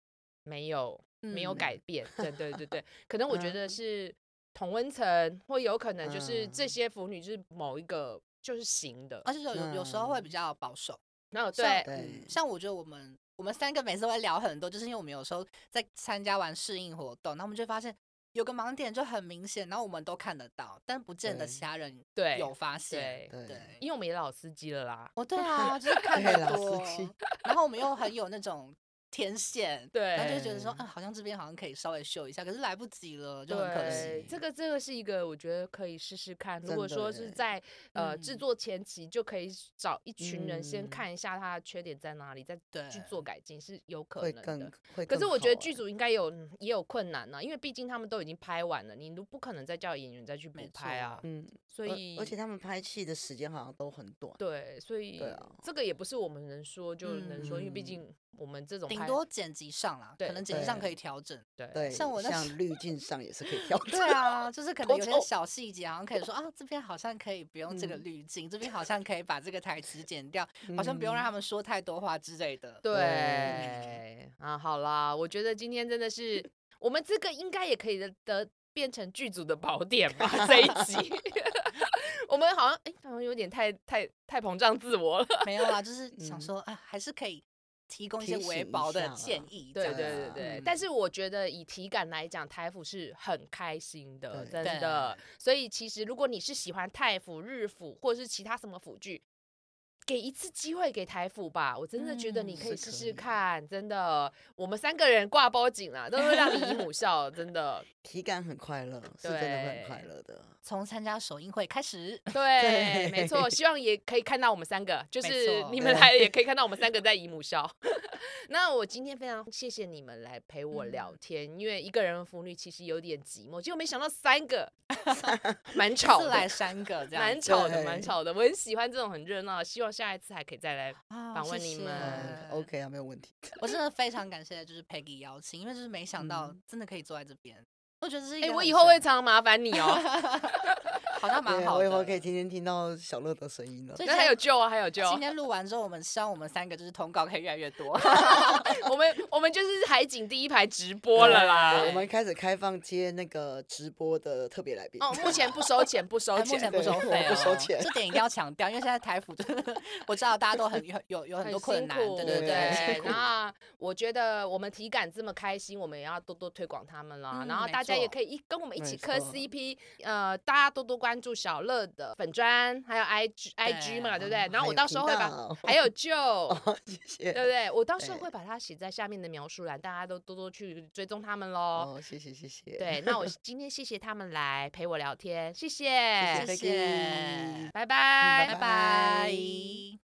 Speaker 1: 没有没有
Speaker 3: 嗯
Speaker 1: 改变。对对对对，可能我觉得
Speaker 2: 嗯
Speaker 1: 是同温层，或有可能就是这
Speaker 2: 嗯
Speaker 1: 些腐女就是某一个就是行的。
Speaker 3: 而且有有有时候会比
Speaker 2: 嗯
Speaker 3: 较保守，
Speaker 1: 然后
Speaker 3: 啊像
Speaker 1: 对
Speaker 2: 对
Speaker 3: 像我觉得我们我们三个每次会聊很多，就是因为我们有时候在参加完适应活动，然后我们就会发现有个盲点就很明显，然后我们都看得到，但不见得
Speaker 2: 对
Speaker 3: 其他人
Speaker 1: 对
Speaker 3: 有发现。
Speaker 1: 对，
Speaker 2: 对
Speaker 3: 对，
Speaker 2: [laughs]
Speaker 1: 因为我们也老司机了啦。
Speaker 3: 哦对啊，就是看
Speaker 2: 对
Speaker 3: 得
Speaker 2: 老司
Speaker 3: 多
Speaker 2: 机，
Speaker 3: 然后我们又很有那种天线，
Speaker 1: 对
Speaker 3: 然后就觉得说，嗯，好像这边好像可以稍微秀一下，可是来不及了，就很可惜。
Speaker 1: 对，这个这个是一个我觉得可以试试看。如
Speaker 2: 真
Speaker 1: 果
Speaker 2: 的
Speaker 1: 说是
Speaker 2: 耶
Speaker 1: 在呃制
Speaker 3: 嗯
Speaker 1: 作前期就可以找一群人先
Speaker 2: 嗯
Speaker 1: 看一下它的缺点在哪里，再去做
Speaker 3: 对
Speaker 1: 改进是有可
Speaker 2: 会
Speaker 1: 能
Speaker 2: 更
Speaker 1: 的。
Speaker 2: 会更好欸。
Speaker 1: 可是我觉得剧组应该有嗯也有困难呢、因为毕竟他们都已经拍完了，你都不可能再叫演员再去补
Speaker 3: 没
Speaker 1: 拍啊。
Speaker 2: 嗯，
Speaker 1: 所
Speaker 2: 而
Speaker 1: 以
Speaker 2: 而且他们拍戏的时间好像都很短，
Speaker 1: 对，所以
Speaker 2: 啊
Speaker 1: 这个也不是我们能说就能说，因为毕
Speaker 2: 嗯
Speaker 1: 竟我们这种
Speaker 3: 顶
Speaker 1: 拍
Speaker 3: 多剪辑上啦，
Speaker 1: 对
Speaker 3: 可能剪辑上可以调整。
Speaker 1: 对
Speaker 2: 对，
Speaker 3: 像我那时
Speaker 2: 像滤镜上也是可以调整。
Speaker 3: 对啊，就是可能有
Speaker 2: 多
Speaker 3: 些
Speaker 2: 丑
Speaker 3: 小细节，好像可以说啊，这边好像可以不用这个
Speaker 2: 嗯
Speaker 3: 滤镜，这边好像可以把这个台词剪掉，好像不
Speaker 2: 嗯
Speaker 3: 用让他们说太多话之类的。
Speaker 1: 对啊，好啦，我觉得今天真的是我们这个应该也可以得得变成剧组的宝典吧，这一集。 [laughs] 我们好像哎，好像有点太太太膨胀自我了。
Speaker 3: 没有啦，就是想
Speaker 2: 嗯
Speaker 3: 说啊，还是可以提供一
Speaker 2: 提
Speaker 3: 些微
Speaker 2: 醒一
Speaker 3: 薄的
Speaker 2: 下
Speaker 3: 建
Speaker 2: 啦
Speaker 3: 议这
Speaker 1: 对
Speaker 3: 样
Speaker 1: 对
Speaker 3: 子。
Speaker 2: 啊
Speaker 1: 对对，
Speaker 3: 嗯
Speaker 1: 但是我觉得以体感来讲，泰服是很开心的，
Speaker 2: 对
Speaker 1: 真的。所以其实如果你是喜欢泰服、日服或者是其他什么服剧，给一次机会给台服吧，我真的觉得你
Speaker 3: 嗯
Speaker 1: 可以
Speaker 2: 是
Speaker 1: 试
Speaker 2: 可
Speaker 1: 试
Speaker 2: 以
Speaker 1: 看，真的。我们三个人挂包紧啊啦，都会让你姨母笑，真的。
Speaker 2: 体感很快乐，是真的会很快
Speaker 1: 对
Speaker 2: 乐的。
Speaker 3: 从参加首映会开始， [laughs]
Speaker 1: 对，没错，
Speaker 2: 对
Speaker 1: 希望也可以看到我们三个，就
Speaker 3: 没
Speaker 1: 是
Speaker 3: 错
Speaker 1: 你们
Speaker 2: 对
Speaker 1: 来
Speaker 3: [laughs]
Speaker 1: 也可以看到我们三个在姨母笑。 [laughs] 那我今天非常谢谢你们来陪我聊
Speaker 3: 嗯
Speaker 1: 天，因为一个人的腐女其实有点寂寞，结果没想到三个， [laughs] 蛮吵
Speaker 3: 自
Speaker 1: 的，
Speaker 3: 来三个这样子，
Speaker 1: 蛮吵的，
Speaker 2: 对
Speaker 1: 蛮吵的。我很喜欢这种很热闹的，希望下一次还可以再来。
Speaker 3: 啊
Speaker 1: 访问
Speaker 3: 谢
Speaker 1: 你
Speaker 3: 谢
Speaker 1: 们
Speaker 3: 呃
Speaker 2: 嗯，OK 啊，没有问题。
Speaker 3: 我真的非常感谢，就是 Peggy 邀请，因为就是没想到真的可以坐在这边，我觉得这是一
Speaker 1: 哎、
Speaker 3: 个
Speaker 1: 我
Speaker 3: 很
Speaker 1: 以后会
Speaker 3: 神
Speaker 1: 常常麻烦你
Speaker 3: [laughs]
Speaker 1: 哦。
Speaker 3: 好像蛮
Speaker 2: 对，啊
Speaker 3: 好的。
Speaker 2: 我以后可以天天听到小乐的声音了。
Speaker 3: 所以
Speaker 1: 那还有救啊，还有救！
Speaker 3: 今天录完之后，我们希望我们三个就是通告可以越来越多。
Speaker 1: [laughs] 我们我们就是海景第一排直播了啦
Speaker 2: 对。我们开始开放接那个直播的特别来宾。
Speaker 1: 哦，目前不收钱，不收
Speaker 3: 哎
Speaker 1: 钱，
Speaker 3: 目前不
Speaker 2: 对
Speaker 3: 收
Speaker 2: 我
Speaker 3: 费、哦，
Speaker 2: 不收钱
Speaker 3: 这点一定要强调，因为现在台服 [laughs] 真的，我知道大家都很有有有很多困
Speaker 1: 辛
Speaker 3: 难，
Speaker 1: 苦
Speaker 3: 对对
Speaker 2: 对很
Speaker 1: 对
Speaker 3: [laughs]
Speaker 2: 辛。苦
Speaker 1: 那我觉得我们体感这么开心，我们也要多多推广他们啦。
Speaker 3: 嗯
Speaker 1: 然后
Speaker 3: 没
Speaker 1: 大家也
Speaker 3: 错
Speaker 1: 可以一跟我们一起
Speaker 2: 没
Speaker 1: 磕
Speaker 2: 错
Speaker 1: CP，呃，大家多多关注小乐的粉砖，还有 IG IG 嘛，对不对？
Speaker 2: [laughs]
Speaker 1: 然后我到时候会把
Speaker 2: 把
Speaker 1: 还有就。
Speaker 2: 哦，谢谢。
Speaker 1: 对不对？我到时候
Speaker 2: 对
Speaker 1: 会把它写在下面的描述栏，大家都多多去追踪他们喽。
Speaker 2: 哦，谢谢谢谢。
Speaker 1: 对，那我今天谢谢他们来陪我聊天，谢谢，
Speaker 2: 谢谢
Speaker 3: 谢
Speaker 2: Peggy
Speaker 3: 谢
Speaker 1: 拜
Speaker 2: 拜
Speaker 1: 拜，
Speaker 3: 拜
Speaker 2: 拜
Speaker 3: 拜。